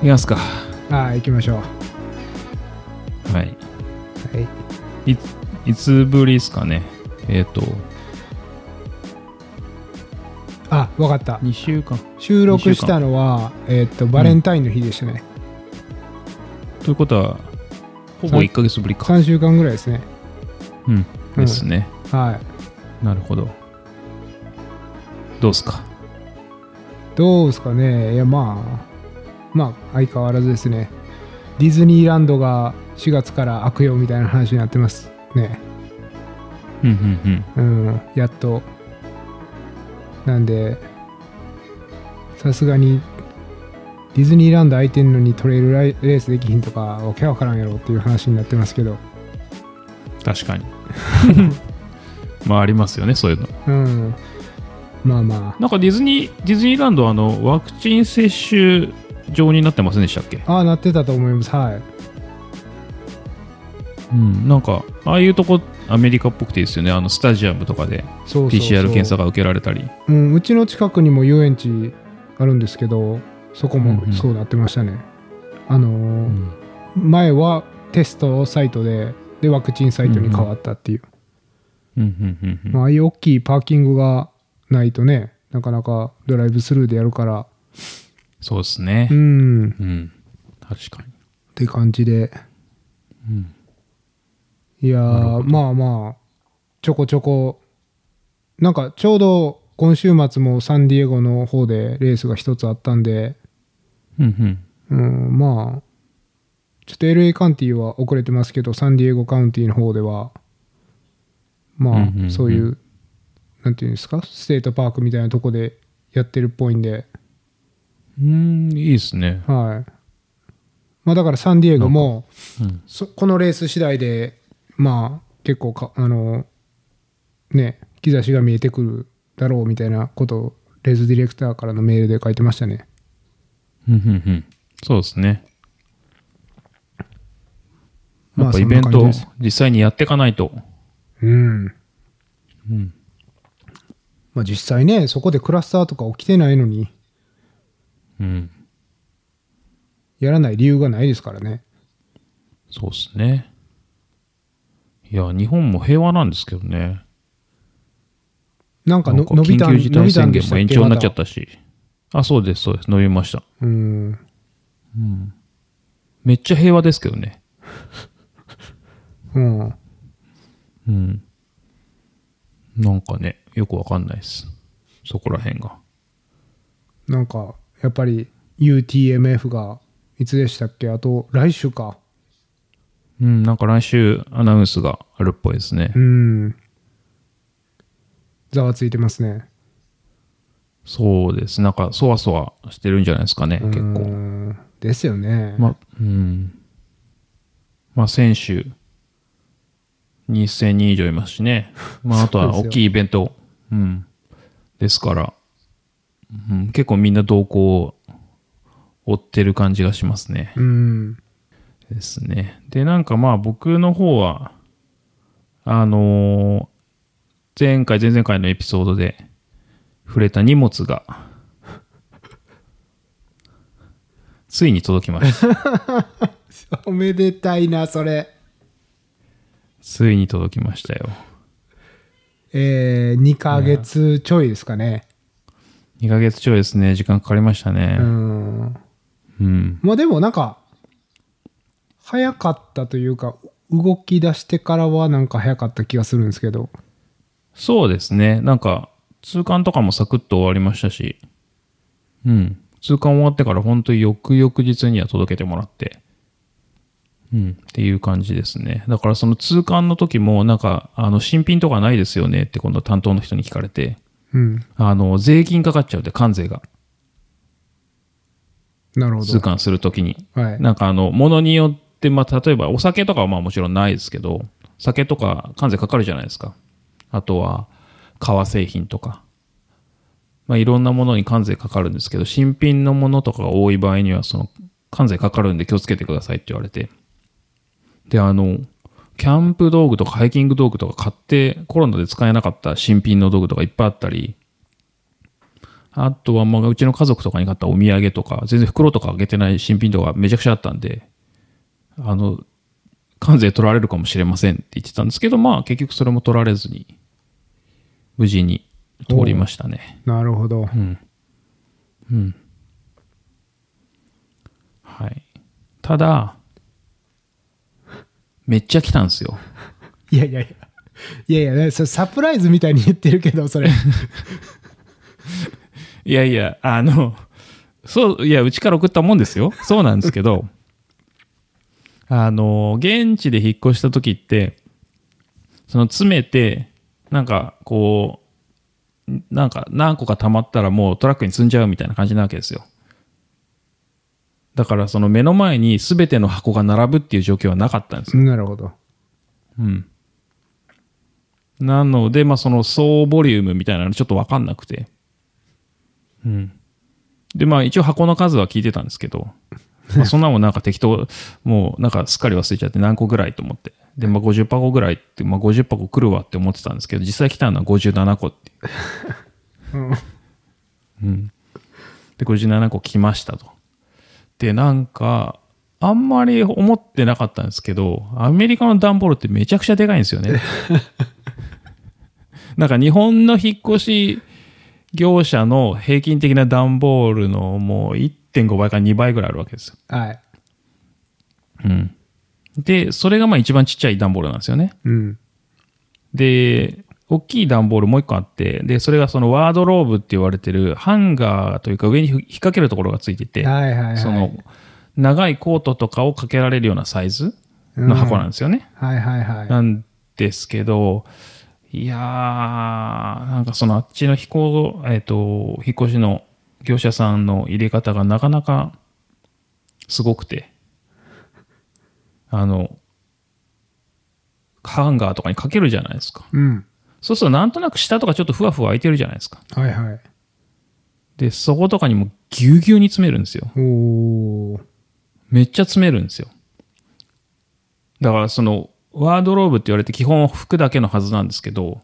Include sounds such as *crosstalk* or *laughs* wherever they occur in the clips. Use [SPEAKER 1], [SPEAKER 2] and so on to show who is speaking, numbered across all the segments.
[SPEAKER 1] きますか。
[SPEAKER 2] ああ行きましょう
[SPEAKER 1] はい。
[SPEAKER 2] はい
[SPEAKER 1] いいつぶりですかね。えっ、と、
[SPEAKER 2] あわかった
[SPEAKER 1] 2週間。
[SPEAKER 2] 収録したのはえーっとバレンタインの日でしたね、
[SPEAKER 1] ということは、ほぼ1ヶ月ぶりか。
[SPEAKER 2] 3週間ぐらいですね
[SPEAKER 1] うん。
[SPEAKER 2] うん
[SPEAKER 1] ですね。
[SPEAKER 2] はい
[SPEAKER 1] なるほど。どうっすか。
[SPEAKER 2] どうですかねいやまあまあ相変わらずですねディズニーランドが4月から開くよみたいな話になってますね
[SPEAKER 1] うんうん
[SPEAKER 2] うんやっとなんでさすがにディズニーランド空いてんのにトレイルライレースできひんとかわけわからんやろっていう話になってますけど
[SPEAKER 1] うん。確かに。 *laughs* まあ、ありますよね、そういうの。
[SPEAKER 2] うんまあま
[SPEAKER 1] なんかディズニー、ディズニーランドはあの、ワクチン接種場になってませんでしたっけ
[SPEAKER 2] あああなってたと思いますはい
[SPEAKER 1] うん。なんか、ああいうとこ、アメリカっぽくていいですよね。あの、スタジアムとかで
[SPEAKER 2] そうそうそう
[SPEAKER 1] PCR 検査が受けられたり。
[SPEAKER 2] うん、うちの近くにも遊園地あるんですけどそこ
[SPEAKER 1] うんうん
[SPEAKER 2] もそうなってましたね、あのー
[SPEAKER 1] うん
[SPEAKER 2] 前はテストサイトででワクチンサイトに変わったっていう、
[SPEAKER 1] うんうんうんうん
[SPEAKER 2] まあ、ああいう大きいパーキングがないとねなかなかドライブスルーでやるから
[SPEAKER 1] そうですね
[SPEAKER 2] う。んっ
[SPEAKER 1] うん。確かに。
[SPEAKER 2] て感じで
[SPEAKER 1] うん。
[SPEAKER 2] いやーまあまあちょこちょこなんかちょうど今週末もサンディエゴの方でレースが一つあったんで
[SPEAKER 1] うん
[SPEAKER 2] うん、まあ、ちょっと LA カウンティは遅れてますけど、サンディエゴカウンティの方では、
[SPEAKER 1] うん
[SPEAKER 2] ま
[SPEAKER 1] うんうん
[SPEAKER 2] あ、そういう、なんていうんですか、ステートパークみたいなとこでやってるっぽいんで、
[SPEAKER 1] うん。うん、いいですね。
[SPEAKER 2] はい。まあ、だからサンディエゴも、
[SPEAKER 1] うん。
[SPEAKER 2] そこのレース次第で、まあ、結構か、あの、ね、兆しが見えてくるだろうみたいなことを、レースディレクターからのメールで書いてましたね。
[SPEAKER 1] うんうんうん。そうですね。や
[SPEAKER 2] ま
[SPEAKER 1] っぱ
[SPEAKER 2] あそ
[SPEAKER 1] イ
[SPEAKER 2] ん
[SPEAKER 1] ベ
[SPEAKER 2] な
[SPEAKER 1] ン
[SPEAKER 2] 感
[SPEAKER 1] ト
[SPEAKER 2] じ
[SPEAKER 1] を
[SPEAKER 2] です
[SPEAKER 1] 実際にやっていかないと。
[SPEAKER 2] うん。
[SPEAKER 1] うん。
[SPEAKER 2] まあ、実際ね、そこでクラスターとか起きてないのに、
[SPEAKER 1] うん。
[SPEAKER 2] やらない理由がないですからね。
[SPEAKER 1] そうですね。いや、日本も平和なんですけどね。
[SPEAKER 2] なんか
[SPEAKER 1] な
[SPEAKER 2] の、
[SPEAKER 1] んか
[SPEAKER 2] 伸び
[SPEAKER 1] 緊
[SPEAKER 2] た、
[SPEAKER 1] 急事
[SPEAKER 2] 伸
[SPEAKER 1] 態
[SPEAKER 2] びた
[SPEAKER 1] 宣
[SPEAKER 2] んで
[SPEAKER 1] 言
[SPEAKER 2] した
[SPEAKER 1] も
[SPEAKER 2] っ
[SPEAKER 1] 延
[SPEAKER 2] け
[SPEAKER 1] 長になっちゃっ
[SPEAKER 2] ま
[SPEAKER 1] たし。あ、そうです、そうです。伸びました。
[SPEAKER 2] たうん。
[SPEAKER 1] うん。めっちゃ平和ですけどね。
[SPEAKER 2] うん。
[SPEAKER 1] うん。なんかね、よくわかんないです。そこら辺が。
[SPEAKER 2] なんか、やっぱり UTMF が、いつでしたっけあと、来週か。
[SPEAKER 1] うん、なんか来週アナウンスがあるっぽいですね。
[SPEAKER 2] うん。ざわついてますね。
[SPEAKER 1] そうです。なんか、そわそわしてるんじゃないですかね、結
[SPEAKER 2] う
[SPEAKER 1] 構。
[SPEAKER 2] ん。ですよね。
[SPEAKER 1] ま、うん。まあ、選手、2000人以上いますし
[SPEAKER 2] *laughs*
[SPEAKER 1] ね。まあ、あとは
[SPEAKER 2] そうです
[SPEAKER 1] 大
[SPEAKER 2] よ
[SPEAKER 1] きいイベント、うん。ですから、うん、結構みんな動向を追ってる感じがしますね。
[SPEAKER 2] うん。
[SPEAKER 1] ですね。で、なんかまあ僕の方は、あのー前回、前々回のエピソードで触れた荷物が、 *laughs* ついに届きました。
[SPEAKER 2] おめでたいな、それ。
[SPEAKER 1] ついに届きましたよ。
[SPEAKER 2] えー、2ヶ月ちょいですかね。
[SPEAKER 1] 2ヶ月ちょいですね。時間かかりました
[SPEAKER 2] う
[SPEAKER 1] ね。
[SPEAKER 2] ん。
[SPEAKER 1] うん。
[SPEAKER 2] まあでもなんか、早かったというか、動き出してからはなんか早かった気がするんですけど。
[SPEAKER 1] そうですね。なんか、通関とかもサクッと終わりましたし、うん。通関終わってから本当に翌々日には届けてもらって、うん。っていう感じですね。だからその通関の時も、なんか、あの、新品とかないですよねって今度担当の人に聞かれて、
[SPEAKER 2] うん。
[SPEAKER 1] あの、税金かかっちゃうって、関税が。
[SPEAKER 2] なるほ
[SPEAKER 1] 通
[SPEAKER 2] ど。
[SPEAKER 1] 関するときに。
[SPEAKER 2] はい。
[SPEAKER 1] なんかあの、ものによって、まあ、例えばお酒とかはまあもちろんないですけど、酒とか関税かかるじゃないですか。あとは、革製品とか。まあ、いろんなものに関税かかるんですけど、新品のものとかが多い場合には、その、関税かかるんで気をつけてくださいって言われて。で、あの、キャンプ道具とかハイキング道具とか買ってコロナで使えなかった新品の道具とかいっぱいあったり、あとは、まあ、うちの家族とかに買ったお土産とか、全然袋とか開けてない新品とかめちゃくちゃあったんで、あの、関税取られるかもしれませんって言ってたんですけど、まあ、結局それも取られずに、無事に通りましたね。
[SPEAKER 2] なるほど。
[SPEAKER 1] うん。うん。はい。ただ、めっちゃ来たんですよ。
[SPEAKER 2] いやいやいや。いやいやね、そサプライズみたいに言ってるけ
[SPEAKER 1] *laughs*
[SPEAKER 2] ど、それ。
[SPEAKER 1] いやいや、あの、そう、いや、うちから送ったもんですよ。そうなんですけど、あの、現地で引っ越した時って、その詰めて、なんかこう、なんか何個か溜まったらもうトラックに積んじゃうみたいな感じなわけですよ。だからその目の前に全ての箱が並ぶっていう状況はなかったんですよ
[SPEAKER 2] なるほど。
[SPEAKER 1] うん。なので、まあ、その総ボリュームみたいなのちょっと分かんなくて。うん。で、まあ、一応箱の数は聞いてたんですけど、まあ、そんなもんなんか適当、もうなんかすっかり忘れちゃって何個ぐらいと思って。で、まあ、50箱ぐらいって、まあ、50箱来るわって思ってたんですけど、実際来たのは57個っていう。
[SPEAKER 2] うん。
[SPEAKER 1] うん。で、57個来ましたと。で、なんか、あんまり思ってなかったんですけど、アメリカの段ボールってめちゃくちゃでかいんですよね。なんか日本の引っ越し業者の平均的な段ボールのもう1.5倍から2倍ぐらいあるわけですよ。
[SPEAKER 2] はい。
[SPEAKER 1] うん。で、それがまあ一番ちっちゃい段ボールなんですよね。
[SPEAKER 2] うん。
[SPEAKER 1] で、大きい段ボールもう一個あって、で、それがそのワードローブって言われてるハンガーというか上に引っ掛けるところがついてて、
[SPEAKER 2] はいはいはい。
[SPEAKER 1] その、長いコートとかをかけられるようなサイズの箱なんですよね。
[SPEAKER 2] はいはいはい。
[SPEAKER 1] なんですけど、いやー、なんかそのあっちの飛行、えっ、と、引っ越しの業者さんの入れ方がなかなかすごくて、あの、ハンガーとかにかけるじゃないですか。
[SPEAKER 2] うん。
[SPEAKER 1] そうするとなんとなく下とかちょっとふわふわ空いてるじゃないですか。
[SPEAKER 2] はいはい。
[SPEAKER 1] で、そことかにもぎゅうぎゅうに詰めるんですよ。
[SPEAKER 2] おー。
[SPEAKER 1] めっちゃ詰めるんですよ。だからそのワードローブって言われて基本服だけのはずなんですけど、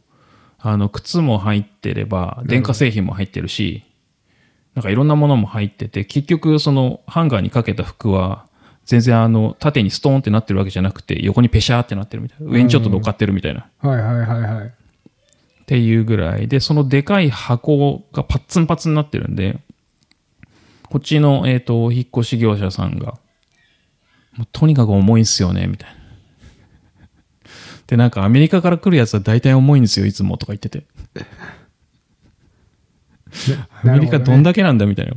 [SPEAKER 1] あの靴も入ってれば、電化製品も入ってるし、なんかいろんなものも入ってて、結局そのハンガーにかけた服は、全然あの縦にストーンってなってるわけじゃなくて、横にペシャーってなってるみたいな。上にちょっと乗っかってるみたいな。
[SPEAKER 2] はいはいはいはい。
[SPEAKER 1] っていうぐらいで、そのでかい箱がパッツンパツンになってるんで、こっちの、えっ、と、引っ越し業者さんが、もうとにかく重いんすよね、みたいな。 *laughs* で、なんかアメリカから来るやつは大体重いんですよ、いつもとか言ってて。 *laughs* アメリカどん
[SPEAKER 2] だ
[SPEAKER 1] だけなんだ、みたいな。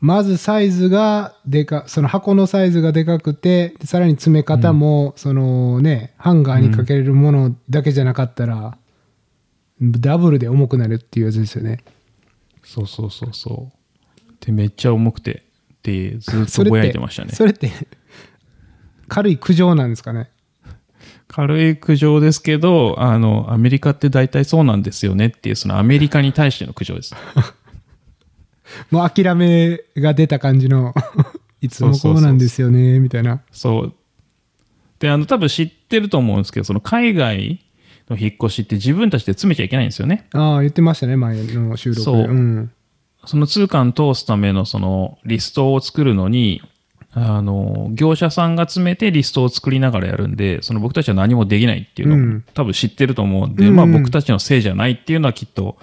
[SPEAKER 2] まずサイズがでか、その箱のサイズがでかくて、でさらに詰め方も、そのね、ハンガーにかけれるものだけじゃなかったら、ダブルで重くなるっていうやつですよね。
[SPEAKER 1] そうそうそうそう。で、めっちゃ重くて、で、ずっと
[SPEAKER 2] それ
[SPEAKER 1] ぼ
[SPEAKER 2] っ
[SPEAKER 1] や
[SPEAKER 2] て、
[SPEAKER 1] いてましたね。
[SPEAKER 2] それって、軽い苦情なんですかね。
[SPEAKER 1] 軽い苦情ですけど、あの、アメリカって大体そうなんですよねっていう、そのアメリカに対しての苦情です。
[SPEAKER 2] もう諦めが出た感じ
[SPEAKER 1] *laughs*
[SPEAKER 2] の、いつも *laughs* こうなんですよね、みたいな。
[SPEAKER 1] そう。で、あの、多分知ってると思うんですけど、その海外の引っ越しって自分たちで詰めちゃいけないんですよね。
[SPEAKER 2] ああ、言ってましたね、前の収録で。。
[SPEAKER 1] そうんその通関通すためのそのリストを作るのに、あの、業者さんが詰めてリストを作りながらやるんで、その僕たちは何もできないっていうのを、
[SPEAKER 2] うん
[SPEAKER 1] 多分知ってると思うんで、
[SPEAKER 2] うんうん
[SPEAKER 1] まあ僕たちのせいじゃないっていうのはきっと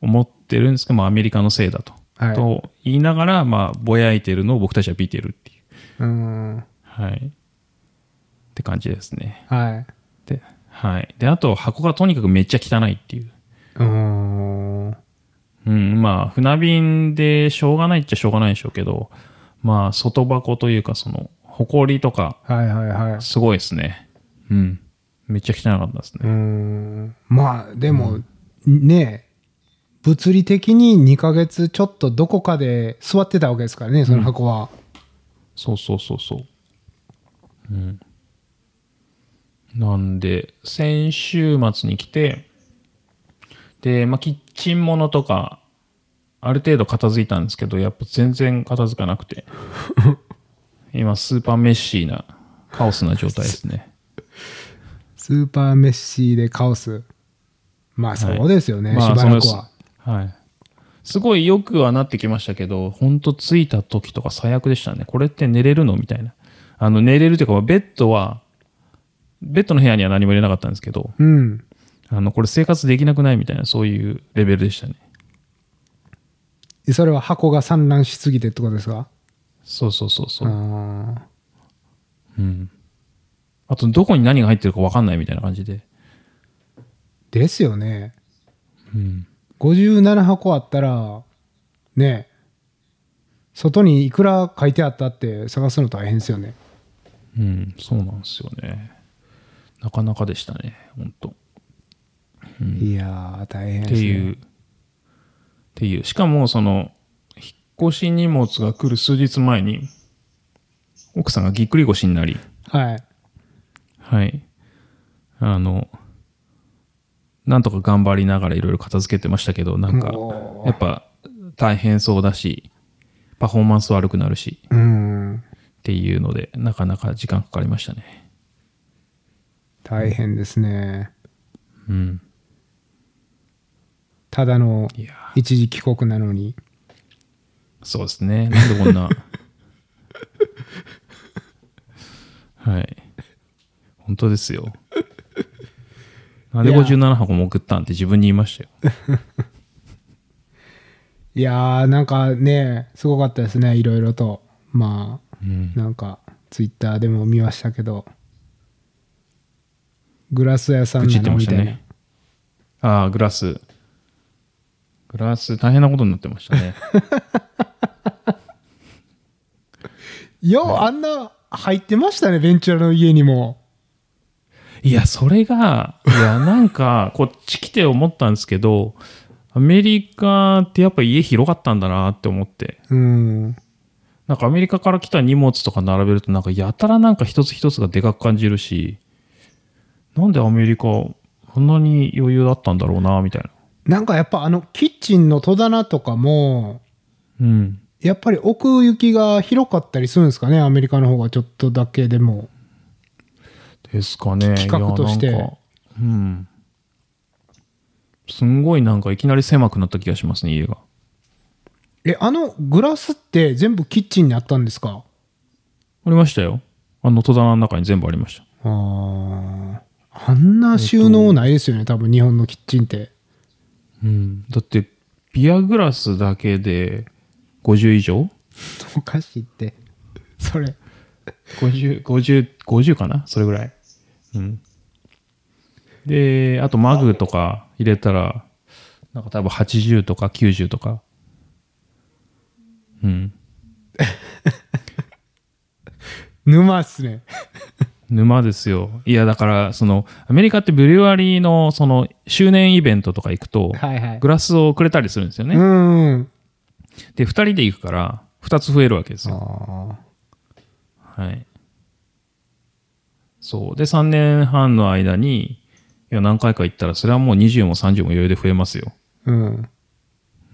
[SPEAKER 1] 思ってるんですけど、まあアメリカのせいだと。
[SPEAKER 2] はい
[SPEAKER 1] と言いながら、まあぼやいてるのを僕たちは見てるっていう。
[SPEAKER 2] うん。
[SPEAKER 1] はい。って感じですね。
[SPEAKER 2] はい。
[SPEAKER 1] で、はい。で、あと箱がとにかくめっちゃ汚いっていう。
[SPEAKER 2] うん。は
[SPEAKER 1] うん、まあ、船便でしょうがないっちゃしょうがないでしょうけど、まあ、外箱というか、その、埃とか、
[SPEAKER 2] いはいはい。
[SPEAKER 1] すごいですね。うん。めっちゃ汚かったです
[SPEAKER 2] う
[SPEAKER 1] ね。
[SPEAKER 2] ん。まあ、でも、ねえ、物理的に2ヶ月ちょっとどこかで座ってたわけですからね、その箱は。
[SPEAKER 1] そうそうそうそう。うん。なんで、先週末に来て、で、まあ、キッチン物とか、ある程度片付いたんですけど、やっぱ全然片付かなく *laughs* て。今、スーパーメッシーな、カオスな状態ですね。
[SPEAKER 2] スーパーメッシーでカオス。まあ、そうですよね、
[SPEAKER 1] まあ
[SPEAKER 2] しばらくは。
[SPEAKER 1] そのはい。すごいよくはなってきましたけど、ほんと着いた時とか最悪でしたね。これって寝れるのみたいな。あの、寝れるというか、まあベッドは、ベッドの部屋には何も入れなかったんですけど、
[SPEAKER 2] うん。
[SPEAKER 1] あの、これ生活できなくないみたいな、そういうレベルでしたね。
[SPEAKER 2] えそれは箱が散乱しすぎてってことですか
[SPEAKER 1] そうそうそうそう。
[SPEAKER 2] あ
[SPEAKER 1] うん。あと、どこに何が入ってるか分かんないみたいな感じで。
[SPEAKER 2] ーですよね。
[SPEAKER 1] うん。
[SPEAKER 2] 57箱あったら、ねえ外にいくら書いてあったって探すの大変ですよね。
[SPEAKER 1] うん、そうなんですよね。なかなかでしたね、本当っ
[SPEAKER 2] いやー、大変
[SPEAKER 1] て
[SPEAKER 2] ですね。
[SPEAKER 1] いう、っていう。しかも、その、引っ越し荷物が来る数日前に、奥さんがぎっくり腰になり、
[SPEAKER 2] はい。
[SPEAKER 1] はい。あの、なんとか頑張りながらいろいろ片付けてましたけど、なんか
[SPEAKER 2] お、
[SPEAKER 1] やっぱ大変そうだし、パフォーマンス悪くなるし、
[SPEAKER 2] うん。
[SPEAKER 1] っていうので、なかなか時間かかりましたね。
[SPEAKER 2] 大変ですね。
[SPEAKER 1] うん。
[SPEAKER 2] ただの
[SPEAKER 1] いやー
[SPEAKER 2] 一時帰国なのに。
[SPEAKER 1] そうですね。なんでこんな。はい。本当ですよ。なんで
[SPEAKER 2] いや
[SPEAKER 1] 57箱も送ったんって自分に言いましたよ。
[SPEAKER 2] いやー、なんかね、すごかったですね、いろいろと。まあ、
[SPEAKER 1] うん。
[SPEAKER 2] なんか、ツイッターでも見ましたけど、グラス屋さん
[SPEAKER 1] 愚痴
[SPEAKER 2] な
[SPEAKER 1] って
[SPEAKER 2] の
[SPEAKER 1] ま
[SPEAKER 2] み
[SPEAKER 1] した
[SPEAKER 2] たいな。
[SPEAKER 1] ね。ああ、グラス。グラス、大変なことになってましたね。
[SPEAKER 2] よう、あんな入ってましたね、ベンチュラの家にも。
[SPEAKER 1] *laughs* いや、それが、いや、なんか、こっち来て思ったんですけど、アメリカってやっぱ家広かったんだなって思って。
[SPEAKER 2] うん。
[SPEAKER 1] なんかアメリカから来た荷物とか並べるとなんかやたらなんか一つ一つがでかく感じるし、なんでアメリカこんなに余裕だったんだろうな、みたいな。
[SPEAKER 2] なんかやっぱあの、キッチンの戸棚とかも、
[SPEAKER 1] うん。
[SPEAKER 2] やっぱり奥行きが広かったりするんですかね、アメリカの方がちょっとだけでも。
[SPEAKER 1] ですかね。
[SPEAKER 2] 企画として
[SPEAKER 1] いやなんかうん。すんごいなんかいきなり狭くなった気がしますね、家が。
[SPEAKER 2] え、あのグラスって全部キッチンにあったんですか
[SPEAKER 1] ありましたよ。あの戸棚の中に全部ありました。
[SPEAKER 2] あーあんな収納ないですよね、多分日本のキッチンって。
[SPEAKER 1] うん。だって、ビアグラスだけで50以上
[SPEAKER 2] おかしいって。それ。
[SPEAKER 1] 50、50、50かなそれぐらい。うん。で、あとマグとか入れたら、なんか多分80とか90とか。うん。
[SPEAKER 2] 沼っすね。
[SPEAKER 1] 沼ですよ。いや、だから、その、アメリカってブリュワリーの、その、周年イベントとか行くと、
[SPEAKER 2] はいはい。
[SPEAKER 1] グラスをくれたりするんですよ
[SPEAKER 2] う
[SPEAKER 1] ね。
[SPEAKER 2] ん。
[SPEAKER 1] で、2人で行くから、2つ増えるわけですよ。
[SPEAKER 2] あ
[SPEAKER 1] はい。そう。で、3年半の間に、いや、何回か行ったら、それはもう20も30も余裕で増えますよ。
[SPEAKER 2] ーうん。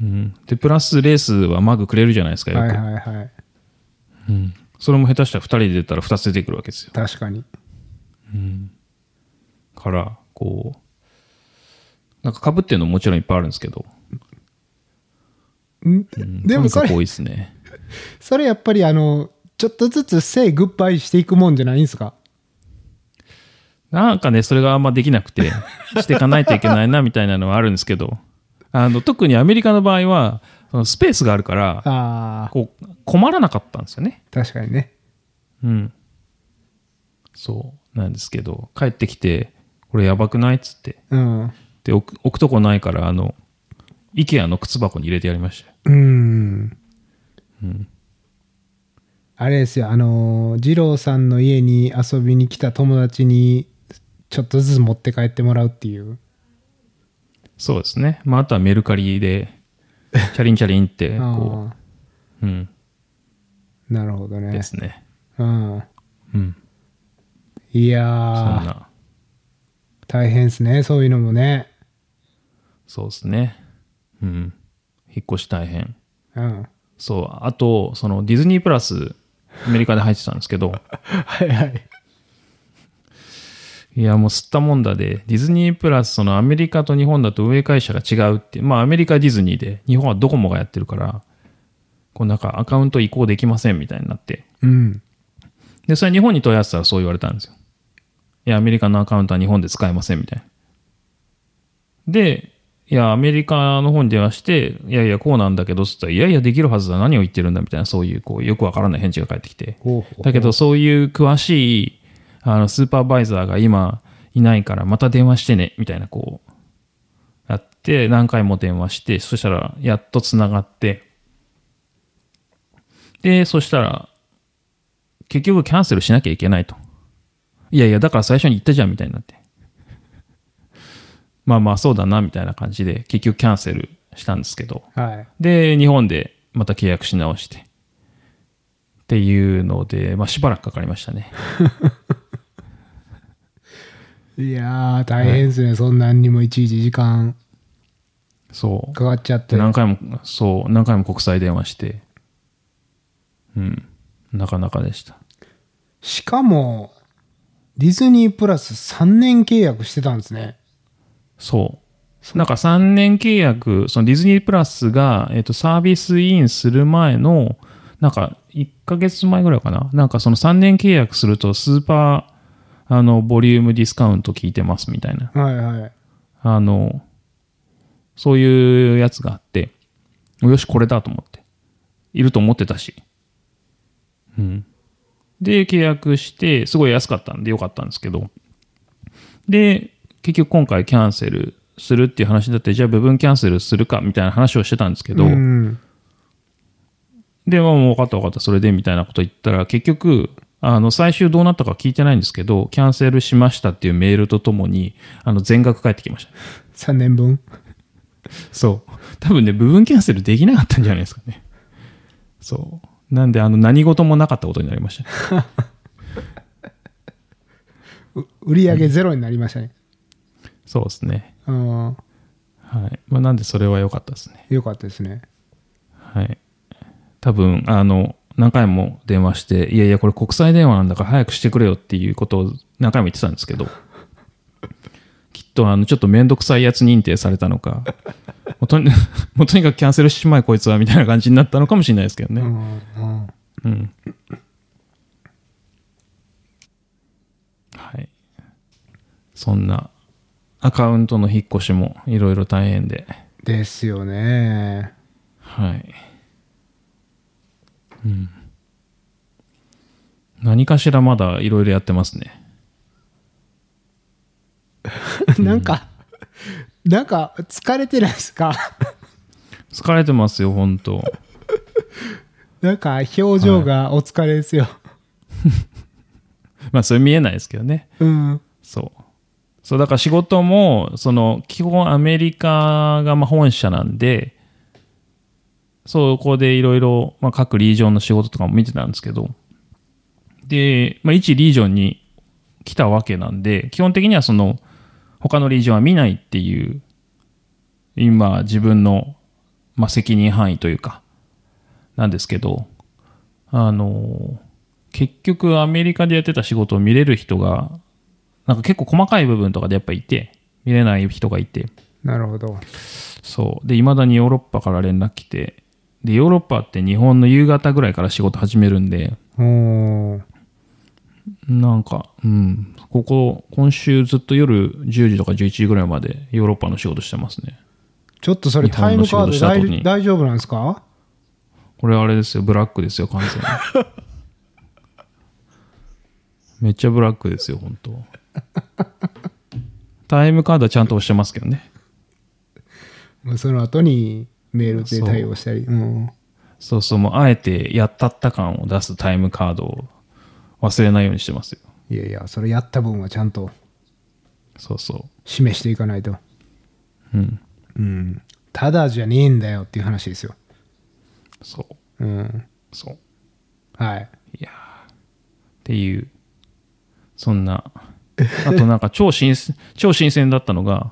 [SPEAKER 1] うん。で、プラスレースはマグくれるじゃないですか、よく。
[SPEAKER 2] はいはいはい。
[SPEAKER 1] うん。それも下手したら2人で出たら2つ出てくるわけですよ。
[SPEAKER 2] 確かに。
[SPEAKER 1] から、こう、なんか被ってるのももちろんいっぱいあるんですけど、
[SPEAKER 2] ん
[SPEAKER 1] うん
[SPEAKER 2] でも
[SPEAKER 1] と
[SPEAKER 2] そ
[SPEAKER 1] にかく
[SPEAKER 2] れ、
[SPEAKER 1] 多いですね。
[SPEAKER 2] それやっぱりあの、ちょっとずつせいグッバイしていくもんじゃないんですか
[SPEAKER 1] なんかね、それがあんまできなく
[SPEAKER 2] *laughs*
[SPEAKER 1] て、していかないといけないな、みたいなのはあるんですけど、あの、特にアメリカの場合は、そのスペースがあるから、
[SPEAKER 2] ああ、
[SPEAKER 1] こう、困らなかったんですよね。
[SPEAKER 2] 確かにね。
[SPEAKER 1] うん。そうなんですけど、帰ってきて、これやばくないっつって。
[SPEAKER 2] うん。
[SPEAKER 1] で、置く置くとこないから、あの、IKEA の靴箱に入れてやりましたよ。
[SPEAKER 2] うん。
[SPEAKER 1] うん。
[SPEAKER 2] あれですよ、あのー、二郎さんの家に遊びに来た友達に、ちょっとずつ持って帰ってもらうっていう。
[SPEAKER 1] そうですね。まあ、あとはメルカリで、チャリンチャリン *laughs* って、こ
[SPEAKER 2] あ
[SPEAKER 1] う、うん、
[SPEAKER 2] あ、なるほどね
[SPEAKER 1] で。すね。
[SPEAKER 2] うん。
[SPEAKER 1] うん。
[SPEAKER 2] いや
[SPEAKER 1] そん
[SPEAKER 2] ー、
[SPEAKER 1] な、
[SPEAKER 2] 大変ですね、そういうのもね。
[SPEAKER 1] そうですね。うん。引っ越し大変。 *laughs*
[SPEAKER 2] うん。
[SPEAKER 1] そう。あと、その、ディズニープラ *laughs* ス、アメリカで入ってたんですけど、
[SPEAKER 2] はいはい。
[SPEAKER 1] いや、もう吸ったもんだで、ディズニープラス、そのアメリカと日本だと運営会社が違うっていう、まあアメリカはディズニーで、日本はドコモがやってるから、こうなんかアカウント移行できませんみたいになって。
[SPEAKER 2] うん。
[SPEAKER 1] で、それ日本に問い合わせたらそう言われたんですよ。いや、アメリカのアカウントは日本で使えませんみたいな。で、いや、アメリカの方に電話して、いやいや、こうなんだけど、つったら、いやいや、できるはずだ、何を言ってるんだみたいな、そういう、こう、よくわからない返事が返ってきて。
[SPEAKER 2] ほうほう
[SPEAKER 1] だけど、そういう詳しいあのスーパーバイザーが今いないから、また電話してね、みたいな、こう、やって、何回も電話して、そしたら、やっと繋がって、で、そしたら、結局キャンセルしなきゃいけないと。いやいや、だから最初に言ったじゃん、みたいになって。まあまあ、そうだな、みたいな感じで、結局キャンセルしたんですけど。
[SPEAKER 2] はい。
[SPEAKER 1] で、日本でまた契約し直して。っていうので、まあ、しばらくかかりましたね。
[SPEAKER 2] いやー、大変ですね、そんなんにもいちいち時間
[SPEAKER 1] そう。
[SPEAKER 2] かかっちゃって。
[SPEAKER 1] で何回も、そう、何回も国際電話して。うん。なかなかでした。
[SPEAKER 2] しかも、ディズニープラス3年契約してたんですね。
[SPEAKER 1] そう。なんか3年契約、そのディズニープラスが、えっとサービスインする前の、なんか1ヶ月前ぐらいかな。なんかその3年契約するとスーパー、あの、ボリュームディスカウント効いてますみたいな。
[SPEAKER 2] はいはい。
[SPEAKER 1] あの、そういうやつがあって、よし、これだと思って。いると思ってたし。うん。で、契約して、すごい安かったんでよかったんですけど。で、結局今回キャンセルするっていう話になって、じゃあ部分キャンセルするかみたいな話をしてたんですけど、
[SPEAKER 2] うん。
[SPEAKER 1] で、まあもう分かった分かった、それでみたいなこと言ったら、結局、あの、最終どうなったか聞いてないんですけど、キャンセルしましたっていうメールとともに、あの、全額返ってきました。
[SPEAKER 2] 3年分。
[SPEAKER 1] そう。多分ね、部分キャンセルできなかったんじゃないですかね。そう。なんで、あの、何事もなかったことになりました。
[SPEAKER 2] う売り上げゼロになりましたね。
[SPEAKER 1] そうですね。
[SPEAKER 2] うん。
[SPEAKER 1] はい。まあ、なんで、それは良かったですね。
[SPEAKER 2] よかったですね。
[SPEAKER 1] はい。多分、あの、何回も電話して、いやいや、これ国際電話なんだから早くしてくれよっていうことを何回も言ってたんですけど、 *laughs* きっと、あの、ちょっとめんどくさいやつ認定されたのか、 *laughs* もうとにもうとにかくキャンセルしちまえ、こいつは、みたいな感じになったのかもしれないですけどね。
[SPEAKER 2] うん。うん
[SPEAKER 1] うん。はい。そんな、アカウントの引っ越しもいろいろ大変で。
[SPEAKER 2] ですよね。
[SPEAKER 1] はい。うん。何かしらまだいろいろやってますね。
[SPEAKER 2] なんか、なんか疲れてないですか *laughs*
[SPEAKER 1] 疲れてますよ、本当
[SPEAKER 2] なんか表情がお疲れですよ。
[SPEAKER 1] まあ、それ見えないですけどね。
[SPEAKER 2] うん。
[SPEAKER 1] そう。そう、だから仕事も、その、基本アメリカがまあ本社なんで、そう、ここでいろいろ、まあ、各リージョンの仕事とかも見てたんですけど、で、まあ、一リージョンに来たわけなんで、基本的にはその、他のリージョンは見ないっていう、今、自分の、まあ、責任範囲というか、なんですけど、あの、結局アメリカでやってた仕事を見れる人がなんか結構細かい部分とかでやっぱいて、見れない人がいて、
[SPEAKER 2] なるほど。
[SPEAKER 1] そう。で、未だにヨーロッパから連絡来て、で、ヨーロッパって日本の夕方ぐらいから仕事始めるんで、
[SPEAKER 2] おー
[SPEAKER 1] なんか、うん、ここ、今週ずっと夜10時とか11時ぐらいまでヨーロッパの仕事してますね。
[SPEAKER 2] ちょっとそれ
[SPEAKER 1] 日
[SPEAKER 2] タ
[SPEAKER 1] 本
[SPEAKER 2] イム
[SPEAKER 1] の仕
[SPEAKER 2] カ
[SPEAKER 1] 事
[SPEAKER 2] ード
[SPEAKER 1] した後
[SPEAKER 2] 大
[SPEAKER 1] に
[SPEAKER 2] 大丈夫なんですか
[SPEAKER 1] これあれですよ、ブラックですよ、完全に。めっちゃブラックですよ、本当タイムカードはちゃんと押してますけどね。
[SPEAKER 2] もうその後にメールで対応したり。うん。
[SPEAKER 1] そうそう、もうあえてやったった感を出すタイムカードを忘れないようにしてますよ。
[SPEAKER 2] いやいや、それやった分はちゃんと
[SPEAKER 1] そうそ
[SPEAKER 2] 示していかないと。
[SPEAKER 1] う。うん。
[SPEAKER 2] うん。ただじゃねえんだよっていう話ですよ。
[SPEAKER 1] そう。
[SPEAKER 2] うん。
[SPEAKER 1] そう。
[SPEAKER 2] はい。
[SPEAKER 1] いやーっていう、そんな。あとなんか超新鮮、 *laughs* 超新鮮だったのが、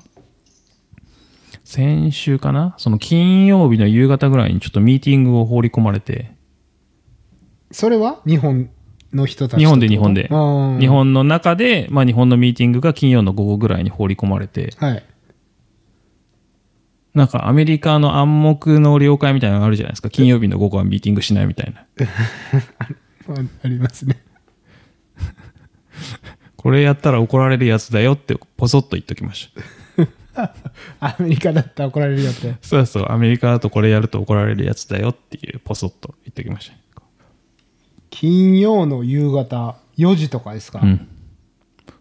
[SPEAKER 1] 先週かなその金曜日の夕方ぐらいにちょっとミーティングを放り込まれて、
[SPEAKER 2] それは日本の人たちと
[SPEAKER 1] 日本で日本で
[SPEAKER 2] あー
[SPEAKER 1] 日本の中で、まあ、日本のミーティングが金曜の午後ぐらいに放り込まれて、
[SPEAKER 2] はい
[SPEAKER 1] なんかアメリカの暗黙の了解みたいなのあるじゃないですか。金曜日の午後はミーティングしないみたいな。
[SPEAKER 2] あありますね *laughs*
[SPEAKER 1] これやったら怒られるやつだよってポソッと言っときました。
[SPEAKER 2] アメリカだったら怒られるよって
[SPEAKER 1] そうそう、アメリカだとこれやると怒られるやつだよっていうポソッと言っときました。
[SPEAKER 2] 金曜の夕方4時とかですか、
[SPEAKER 1] うん。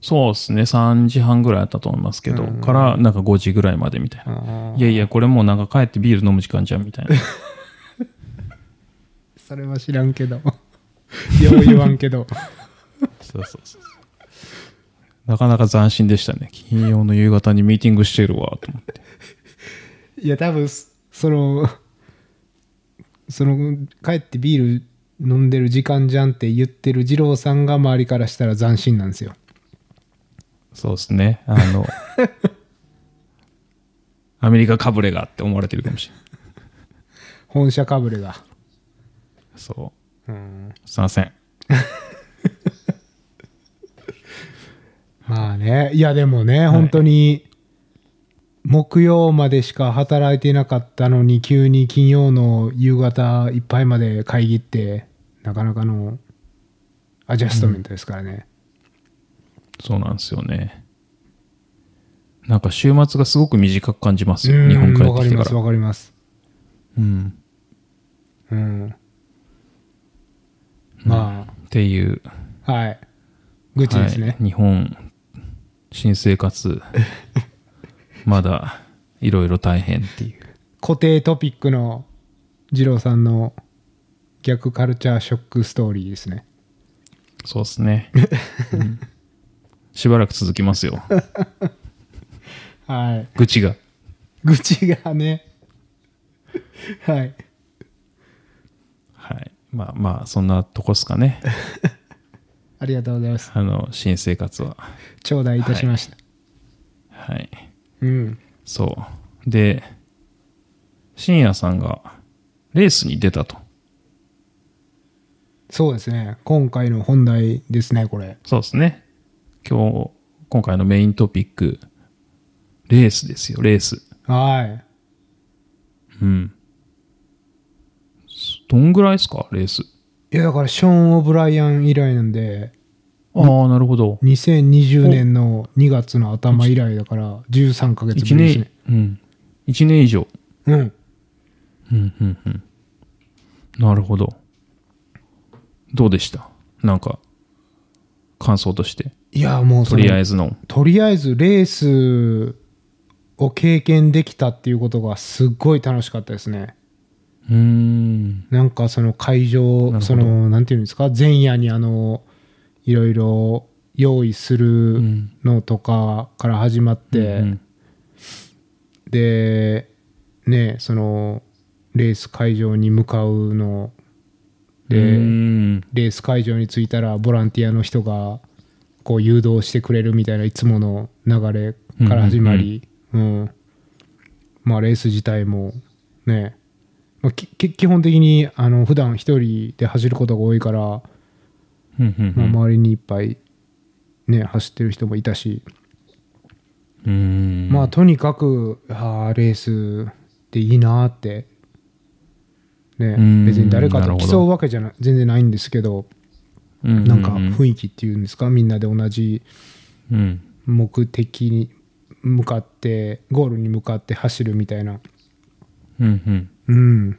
[SPEAKER 1] そうですね、3時半ぐらいだったと思いますけど、からなんか5時ぐらいまでみたいな。いやいや、これもうなんか帰ってビール飲む時間じゃんみたいな。
[SPEAKER 2] それは知らんけど *laughs* よう言わんけど
[SPEAKER 1] *laughs* そうそうそうそう。なかなか斬新でしたね。金曜の夕方にミーティングしてるわ、と思って。
[SPEAKER 2] いや多分そそのその帰ってビール飲んでる時間じゃんって言ってる二郎さんが周りからしたら斬新なんですよ
[SPEAKER 1] そうですね。あ *laughs* の、アメリカかぶれがって思われてるかもしれない。
[SPEAKER 2] 本社かぶれが
[SPEAKER 1] そう。
[SPEAKER 2] うん
[SPEAKER 1] すいません。
[SPEAKER 2] まあねいやでもね、本当に木曜までしか働いてなかったのに急に金曜の夕方いっぱいまで会議ってなかなかのアジャストメントですからね、
[SPEAKER 1] そうなんですよね。なんか週末がすごく短く感じます
[SPEAKER 2] う
[SPEAKER 1] よ。
[SPEAKER 2] ん
[SPEAKER 1] 日本帰
[SPEAKER 2] わ
[SPEAKER 1] っ
[SPEAKER 2] か
[SPEAKER 1] てき
[SPEAKER 2] り
[SPEAKER 1] て
[SPEAKER 2] ま
[SPEAKER 1] か
[SPEAKER 2] す
[SPEAKER 1] ら。
[SPEAKER 2] わかります
[SPEAKER 1] うん。
[SPEAKER 2] うんま
[SPEAKER 1] っていう、
[SPEAKER 2] あはい愚痴ですね、
[SPEAKER 1] はい日本、新生
[SPEAKER 2] *laughs*
[SPEAKER 1] 活、まだいろいろ大変っていう。
[SPEAKER 2] 固定トピックの二郎さんの逆カルチャーショックストーリーですね
[SPEAKER 1] そうですね、うんしばらく続きますよ。
[SPEAKER 2] はい
[SPEAKER 1] 愚痴が。
[SPEAKER 2] 愚痴がね *laughs* はい
[SPEAKER 1] はい。まあまあ、そんなとこっすかね。
[SPEAKER 2] ありがとうございます
[SPEAKER 1] あの、新生活は。
[SPEAKER 2] 頂戴いたしました、
[SPEAKER 1] はい。
[SPEAKER 2] うん
[SPEAKER 1] そう。で、深夜さんがレースに出たと。
[SPEAKER 2] そうですね今回の本題ですねこれ
[SPEAKER 1] そうですね。今日、今回のメイントピック、レースですよ、レース。
[SPEAKER 2] はい
[SPEAKER 1] うん。どんぐらいですか、レース。
[SPEAKER 2] いやだからショーン・オブライアン以来なんで
[SPEAKER 1] ああ、なるほど。
[SPEAKER 2] 2020年の2月の頭以来だから13ヶ月
[SPEAKER 1] 1
[SPEAKER 2] ぶりで
[SPEAKER 1] 年
[SPEAKER 2] すね、
[SPEAKER 1] うん。1年以上。
[SPEAKER 2] うん
[SPEAKER 1] うんうんうん。なるほど。どうでしたなんか、感想として。
[SPEAKER 2] いやもう
[SPEAKER 1] と
[SPEAKER 2] そ
[SPEAKER 1] り
[SPEAKER 2] れ
[SPEAKER 1] あえずの。
[SPEAKER 2] とりあえずレースを経験できたっていうことがすっごい楽しかったですね。
[SPEAKER 1] うーん。
[SPEAKER 2] なんかその会
[SPEAKER 1] なるほ
[SPEAKER 2] 場、
[SPEAKER 1] ど
[SPEAKER 2] その、なんていうんですか、前夜にあの、いろいろ用意する
[SPEAKER 1] ん
[SPEAKER 2] のとかから始まって、
[SPEAKER 1] うん
[SPEAKER 2] で、ね、その、レース会場に向かうの、
[SPEAKER 1] う
[SPEAKER 2] で、
[SPEAKER 1] ーん
[SPEAKER 2] レース会場に着いたらボランティアの人がこう誘導してくれるみたいないつもの流れから始まり、うんまあレース自体もね、まあ、きき基本的にあの普段一人で走ることが多いから、ま
[SPEAKER 1] うんうん
[SPEAKER 2] あ、周りにいっぱい、ね、走ってる人もいたし、
[SPEAKER 1] うーん
[SPEAKER 2] まあとにかくああレースっていいなーって、ね
[SPEAKER 1] うん、
[SPEAKER 2] 別に誰か
[SPEAKER 1] なる
[SPEAKER 2] と
[SPEAKER 1] ほど
[SPEAKER 2] 競うわけじゃな全然ないんですけど。
[SPEAKER 1] うう
[SPEAKER 2] なんか雰囲気っていうんですか、みんなで同じ
[SPEAKER 1] うん。
[SPEAKER 2] 目的に向かってゴールに向かって走るみたいな
[SPEAKER 1] うんうん。
[SPEAKER 2] うん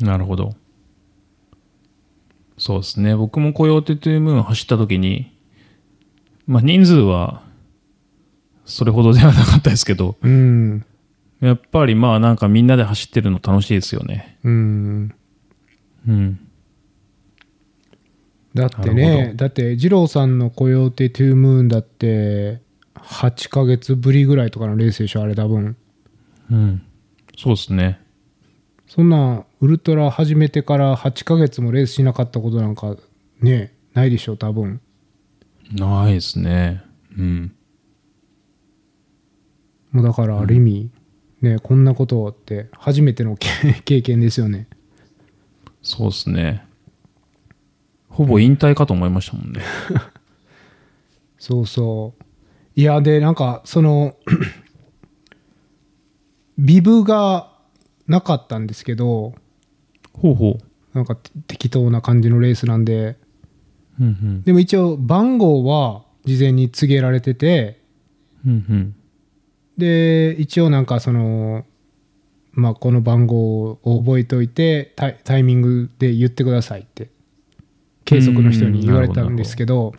[SPEAKER 1] なるほど。そうですね。僕もコヨーテトゥームーン走った時に、まあ人数はそれほどではなかったですけど、
[SPEAKER 2] うん
[SPEAKER 1] やっぱりまあなんかみんなで走ってるの楽しいですよね。
[SPEAKER 2] うん
[SPEAKER 1] うん。
[SPEAKER 2] だって
[SPEAKER 1] なるほ
[SPEAKER 2] ねだって二郎さんの「コヨーテ・トゥ・ムーン」だって8ヶ月ぶりぐらいとかのレースでしょあれ多分
[SPEAKER 1] うん。そうですね。
[SPEAKER 2] そんなウルトラ始めてから8ヶ月もレースしなかったことなんかねないでしょ多分
[SPEAKER 1] ないですね。うん。
[SPEAKER 2] もうだからある意味、ねこんなことって *laughs* 初めての経経験ですよね
[SPEAKER 1] そうですね。ほぼ引退かと思いましたもんね。
[SPEAKER 2] そうそう。いや、で、なんか、その、 *clears throat* ビブがなかったんですけど、
[SPEAKER 1] ほうほう。
[SPEAKER 2] なんかて適当な感じのレースなんで、
[SPEAKER 1] うん
[SPEAKER 2] でも一応番号は事前に告げられてて、
[SPEAKER 1] うん。うんうん。
[SPEAKER 2] で、一応なんかその、まあ、この番号を覚えておいてタイ、タイミングで言ってくださいって、計測の人に言われたんですけど、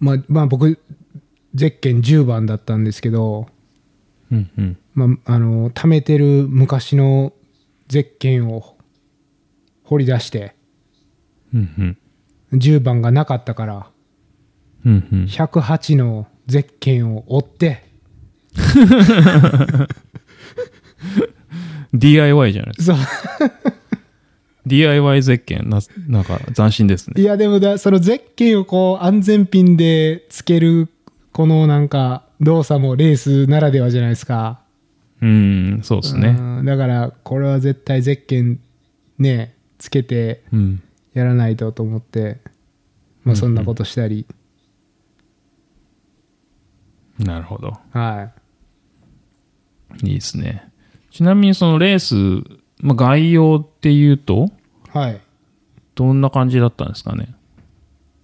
[SPEAKER 2] まあ、まあ僕、ゼッケン10番だったんですけど、
[SPEAKER 1] うんうん。
[SPEAKER 2] まあ、あの貯めてる昔のゼッケンを掘り出して
[SPEAKER 1] うんうん。
[SPEAKER 2] 10番がなかったから
[SPEAKER 1] うんうん。
[SPEAKER 2] 108のゼッケンを追って、
[SPEAKER 1] DIY じゃないですか。
[SPEAKER 2] そう
[SPEAKER 1] DIY 絶景な、なんか斬新ですね。
[SPEAKER 2] いやでもだそのゼッケンをこう安全ピンでつけるこのなんか動作もレースならではじゃないですか、
[SPEAKER 1] うん、そうですね。
[SPEAKER 2] うんだからこれは絶対ゼッケンねつけて
[SPEAKER 1] うん。
[SPEAKER 2] やらないとと思って、まあ、そんなことしたり、
[SPEAKER 1] なるほど。
[SPEAKER 2] はい
[SPEAKER 1] いいですね。ちなみにそのレース、まあ、概要っていうと、
[SPEAKER 2] はい
[SPEAKER 1] どんな感じだったんですかね。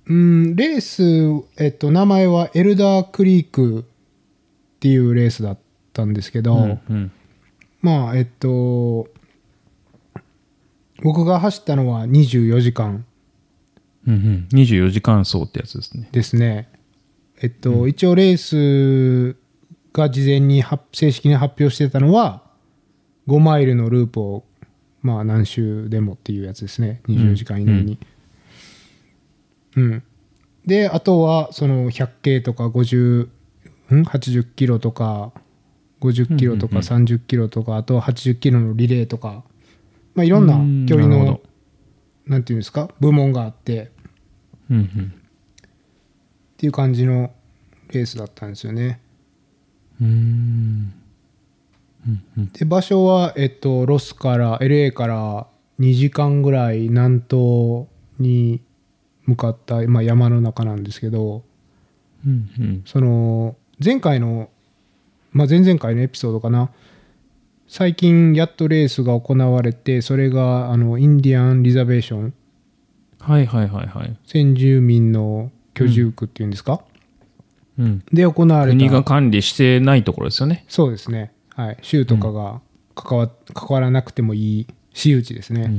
[SPEAKER 2] うん、レース、えっと、名前はエルダークリークっていうレースだったんですけど、
[SPEAKER 1] うんうん。
[SPEAKER 2] まあ、えっと、僕が走ったのは24時間
[SPEAKER 1] うんうん。24時間走ってやつですね。
[SPEAKER 2] ですね。えっと、一応レースが事前に発正式に発表してたのは、5マイルのループを、まあ、何周でもっていうやつですね。24時間以内に。うん。で、あとは、その、100系とか50、ん ?80 キロとか、50キロとか30キロとか、あと80キロのリレーとか、まあ、いろんな距離
[SPEAKER 1] うんなる
[SPEAKER 2] の
[SPEAKER 1] ほ、
[SPEAKER 2] なんていうんですか、部門があって、
[SPEAKER 1] うんうん。
[SPEAKER 2] っていう感じのレースだったんですよね。
[SPEAKER 1] うーん。
[SPEAKER 2] で場所は、えっと、ロスから LA から2時間ぐらい南東に向かった、まあ、山の中なんですけど
[SPEAKER 1] うんうん。
[SPEAKER 2] その前回の、まあ、前々回のエピソードかな最近やっとレースが行われてそれがあのインディアンリザベーション
[SPEAKER 1] はいはいはいはい。
[SPEAKER 2] 先住民の居住区っていうんですか、
[SPEAKER 1] うん。
[SPEAKER 2] で行われ
[SPEAKER 1] 国
[SPEAKER 2] た
[SPEAKER 1] が管理してないところですよね。
[SPEAKER 2] そうですね、はい、州とかが関わ,、関わらなくてもいい私有地ですね、
[SPEAKER 1] ん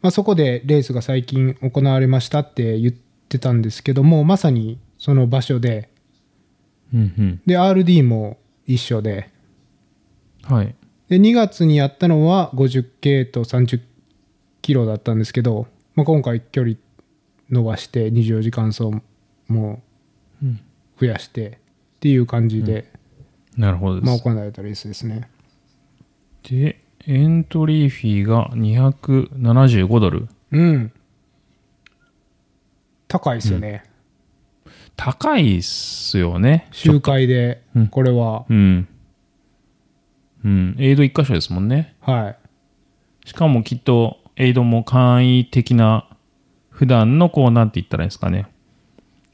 [SPEAKER 2] まあ、そこでレースが最近行われましたって言ってたんですけどもまさにその場所で
[SPEAKER 1] うん
[SPEAKER 2] で RD も一緒で
[SPEAKER 1] うん。はい。
[SPEAKER 2] で2月にやったのは 50K と30キロだったんですけど、まあ、今回距離伸ばして24時間走も
[SPEAKER 1] うん。
[SPEAKER 2] 増やしてっていう感じで、
[SPEAKER 1] なるほどです。
[SPEAKER 2] まあ、行われたレースですね
[SPEAKER 1] で、エントリーフィーが275ドル。
[SPEAKER 2] うん高いですよね、
[SPEAKER 1] 高いっすよね。
[SPEAKER 2] 集会で
[SPEAKER 1] うん
[SPEAKER 2] これは、
[SPEAKER 1] うん。うん。エイド一箇所ですもんね。
[SPEAKER 2] はい
[SPEAKER 1] しかもきっと、エイドも簡易的な、普段のこう、なんて言ったらいいんですかね。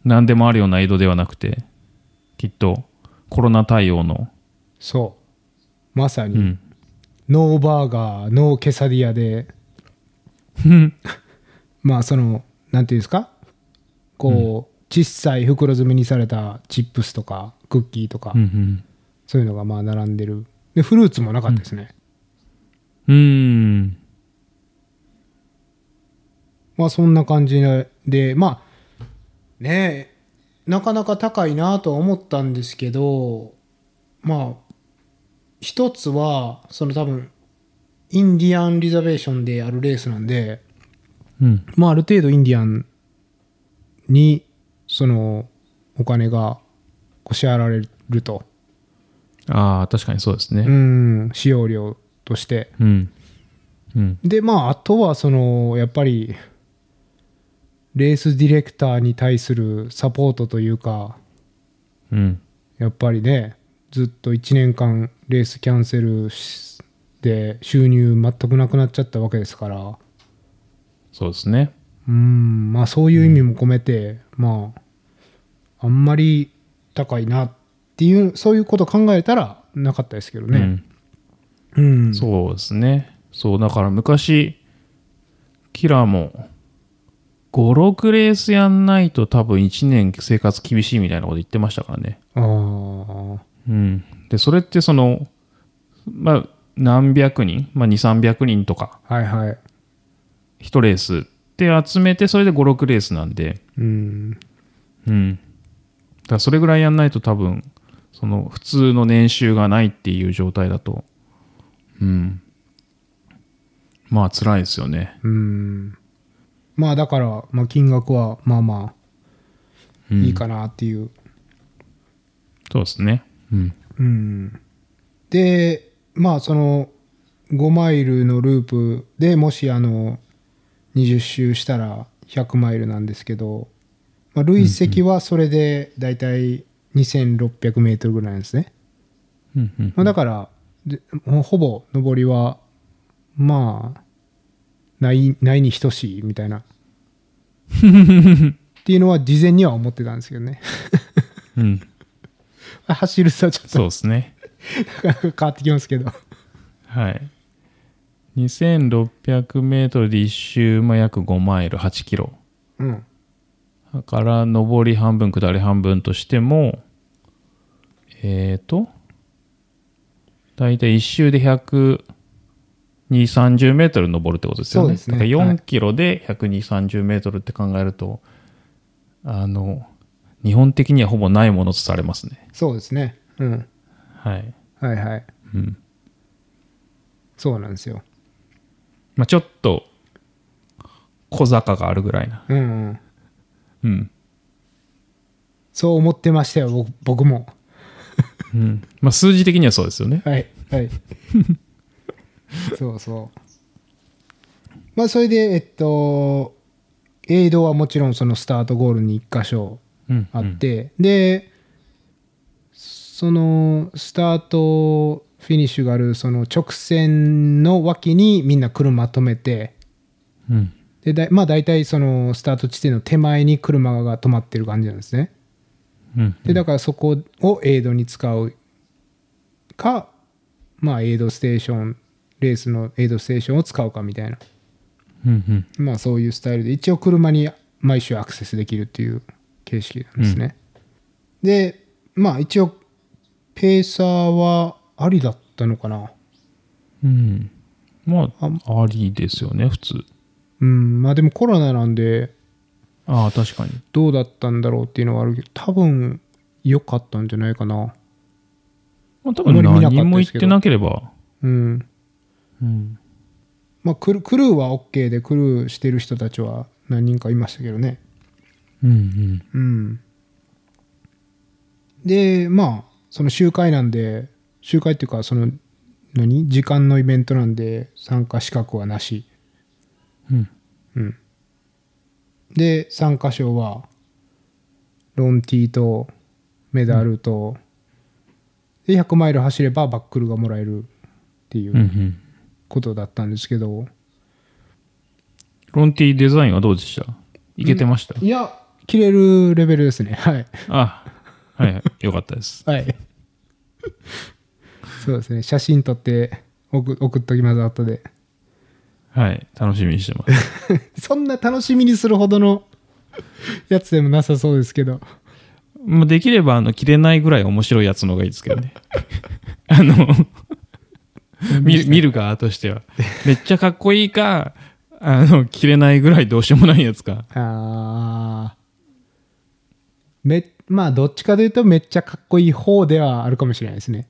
[SPEAKER 1] 何でもあるようなエイドではなくて、きっと、コロナ対応の、
[SPEAKER 2] そうまさに、
[SPEAKER 1] うん。
[SPEAKER 2] ノーバーガー、ノーケサディアで、 *laughs* まあその、なんていうんですか、こう、小さい袋詰めにされたチップスとか、クッキーとか、
[SPEAKER 1] うんうん。
[SPEAKER 2] そういうのがまあ並んでる。で、フルーツもなかったですね。
[SPEAKER 1] うーん。
[SPEAKER 2] まあそんな感じで、まあ、ねえ、なかなか高いなとは思ったんですけど、まあ、一つは、その多分、インディアンリザベーションでやるレースなんで、
[SPEAKER 1] うん。
[SPEAKER 2] まあ、ある程度インディアンにそのお金がこう支払われると、
[SPEAKER 1] ああ、確かにそうです
[SPEAKER 2] う
[SPEAKER 1] ね。
[SPEAKER 2] ん、使用料として。
[SPEAKER 1] うん。うん。
[SPEAKER 2] で、まあ、あとはそのやっぱりレースディレクターに対するサポートというか、
[SPEAKER 1] うん。
[SPEAKER 2] やっぱりね、ずっと1年間レースキャンセルしで収入全くなくなっちゃったわけですから、
[SPEAKER 1] そうですね。
[SPEAKER 2] うんまあそういう意味も込めて、まああんまり高いなっていうそういうこと考えたらなかったですけど
[SPEAKER 1] う
[SPEAKER 2] ね
[SPEAKER 1] ん
[SPEAKER 2] うん、
[SPEAKER 1] そうですね。そう、だから昔、キラーも、5、6レースやんないと多分1年生活厳しいみたいなこと言ってましたからね。
[SPEAKER 2] ああ
[SPEAKER 1] うん。で、それってその、まあ、何百人まあ、2、300人とか、
[SPEAKER 2] はいはい
[SPEAKER 1] 1レースって集めて、それで5、6レースなんで、
[SPEAKER 2] うん
[SPEAKER 1] うん。だからそれぐらいやんないと多分、その普通の年収がないっていう状態だと、うん。まあ辛いですよね。
[SPEAKER 2] うんまあだから、まあ、金額はまあまあ
[SPEAKER 1] うん
[SPEAKER 2] いいかなっていう、
[SPEAKER 1] そうですね。うん。
[SPEAKER 2] うん、でまあその5マイルのループでもしあの20周したら100マイルなんですけど、まあ、累積はそれでだいたい2600メートルぐらいなんですね、
[SPEAKER 1] うんうん
[SPEAKER 2] まあ、だからでもうほぼ上りはまあないないに等しい
[SPEAKER 1] *laughs*
[SPEAKER 2] みたいなっていうのは事前には思ってたんですけどね *laughs*
[SPEAKER 1] うん。
[SPEAKER 2] 走るさちょっと
[SPEAKER 1] そうですね。
[SPEAKER 2] なかなか変わってきますけど
[SPEAKER 1] はい。2600メートルで1周、まあ、約5マイル、8キロ。
[SPEAKER 2] うん
[SPEAKER 1] だから、上り半分、下り半分としても、えっ、ー、と、だいたい1周で100、230メートル登るってことですよね。
[SPEAKER 2] そうです
[SPEAKER 1] だ
[SPEAKER 2] ね
[SPEAKER 1] から
[SPEAKER 2] はい
[SPEAKER 1] 4キロで120、30メートルって考えると、あの、日本的にはほぼないものとされますね。
[SPEAKER 2] そうですねうん
[SPEAKER 1] はい。
[SPEAKER 2] はいはい
[SPEAKER 1] うん。
[SPEAKER 2] そうなんですよ
[SPEAKER 1] まあ、ちょっと小坂があるぐらいな。
[SPEAKER 2] うん、うん、
[SPEAKER 1] うん。
[SPEAKER 2] そう思ってましたよ僕僕も
[SPEAKER 1] うん。まあ、数字的にはそうですよね。
[SPEAKER 2] はいはい
[SPEAKER 1] *laughs*
[SPEAKER 2] そうそうまあそれでえっとエイドはもちろんそのスタートゴールに1箇所
[SPEAKER 1] うん
[SPEAKER 2] あって、でそのスタートフィニッシュがあるその直線の脇にみんな車止めて
[SPEAKER 1] うん。
[SPEAKER 2] でだいまあ大体そのスタート地点の手前に車が止まってる感じなんですね
[SPEAKER 1] うん。
[SPEAKER 2] でだからそこをエイドに使うかまあエイドステーションレースのエイドステーションを使うかみたいな
[SPEAKER 1] うん。うん。
[SPEAKER 2] まあそういうスタイルで一応車に毎週アクセスできるっていう形式なんですね、でまあ一応ペーサーはありだったのかな
[SPEAKER 1] うん。まあ、ありですよね、普通。
[SPEAKER 2] うんまあでもコロナなんで
[SPEAKER 1] ああ、確かに。
[SPEAKER 2] どうだったんだろうっていうのはあるけど多分良かったんじゃないかな
[SPEAKER 1] まあ、多分
[SPEAKER 2] あんまり見なかった
[SPEAKER 1] 何も言
[SPEAKER 2] で
[SPEAKER 1] っ
[SPEAKER 2] すけど
[SPEAKER 1] てなければ。
[SPEAKER 2] うん
[SPEAKER 1] うん。
[SPEAKER 2] まあクルクルーは OK でクルーしてる人たちは何人かいましたけどね
[SPEAKER 1] うんうん。
[SPEAKER 2] うんでまあその集会なんで集会っていうかその何時間のイベントなんで参加資格はなし
[SPEAKER 1] うん。
[SPEAKER 2] うんで参加賞はロンティーとメダルと、で100マイル走ればバックルがもらえるっていう
[SPEAKER 1] うんう。
[SPEAKER 2] うんことだったんですけど、
[SPEAKER 1] ロンティデザインはどうでしたいけてました、
[SPEAKER 2] いや切れるレベルですねはい
[SPEAKER 1] あはいはい。よかったです。
[SPEAKER 2] はい。 *laughs* そうですね。写真撮って送送っときます、後で。
[SPEAKER 1] はい。楽しみにしてます。
[SPEAKER 2] そんな楽しみにするほどのやつでもなさそうですけど。
[SPEAKER 1] まあ、できれば、あの、切れないぐらい面白いやつの方がいいですけどね。 *laughs* あの、見る見る側としては。めっちゃかっこいいか、あの、切れないぐらいどうしようもないやつか。
[SPEAKER 2] あーめまあ、どっちかというと、めっちゃかっこいい方ではあるかもしれないですね。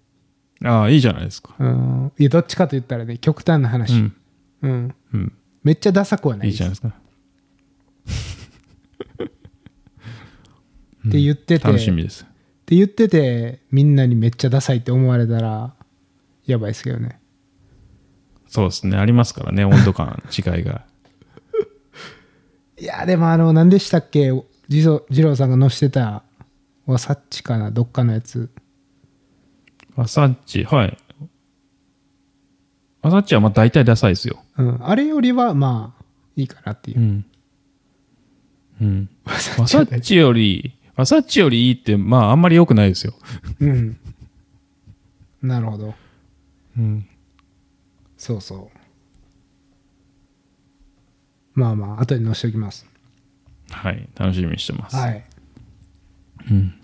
[SPEAKER 1] ああ、いいじゃないですか。
[SPEAKER 2] うん。いや、どっちかと言ったらね、極端な
[SPEAKER 1] う
[SPEAKER 2] 話。
[SPEAKER 1] ん。
[SPEAKER 2] うん。
[SPEAKER 1] うん。
[SPEAKER 2] めっちゃダサくはない
[SPEAKER 1] いい
[SPEAKER 2] で
[SPEAKER 1] じ
[SPEAKER 2] す
[SPEAKER 1] ゃないですか。
[SPEAKER 2] って言ってて、
[SPEAKER 1] 楽しみです。
[SPEAKER 2] って言ってて、みんなにめっちゃダサいって思われたら、やばいですけどね。
[SPEAKER 1] そうですね。ありますからね、温度感、違いが。
[SPEAKER 2] いや、でもあの、何でしたっけ二郎二郎さんが乗してた、ワサッチかなどっかのやつ。
[SPEAKER 1] アサッチ、はい。アサッチはまあ大体ダサいですよ。
[SPEAKER 2] うん。あれよりは、まあ、いいかなっていうう。
[SPEAKER 1] ん。うん。
[SPEAKER 2] わさ
[SPEAKER 1] ワ
[SPEAKER 2] っち
[SPEAKER 1] サ
[SPEAKER 2] ゃ
[SPEAKER 1] ッチより、ワサッチよりいいって、まあ、あんまり良くないですよ。
[SPEAKER 2] うん。なるほど。
[SPEAKER 1] うん。
[SPEAKER 2] そうそう。まあまあ、後で載せておきます。
[SPEAKER 1] はい。楽しみにしてます。
[SPEAKER 2] はい。
[SPEAKER 1] うん。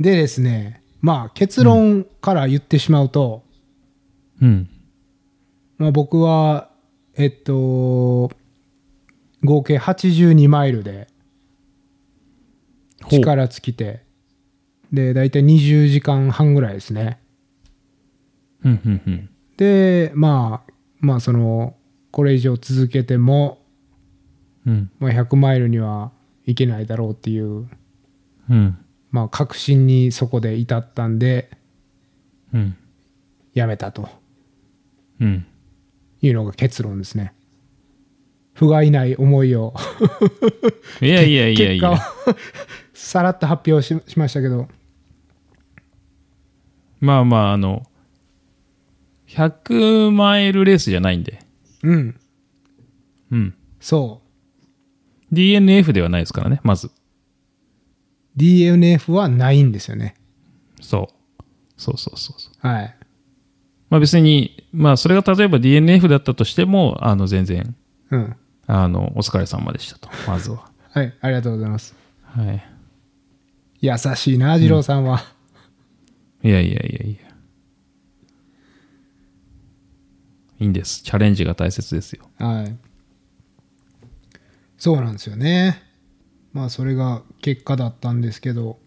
[SPEAKER 2] でですね、まあ結論から言ってしまうと、
[SPEAKER 1] うん。
[SPEAKER 2] まあ僕は、えっと、合計82マイルで
[SPEAKER 1] ほう
[SPEAKER 2] 力尽きて、で、大体20時間半ぐらいですね。
[SPEAKER 1] うん、うん、うん。
[SPEAKER 2] で、まあ、まあその、これ以上続けても、
[SPEAKER 1] うん。
[SPEAKER 2] まあ、100マイルにはいけないだろうっていう、
[SPEAKER 1] うん。
[SPEAKER 2] まあ確信にそこで至ったんで、
[SPEAKER 1] うん。
[SPEAKER 2] やめたと。
[SPEAKER 1] うん。
[SPEAKER 2] いうのが結論ですね。不甲斐ない思いを
[SPEAKER 1] いやいやいやい
[SPEAKER 2] 結果を
[SPEAKER 1] や。
[SPEAKER 2] *laughs* さらっと発表ししましたけど、
[SPEAKER 1] まあまあ、あの、100マイルレースじゃないんで。
[SPEAKER 2] うん、
[SPEAKER 1] うん。
[SPEAKER 2] そ
[SPEAKER 1] DNF ではないですからね、まず。
[SPEAKER 2] う、DNF はないんですよね。
[SPEAKER 1] そう。そうそうそうそう。
[SPEAKER 2] はい。
[SPEAKER 1] まあ別に、まあそれが例えば DNF だったとしても、あの全然、
[SPEAKER 2] うん。
[SPEAKER 1] あの、お疲れ様でしたと、まずは。
[SPEAKER 2] はい、ありがとうございます。
[SPEAKER 1] はい。
[SPEAKER 2] 優しいな、二郎さんは。
[SPEAKER 1] いやいやいやいや。いいんです。チャレンジが大切ですよ。
[SPEAKER 2] はい。そうなんですよね。まあ、それが結果だったんですけど、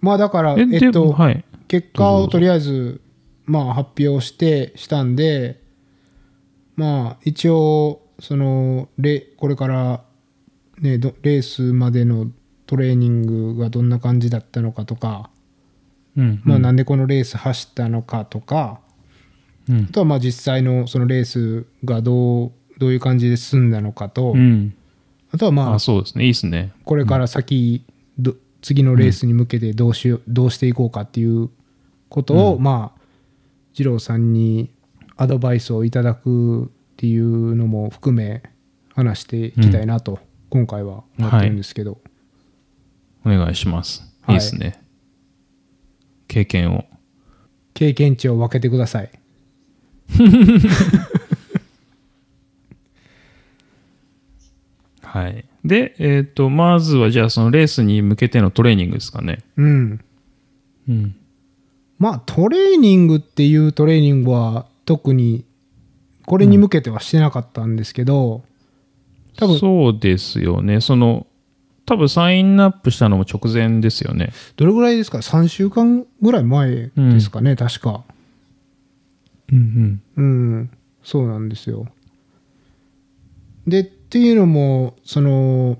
[SPEAKER 2] まあ、だから、え
[SPEAKER 1] え、で
[SPEAKER 2] っと、
[SPEAKER 1] はい。
[SPEAKER 2] 結果をとりあえず、まあ、発表してしたんで、まあ、一応そのレこれから、ね、どレースまでのトレーニングがどんな感じだったのかとか、
[SPEAKER 1] うん。
[SPEAKER 2] まあ、なんでこのレース走ったのかとか、
[SPEAKER 1] うん
[SPEAKER 2] あとはまあ実際のそのレースがどうどういう感じで進んだのかと、
[SPEAKER 1] うん。
[SPEAKER 2] あとはまあ
[SPEAKER 1] あ、そうですね。いいですね。
[SPEAKER 2] これから先、ど次のレースに向けてどうしようどうしていこうかっていうことを、まあ二郎さんにアドバイスをいただくっていうのも含め話していきたいなと、今回は思ってるんですけど、
[SPEAKER 1] お願いします。
[SPEAKER 2] はい
[SPEAKER 1] いいですね。経験を。
[SPEAKER 2] 経験値を分けてください
[SPEAKER 1] はい。で、えっ、と、まずはじゃあそのレースに向けてのトレーニングですかね。
[SPEAKER 2] うん
[SPEAKER 1] うん。
[SPEAKER 2] まあトレーニングっていうトレーニングは特にこれに向けてはしてなかったんですけど、多分
[SPEAKER 1] そうですよね。その、多分サインアップしたのも直前ですよね。
[SPEAKER 2] どれぐらいですか3週間ぐらい前ですかね、確か
[SPEAKER 1] うん
[SPEAKER 2] うん、そうなんですよ。で、っていうのも、その、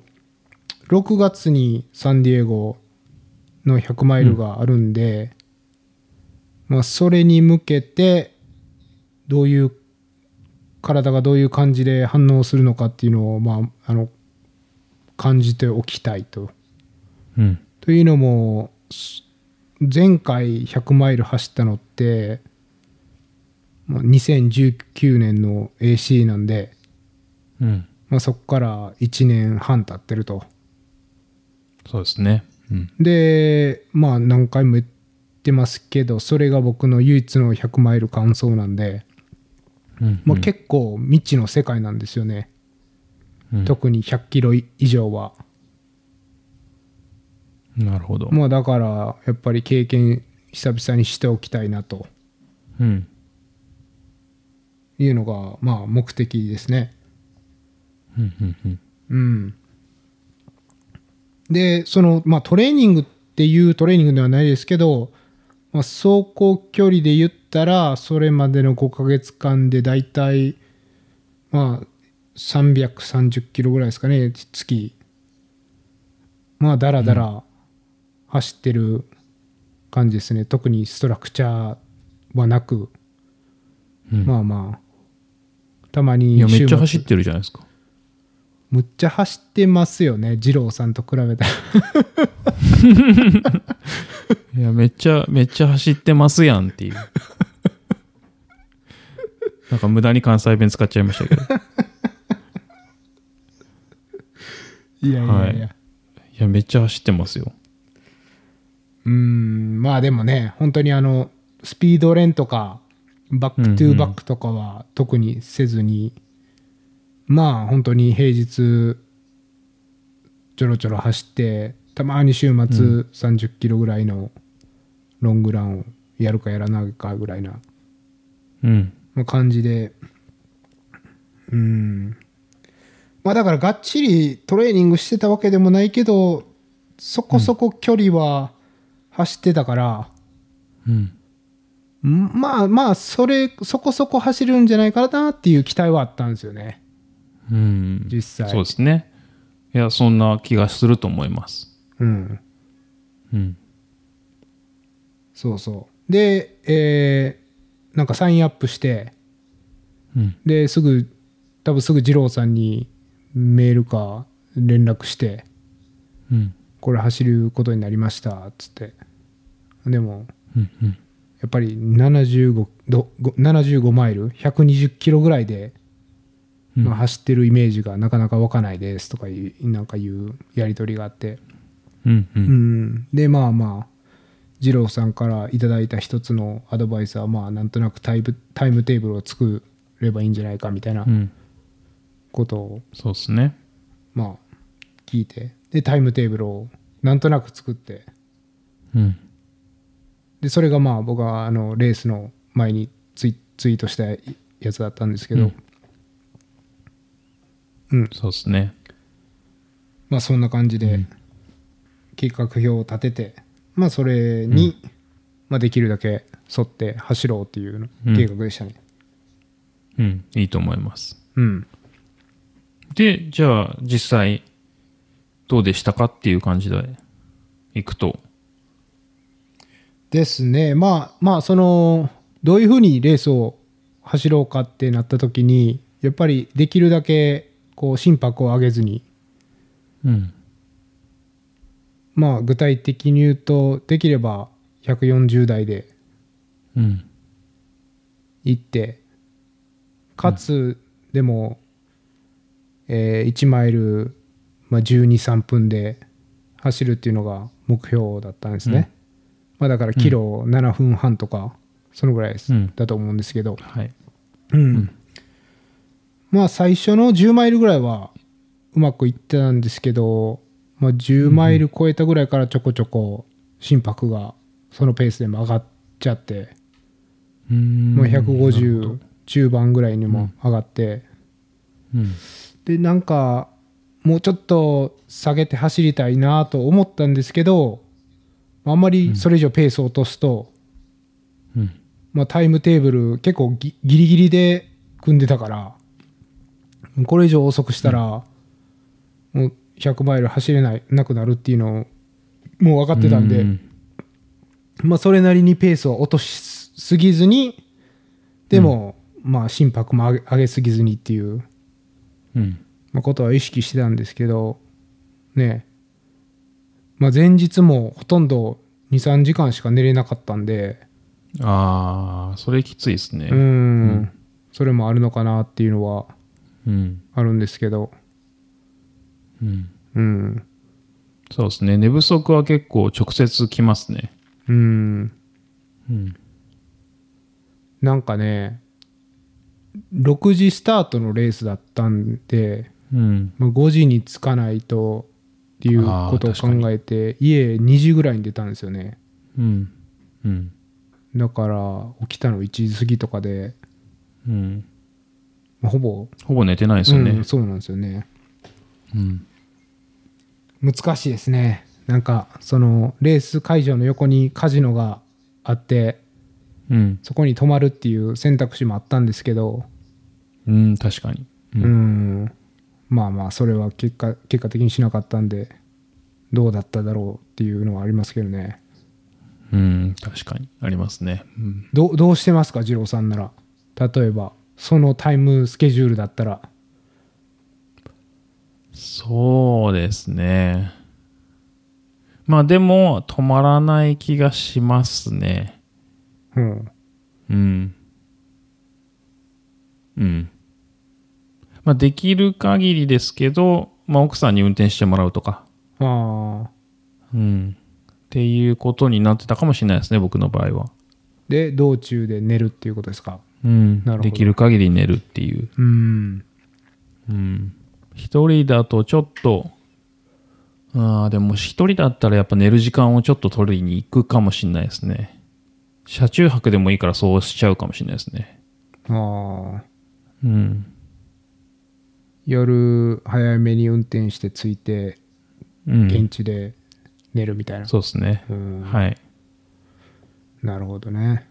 [SPEAKER 2] 6月にサンディエゴの100マイルがあるんで、まあ、それに向けて、どういう、体がどういう感じで反応するのかっていうのを、まあ、あの、感じておきたいと。
[SPEAKER 1] うん。うん。
[SPEAKER 2] というのも、す前回100マイル走ったのって、まあ、2019年の AC なんで、
[SPEAKER 1] うん。
[SPEAKER 2] まあ、そこから1年半経ってると。
[SPEAKER 1] そうですね。うん。
[SPEAKER 2] で、まあ何回も言ってますけど、それが僕の唯一の100マイル完走なんで、
[SPEAKER 1] うん。
[SPEAKER 2] まあ、結構未知の世界なんですよね。
[SPEAKER 1] うん
[SPEAKER 2] 特に100キロ以上は。
[SPEAKER 1] なるほど。
[SPEAKER 2] まあだから、やっぱり経験久々にしておきたいなと
[SPEAKER 1] うん。
[SPEAKER 2] いうのが、まあ目的ですね。
[SPEAKER 1] うん。うん。うん。
[SPEAKER 2] うん。で、その、まあ、トレーニングっていうトレーニングではないですけど、まあ、走行距離で言ったら、それまでの5ヶ月間でだいたい、まあ、330キロぐらいですかね、月。まあ、だらだら走ってる感じですね。特にストラクチャーはなく、
[SPEAKER 1] うん
[SPEAKER 2] まあまあ、たまに
[SPEAKER 1] いや、めっ
[SPEAKER 2] 週
[SPEAKER 1] ち
[SPEAKER 2] 末
[SPEAKER 1] ゃ走ってるじゃないですか。
[SPEAKER 2] むっちゃ走ってますよね二郎さんと比べたら
[SPEAKER 1] いや、めっちゃ、めっちゃ走ってますやんって *laughs* いう。なんか無駄に関西弁使っちゃいましたけど。
[SPEAKER 2] いやいやいや、
[SPEAKER 1] はいいや、めっちゃ走ってますよ。
[SPEAKER 2] うーんまあでもね本当にあのスピードレンとかバックトゥーバックとかは特にせずに、まあ本当に平日ちょろちょろ走ってたまに週末30キロぐらいのロングランをやるかやらないかぐらいな
[SPEAKER 1] うん。
[SPEAKER 2] まあ感じでうんまあだからがっちりトレーニングしてたわけでもないけどそこそこ距離は走ってたから、
[SPEAKER 1] うん。
[SPEAKER 2] んまあまあそれそこそこ走るんじゃないかなっていう期待はあったんですよね
[SPEAKER 1] うん。
[SPEAKER 2] 実際
[SPEAKER 1] そうですね。いや、そんな気がすると思います。
[SPEAKER 2] うん
[SPEAKER 1] うん。
[SPEAKER 2] そうそうでえーなんかサインアップして
[SPEAKER 1] うん。
[SPEAKER 2] ですぐ多分すぐ二郎さんにメールか連絡して
[SPEAKER 1] うん。
[SPEAKER 2] これ走ることになりましたっつってでも
[SPEAKER 1] うん。うん。
[SPEAKER 2] やっぱり75どご75マイル120キロぐらいで、
[SPEAKER 1] うん
[SPEAKER 2] まあ、走ってるイメージがなかなか湧かないですとかいうなんかいうやり取りがあって、
[SPEAKER 1] うん。う。
[SPEAKER 2] うんん、でまあまあ二郎さんからいただいた一つのアドバイスはまあなんとなくタイムタイムテーブルを作ればいいんじゃないかみたいな
[SPEAKER 1] うん。
[SPEAKER 2] ことを
[SPEAKER 1] そうですね。
[SPEAKER 2] まあ聞いてでタイムテーブルをなんとなく作って
[SPEAKER 1] うん。
[SPEAKER 2] でそれがまあ僕はあのレースの前にツイツイートしたやつだったんですけど、うん
[SPEAKER 1] そうですね。
[SPEAKER 2] まあそんな感じで計画表を立てて、まあそれに、まあ、できるだけ沿って走ろうっていうの
[SPEAKER 1] うん
[SPEAKER 2] 計画でしたね。
[SPEAKER 1] うん。いいと思います。
[SPEAKER 2] うん、
[SPEAKER 1] で、じゃあ実際どうでしたかっていう感じでいくと。
[SPEAKER 2] ですねまあまあそのどういうふうにレースを走ろうかってなった時にやっぱりできるだけこう心拍を上げずに
[SPEAKER 1] うん。
[SPEAKER 2] まあ具体的に言うとできれば140台で
[SPEAKER 1] うん。
[SPEAKER 2] 行ってかつ、でも、えー1マイル、まあ、123分で走るっていうのが目標だったんですね、まあ、だからキロ7分半とかそのぐらいです、
[SPEAKER 1] うん
[SPEAKER 2] だと思うんですけど、
[SPEAKER 1] はい。
[SPEAKER 2] うんまあ最初の10マイルぐらいはうまくいってたんですけど、まあ、10マイル超えたぐらいからちょこちょこ心拍がそのペースでも上がっちゃって。
[SPEAKER 1] うーん
[SPEAKER 2] もう150中盤ぐらいにも上がって、
[SPEAKER 1] うん。
[SPEAKER 2] でなんかもうちょっと下げて走りたいなと思ったんですけどあんまりそれ以上ペースを落とすと、
[SPEAKER 1] うん。
[SPEAKER 2] まあ、タイムテーブル結構ギギリギリで組んでたからこれ以上遅くしたら、もう100マイル走れないなくなるっていうのをもう分かってたんで、
[SPEAKER 1] うん
[SPEAKER 2] まあ、それなりにペースを落としすぎずに、でも、まあ、心拍も上げ上げすぎずにっていう、
[SPEAKER 1] うん。
[SPEAKER 2] まあ、ことは意識してたんですけど、ね、まあ、前日もほとんど2、3時間しか寝れなかったんで、
[SPEAKER 1] ああ、それきついです
[SPEAKER 2] うー
[SPEAKER 1] ね。
[SPEAKER 2] ん、それもあるのかなっていうのは
[SPEAKER 1] うん。
[SPEAKER 2] あるんですけど、
[SPEAKER 1] うん。
[SPEAKER 2] うん、
[SPEAKER 1] そうですね。寝不足は結構直接きますね。
[SPEAKER 2] うん、
[SPEAKER 1] うん。
[SPEAKER 2] なんかね、6時スタートのレースだったんで、
[SPEAKER 1] うん。
[SPEAKER 2] まあ、5時に着かないとっていうことを
[SPEAKER 1] あー確かに
[SPEAKER 2] 考えて家2時ぐらいに出たんですよね
[SPEAKER 1] うん。うん。
[SPEAKER 2] だから起きたの1時過ぎとかで、
[SPEAKER 1] うん。
[SPEAKER 2] まあほぼ
[SPEAKER 1] ほぼ寝てないですよ
[SPEAKER 2] う
[SPEAKER 1] ね
[SPEAKER 2] ん。そうなんですよね
[SPEAKER 1] うん。
[SPEAKER 2] 難しいですねなんかそのレース会場の横にカジノがあって
[SPEAKER 1] うん。
[SPEAKER 2] そこに泊まるっていう選択肢もあったんですけど
[SPEAKER 1] うん、確かに。う
[SPEAKER 2] うん
[SPEAKER 1] ん。
[SPEAKER 2] まあまあそれは結果結果的にしなかったんでどうだっただろうっていうのはありますけどね
[SPEAKER 1] うん、確かに。ありますね。うん。
[SPEAKER 2] どうどうしてますか二郎さんなら例えばそのタイムスケジュールだったら
[SPEAKER 1] そうですね。まあでも、止まらない気がしますね。
[SPEAKER 2] うん
[SPEAKER 1] うん。うん。まあできる限りですけど、まあ、奥さんに運転してもらうとか、
[SPEAKER 2] ああ。
[SPEAKER 1] うん、っていうことになってたかもしれないですね、僕の場合は。
[SPEAKER 2] で、道中で寝るっていうことですか。
[SPEAKER 1] うん
[SPEAKER 2] なるほど
[SPEAKER 1] できる限り寝るっていう。
[SPEAKER 2] うん。
[SPEAKER 1] うん。一人だとちょっと、ああ、でも一人だったらやっぱ寝る時間をちょっと取りに行くかもしれないですね。車中泊でもいいからそうしちゃうかもしれないですね。
[SPEAKER 2] ああ。
[SPEAKER 1] うん。
[SPEAKER 2] 夜早めに運転して着いて、
[SPEAKER 1] うん。
[SPEAKER 2] 現地で寝るみたいな。
[SPEAKER 1] そうですね。
[SPEAKER 2] うん
[SPEAKER 1] はい。
[SPEAKER 2] なるほどね。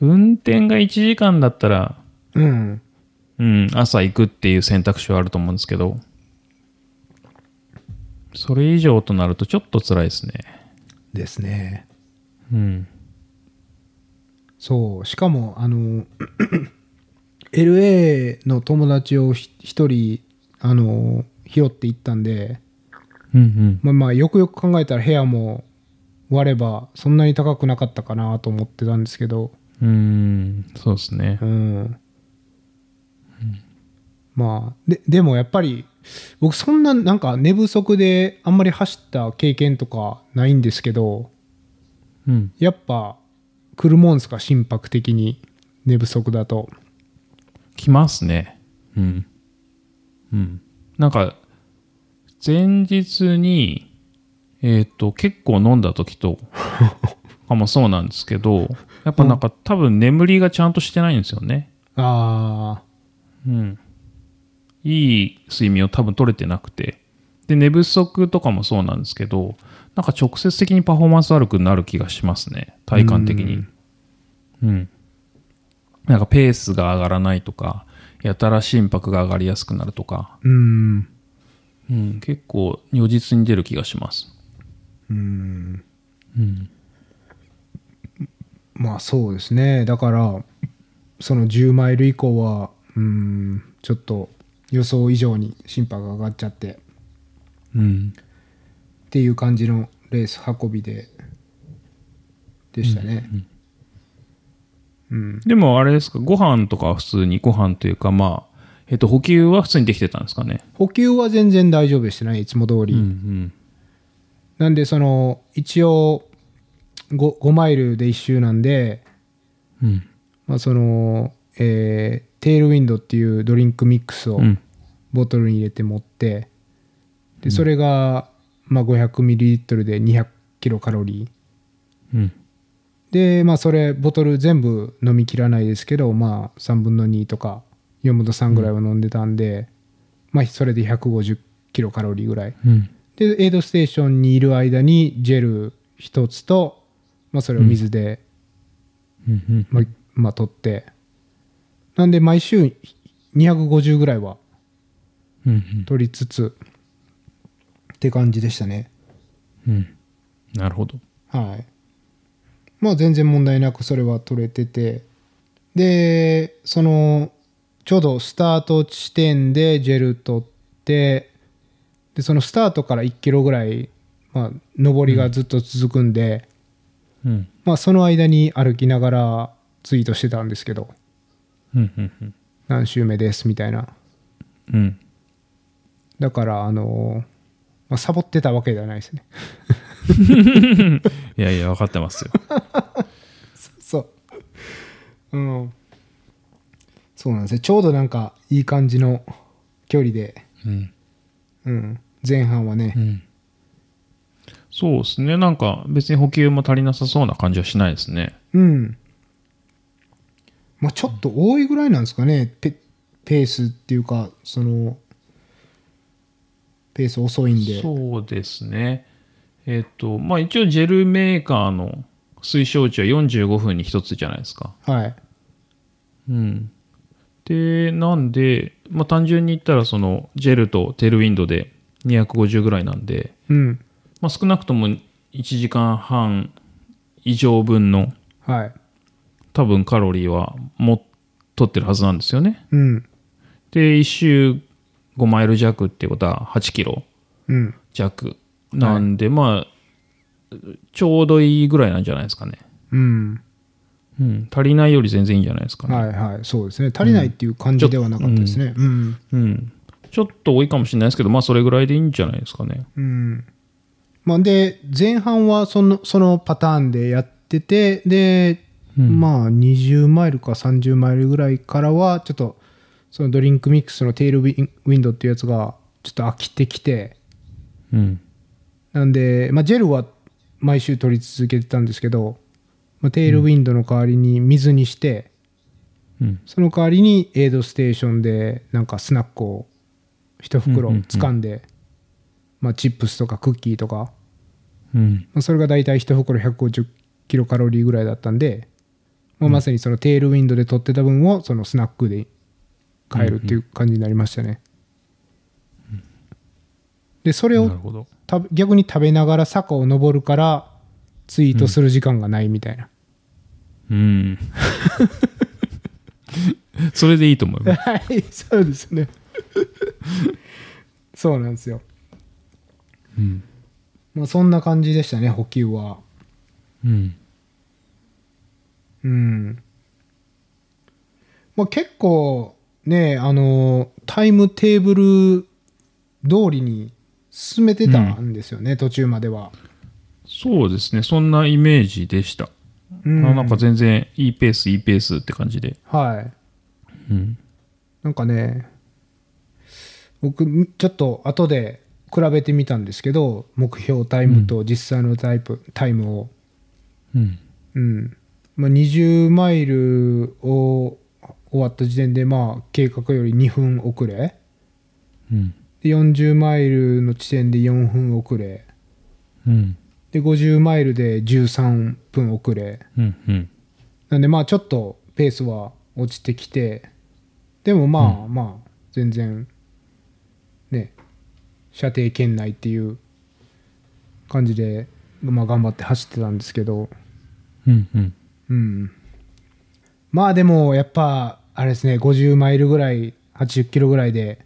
[SPEAKER 1] 運転が1時間だったら、
[SPEAKER 2] うん。
[SPEAKER 1] うん、朝行くっていう選択肢はあると思うんですけど、それ以上となるとちょっと辛いですね。
[SPEAKER 2] ですね。
[SPEAKER 1] うん。
[SPEAKER 2] そう。しかも、あの、LA の友達をひ一人、あの、拾って行ったんで、
[SPEAKER 1] うん
[SPEAKER 2] まあまあ、よくよく考えたら部屋も割れば、そんなに高くなかったかなと思ってたんですけど、
[SPEAKER 1] うん。うん、そうですね
[SPEAKER 2] う。ん。まあ、で、でもやっぱり、僕そんななんか寝不足であんまり走った経験とかないんですけど、
[SPEAKER 1] うん。
[SPEAKER 2] やっぱ来るもんすか心拍的に寝不足だと
[SPEAKER 1] 来ますね。うん。うん。なんか、前日に、えっ、と、結構飲んだ時 *laughs* と、かもそうなんですけど、やっぱなんか、多分眠りがちゃんとしてないんですよね。
[SPEAKER 2] ああ
[SPEAKER 1] うん。いい睡眠を多分取れてなくて。で、寝不足とかもそうなんですけど、なんか直接的にパフォーマンス悪くなる気がしますね。体感的に。うん,、なんかペースが上がらないとか、やたら心拍が上がりやすくなるとか、
[SPEAKER 2] うん
[SPEAKER 1] うん、結構如実に出る気がします。
[SPEAKER 2] うん
[SPEAKER 1] うん。
[SPEAKER 2] まあそうですねだからその10マイル以降はうんちょっと予想以上に心拍が上がっちゃって
[SPEAKER 1] うん。
[SPEAKER 2] っていう感じのレース運びででしたねうん、
[SPEAKER 1] でもあれですか、ご飯とかは普通にご飯というか、まあ、えっと、補給は普通にできてたんですかね。
[SPEAKER 2] 補給は全然大丈夫でしたねいつも通り、
[SPEAKER 1] うん
[SPEAKER 2] なんでその一応 5, 5マイルで1周なんで
[SPEAKER 1] うん。うん。
[SPEAKER 2] まあ、その、えーテールウィンドっていうドリンクミックスを
[SPEAKER 1] うん。
[SPEAKER 2] ボトルに入れて持って、でそれが、まあ、500ミリリットルで200キロカロリー
[SPEAKER 1] うん。
[SPEAKER 2] で、まあ、それボトル全部飲み切らないですけど、まあ、3分の2とか4分の3ぐらいは飲んでたんで、まあ、それで150キロカロリーぐらい
[SPEAKER 1] うん。
[SPEAKER 2] でエイドステーションにいる間にジェル1つと、まあ、それを水で、
[SPEAKER 1] うんうん
[SPEAKER 2] まあ、まあ、取って。なんで、毎週250ぐらいは
[SPEAKER 1] うん
[SPEAKER 2] 取りつつ、って感じでしたね。
[SPEAKER 1] うんうんなるほど。
[SPEAKER 2] はい。まあ、全然問題なくそれは取れてて。で、その、ちょうどスタート地点でジェル取って、で、そのスタートから1キロぐらい、まあ、上りがずっと続くんで、
[SPEAKER 1] うん。
[SPEAKER 2] まあ、その間に歩きながらツイートしてたんですけど、
[SPEAKER 1] うん。うん。
[SPEAKER 2] 何周目ですみたいな。
[SPEAKER 1] うん。
[SPEAKER 2] だから、あのまあ、サボってたわけではないですね。
[SPEAKER 1] *laughs* いやいや、分かってますよ。
[SPEAKER 2] そう。うん。そうなんですよ。ちょうどなんか、いい感じの距離で、
[SPEAKER 1] うん。
[SPEAKER 2] うん。前半はね
[SPEAKER 1] う。ん。そうですね。なんか、別に補給も足りなさそうな感じはしないですね。
[SPEAKER 2] うん。まあ、ちょっと多いぐらいなんですかね。ペペースっていうか、その、ペース遅いんで。
[SPEAKER 1] そうですね。えっと、まあ一応、ジェルメーカーの推奨値は45分に1つじゃないですか。
[SPEAKER 2] はい。
[SPEAKER 1] うん。で、なんで、まあ単純に言ったら、その、ジェルとテールウィンドで250ぐらいなんで、
[SPEAKER 2] うん。
[SPEAKER 1] まあ、少なくとも1時間半以上分の
[SPEAKER 2] はい。
[SPEAKER 1] 多分カロリーはも取ってるはずなんですよね。
[SPEAKER 2] うん。
[SPEAKER 1] で、1周5マイル弱っていうことは8キロ
[SPEAKER 2] うん。
[SPEAKER 1] 弱なんで、まあ、ちょうどいいぐらいなんじゃないですかね。
[SPEAKER 2] うん。
[SPEAKER 1] うん、足りないより全然いいんじゃないですかね。
[SPEAKER 2] はいはい。そうですね。足りないっていう感じではなかったですね。うん。
[SPEAKER 1] うん。ちょっと多いかもしれないですけど、まあそれぐらいでいいんじゃないですかね。
[SPEAKER 2] うん。まあ、で、前半はそのそのパターンでやってて、で、
[SPEAKER 1] うん
[SPEAKER 2] まあ、20マイルか30マイルぐらいからは、ちょっと、そのドリンクミックスのテールウィンウィンドっていうやつが、ちょっと飽きてきて、
[SPEAKER 1] うん。
[SPEAKER 2] なんで、まあ、ジェルは毎週取り続けてたんですけど、まあ、テールウィンドの代わりに水にして、
[SPEAKER 1] うん。
[SPEAKER 2] その代わりにエイドステーションでなんかスナックを一袋掴んで、まあ、チップスとかクッキーとか、
[SPEAKER 1] うん。
[SPEAKER 2] まあ、それが大体一袋150キロカロリーぐらいだったんで、まあ、まさにそのテールウィンドで取ってた分をそのスナックで買えるっていう感じになりましたね。でそれ
[SPEAKER 1] な
[SPEAKER 2] を
[SPEAKER 1] るほど。
[SPEAKER 2] 食べ逆に食べながら坂を登るからツイートする時間がないみたいな、
[SPEAKER 1] うん。 *laughs* それでいいと思います。
[SPEAKER 2] はい *laughs* そうですねそうなんですよ
[SPEAKER 1] うん。
[SPEAKER 2] まあそんな感じでしたね補給は
[SPEAKER 1] うん。
[SPEAKER 2] うんまあ結構ねあのタイムテーブル通りに進めてたんですよね、途中までは、
[SPEAKER 1] そうですね。そんなイメージでした。
[SPEAKER 2] うん
[SPEAKER 1] あなんか全然いいペース、いいペースって感じで。
[SPEAKER 2] はい
[SPEAKER 1] うん。
[SPEAKER 2] なんかね、僕、ちょっと後で比べてみたんですけど、目標タイムと実際のタイプ、タイムを。
[SPEAKER 1] うん。
[SPEAKER 2] うん。まあ、20マイルを終わった時点で、まあ、計画より2分遅れ。
[SPEAKER 1] うん。
[SPEAKER 2] で、40マイルの地点で4分遅れ。
[SPEAKER 1] うん。
[SPEAKER 2] で、50マイルで13分遅れ。
[SPEAKER 1] うん。うん。
[SPEAKER 2] なんでまあちょっとペースは落ちてきてでもまあまあ全然ね射程圏内っていう感じでまあ頑張って走ってたんですけど
[SPEAKER 1] うん。うん。
[SPEAKER 2] うんまあでもやっぱあれですね50マイルぐらい80キロぐらいで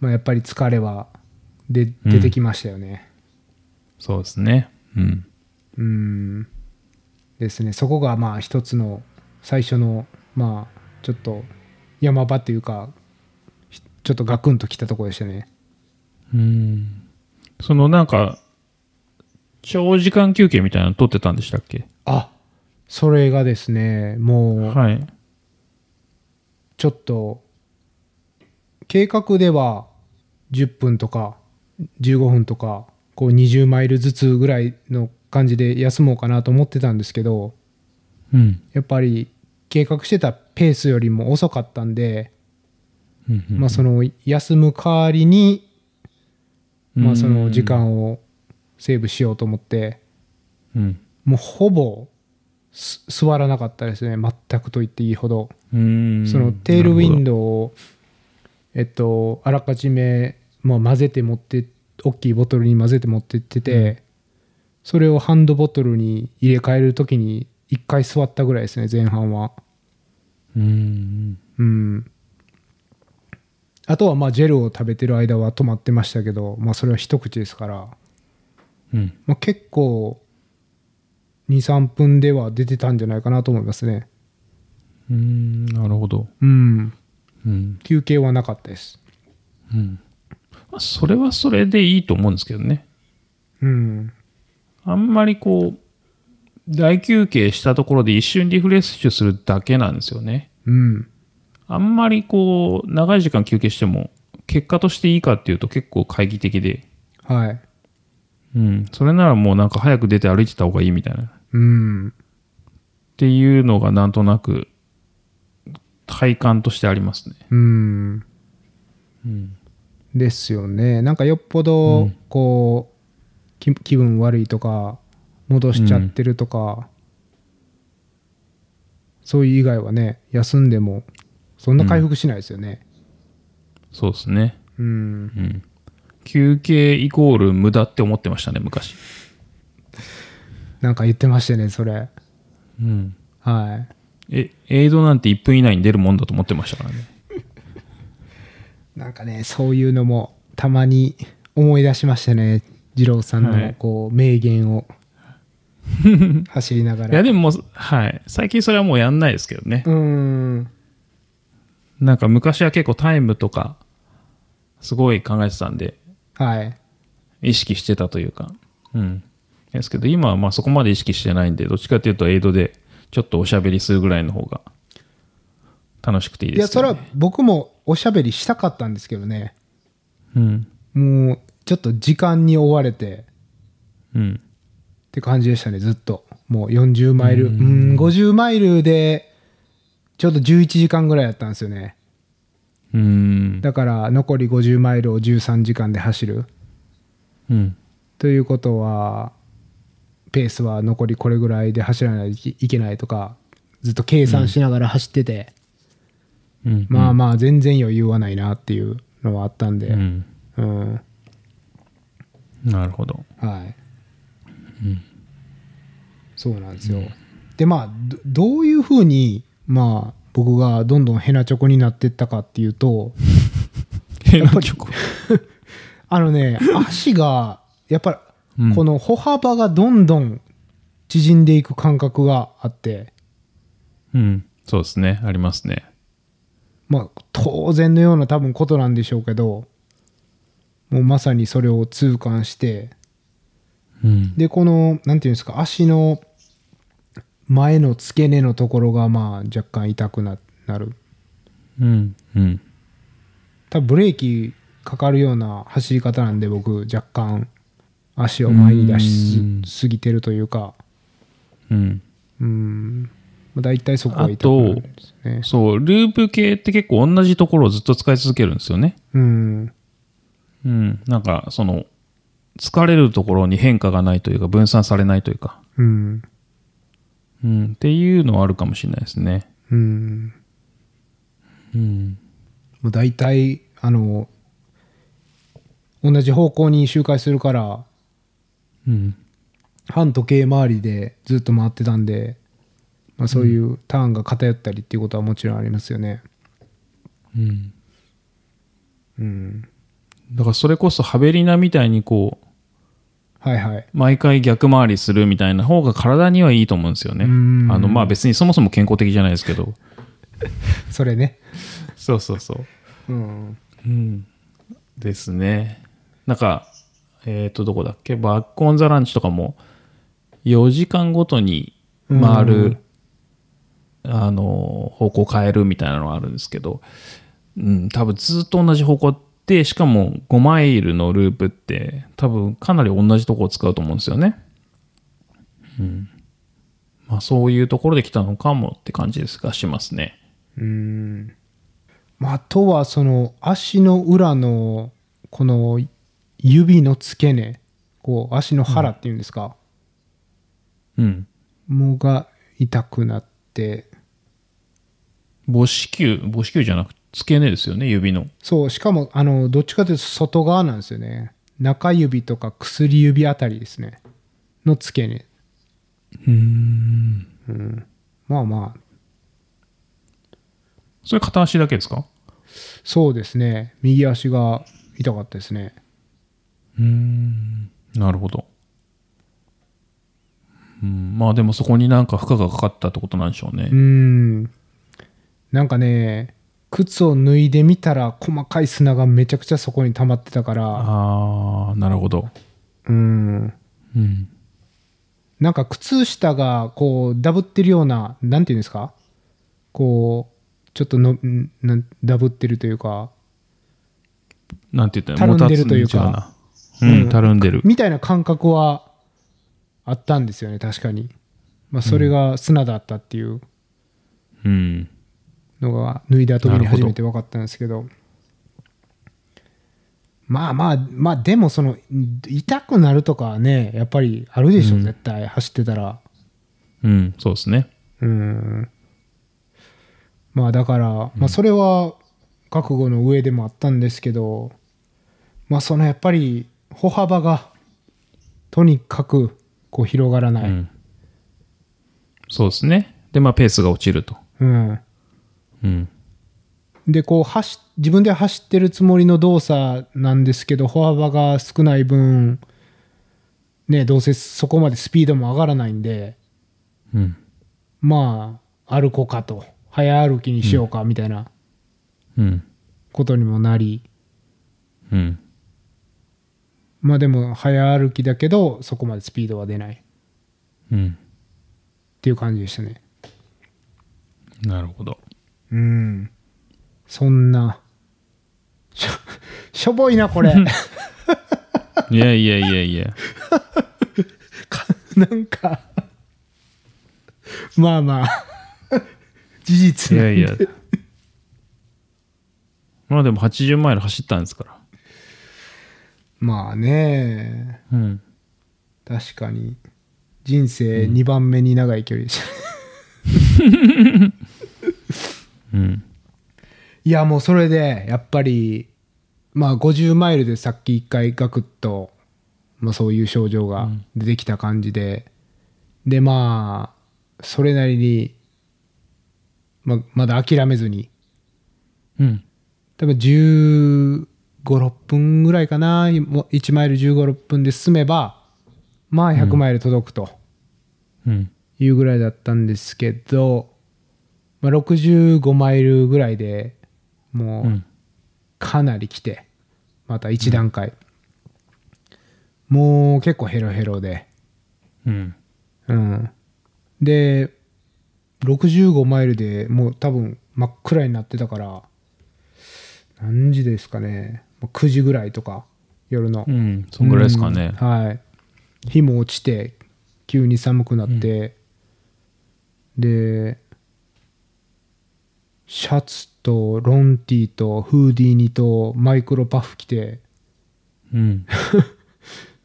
[SPEAKER 2] まあやっぱり疲れはで
[SPEAKER 1] うん
[SPEAKER 2] 出てきましたよね
[SPEAKER 1] そうですね。うん。
[SPEAKER 2] うんですねそこがまあ一つの最初のまあちょっと山場というかひちょっとガクンときたところでしたね
[SPEAKER 1] うん。そのなんか、長時間休憩みたいなの取ってたんでしたっけ
[SPEAKER 2] あそれがですねもう
[SPEAKER 1] はい。
[SPEAKER 2] ちょっと計画では10分とか15分とかこう20マイルずつぐらいの感じで休もうかなと思ってたんですけど
[SPEAKER 1] うん。
[SPEAKER 2] やっぱり計画してたペースよりも遅かったんで、
[SPEAKER 1] うんうん
[SPEAKER 2] まあ、その休む代わりに、まあ、その時。
[SPEAKER 1] うん
[SPEAKER 2] 間をセーブしようと思って
[SPEAKER 1] うん。
[SPEAKER 2] もうほぼす座らなかったですね全くと言っていいほど。
[SPEAKER 1] うん。
[SPEAKER 2] そのテールウィン
[SPEAKER 1] ド
[SPEAKER 2] ドウを、えっと、あらかじめ、まあ、混ぜて持って大きいボトルに混ぜて持ってってて、それをハンドボトルに入れ替えるときに1回座ったぐらいですね前半は
[SPEAKER 1] うん。
[SPEAKER 2] うんあとはまあジェルを食べてる間は止まってましたけど、まあ、それは一口ですから、
[SPEAKER 1] うん。
[SPEAKER 2] まあ、結構23分では出てたんじゃないかなと思いますね
[SPEAKER 1] うん。なるほど。
[SPEAKER 2] うん
[SPEAKER 1] うん。
[SPEAKER 2] 休憩はなかったです
[SPEAKER 1] うん。まあ、それはそれでいいと思うんですけどね。
[SPEAKER 2] うん
[SPEAKER 1] あんまりこう、大休憩したところで一瞬リフレッシュするだけなんですよね。
[SPEAKER 2] うん
[SPEAKER 1] あんまりこう、長い時間休憩しても、結果としていいかっていうと結構懐疑的で、
[SPEAKER 2] はい
[SPEAKER 1] うん、それならもうなんか早く出て歩いてた方がいいみたいな。っ
[SPEAKER 2] うん。
[SPEAKER 1] ていうのがなんとなく、体感としてありますね。
[SPEAKER 2] うん。
[SPEAKER 1] うん。
[SPEAKER 2] ですよね。なんかよっぽど、こう、き気分悪いとか、戻しちゃってるとか、そういう以外はね、休んでも、そんな回復しないですよね。
[SPEAKER 1] そうですね。
[SPEAKER 2] うん。
[SPEAKER 1] うん。休憩イコール無駄って思ってましたね、昔。
[SPEAKER 2] なんか言ってましたね、それ。
[SPEAKER 1] うん。
[SPEAKER 2] はい。
[SPEAKER 1] え、映像なんて1分以内に出るもんだと思ってましたからね。
[SPEAKER 2] なんかね、そういうのも、たまに思い出しましたね。二郎さん
[SPEAKER 1] は
[SPEAKER 2] の
[SPEAKER 1] い、
[SPEAKER 2] こう、名
[SPEAKER 1] *laughs*
[SPEAKER 2] 言を。走りなが
[SPEAKER 1] いや、
[SPEAKER 2] ら。
[SPEAKER 1] でももう、はい。最近それはもうやんないですけどね。
[SPEAKER 2] うん。
[SPEAKER 1] なんか昔は結構タイムとか、すごい考えてたんで、
[SPEAKER 2] はい。
[SPEAKER 1] 意識してたというか、うん。ですけど、今はまあそこまで意識してないんで、どっちかというと、エイドでちょっとおしゃべりするぐらいの方が楽しくていい
[SPEAKER 2] い
[SPEAKER 1] で
[SPEAKER 2] や、
[SPEAKER 1] すけ
[SPEAKER 2] そ
[SPEAKER 1] ど、
[SPEAKER 2] れ
[SPEAKER 1] ね。
[SPEAKER 2] は僕もおしゃべりしたかったんですけどね。
[SPEAKER 1] うん。
[SPEAKER 2] もう、ちょっと時間に追われて
[SPEAKER 1] うん。
[SPEAKER 2] って感じでしたね、ずっと。もう40マイル、うん、50マイルで、ちょうど11時間ぐらいだったんですよね。
[SPEAKER 1] うん。
[SPEAKER 2] だから、残り50マイルを13時間で走る。
[SPEAKER 1] うん。
[SPEAKER 2] ということはペースは残りこれぐらいで走らないといけないとかずっと計算しながら走ってて、
[SPEAKER 1] うん。
[SPEAKER 2] まあまあ全然余裕はないなっていうのはあったんで、
[SPEAKER 1] う
[SPEAKER 2] うん
[SPEAKER 1] ん。なるほど。
[SPEAKER 2] はい、そうなんですよ、でまあどどういうふうにまあ僕がどんどんヘナチョコになってったかっていうと *laughs*
[SPEAKER 1] 変なチョコ。
[SPEAKER 2] あのね足がやっぱりこの歩幅がどんどん縮んでいく感覚があって。
[SPEAKER 1] *laughs* うん。そうですね。ありますね。
[SPEAKER 2] まあ、当然のような多分ことなんでしょうけどもうまさにそれを痛感して
[SPEAKER 1] うん。
[SPEAKER 2] でこのなんていうんですか足の前の付け根のところがまあ若干痛くななる
[SPEAKER 1] うん。うん。
[SPEAKER 2] 多分ブレーキかかるような走り方なんで僕若干足を前に出
[SPEAKER 1] う
[SPEAKER 2] し
[SPEAKER 1] ん
[SPEAKER 2] すすぎてるというか
[SPEAKER 1] うん。
[SPEAKER 2] うんまあ大体そこが痛くなるんですね
[SPEAKER 1] そう、ループ系って結構同じところをずっと使い続けるんですよね。
[SPEAKER 2] うん
[SPEAKER 1] うん。なんか、その、疲れるところに変化がないというか、分散されないというか、
[SPEAKER 2] うん
[SPEAKER 1] うん。っていうのはあるかもしれないですね。
[SPEAKER 2] うん
[SPEAKER 1] うん。
[SPEAKER 2] もう大体あの同じ方向に周回するから
[SPEAKER 1] うん。
[SPEAKER 2] 反時計回りでずっと回ってたんで、まあ、そういうターンが偏ったりっていうことはもちろんありますよね。
[SPEAKER 1] うん。
[SPEAKER 2] うん、
[SPEAKER 1] だから、それこそ、ハベリナみたいにこう、
[SPEAKER 2] はいはい。
[SPEAKER 1] 毎回逆回りするみたいな方が体にはいいと思うんですよね。あ
[SPEAKER 2] うん
[SPEAKER 1] の、まあ別にそもそも健康的じゃないですけど。
[SPEAKER 2] それね。
[SPEAKER 1] そうそうそう。
[SPEAKER 2] うん、
[SPEAKER 1] うん。ですね。なんか、えっ、と、どこだっけバックオンザランチとかも、4時間ごとに回る、あの、方向変えるみたいなのがあるんですけど、うん、多分ずっと同じ方向で、しかも5マイルのループって、多分かなり同じとこを使うと思うんですよね。うん。まあ、そういうところで来たのかもって感じですが、しますね。
[SPEAKER 2] うんまあ、あとはその足の裏のこの指の付け根こう足の腹っていうんですか、
[SPEAKER 1] うん。
[SPEAKER 2] もうが痛くなって
[SPEAKER 1] 母子球、母子球じゃなくて、付け根ですよね、指の。
[SPEAKER 2] そう、しかも、あの、どっちかというと外側なんですよね。中指とか薬指あたりですね。の付け根。
[SPEAKER 1] うん。
[SPEAKER 2] まあまあ、
[SPEAKER 1] それ片足だけですか
[SPEAKER 2] そうですね。右足が痛かったですね。
[SPEAKER 1] うん。なるほど。うん、まあでもそこになんか負荷がかかったってことなんでしょうね
[SPEAKER 2] うー。ん。なんかね、靴を脱いでみたら細かい砂がめちゃくちゃそこに溜まってたから、
[SPEAKER 1] ああ、なるほど。
[SPEAKER 2] うん。
[SPEAKER 1] うん。
[SPEAKER 2] なんか靴下がこう、ダブってるような、なんていうんですかこう、ちょっとの、んなんダブってるというか、
[SPEAKER 1] なんて言った
[SPEAKER 2] たるんでるというか
[SPEAKER 1] もたつ違うな。うん、たるんでる。
[SPEAKER 2] みたいな感覚はあったんですよね、確かに。まあ、それが砂だったっていう
[SPEAKER 1] うん。
[SPEAKER 2] のが、脱いだ時
[SPEAKER 1] な
[SPEAKER 2] に
[SPEAKER 1] るほど
[SPEAKER 2] 初めて分かったんですけど。まあまあ、まあ、でも、その、痛くなるとかはね、やっぱりあるでしょ、絶対、走ってたら。
[SPEAKER 1] うん、そうですね。
[SPEAKER 2] うん。まあ、だから、まあ、それは、覚悟の上でもあったんですけど、まあ、その、やっぱり、歩幅が、とにかく、こう、広がらない。
[SPEAKER 1] うん。そうですね。で、まあペースが落ちると。
[SPEAKER 2] うん、
[SPEAKER 1] うん。
[SPEAKER 2] でこう走自分で走ってるつもりの動作なんですけど歩幅が少ない分、ね、どうせそこまでスピードも上がらないんで
[SPEAKER 1] うん。
[SPEAKER 2] まあ歩こうかと早歩きにしようかみたいな
[SPEAKER 1] うん。
[SPEAKER 2] ことにもなり、
[SPEAKER 1] うん。
[SPEAKER 2] まあでも早歩きだけどそこまでスピードは出ないっ
[SPEAKER 1] うん。
[SPEAKER 2] ていう感じでしたね
[SPEAKER 1] なるほど。
[SPEAKER 2] うんそんなしょ *laughs* しょぼいな *laughs* これ
[SPEAKER 1] いやいやいやいや。
[SPEAKER 2] か *laughs* なんかまあまあ *laughs* 事
[SPEAKER 1] い
[SPEAKER 2] 実
[SPEAKER 1] やいや。 *laughs* まあでも80マイル走ったんですから。
[SPEAKER 2] まあね
[SPEAKER 1] うん。
[SPEAKER 2] 確かに人生2番目に長い距離でし
[SPEAKER 1] *laughs*
[SPEAKER 2] た、
[SPEAKER 1] うん。
[SPEAKER 2] *laughs* いやもうそれでやっぱりまあ50マイルでさっき一回ガクッと、まあ、そういう症状が出てきた感じで、でまあそれなりに、まあ、まだ諦めずに
[SPEAKER 1] うん。
[SPEAKER 2] 多分1 5 6分ぐらいかな1マイル1 5 6分で進めばまあ100マイル届くと。
[SPEAKER 1] うん。
[SPEAKER 2] いうぐらいだったんですけど、まあ、65マイルぐらいでも
[SPEAKER 1] う。
[SPEAKER 2] うんかなり来てまた1段階、もう結構ヘロヘロで
[SPEAKER 1] うん。
[SPEAKER 2] うんで65マイルでもう多分真っ暗になってたから何時ですかねもう9時ぐらいとか夜の、
[SPEAKER 1] うん。そんぐらいですかね。
[SPEAKER 2] うんはい日も落ちて急に寒くなって、でシャツとロンティーとフーディーニとマイクロパフ着て
[SPEAKER 1] うん。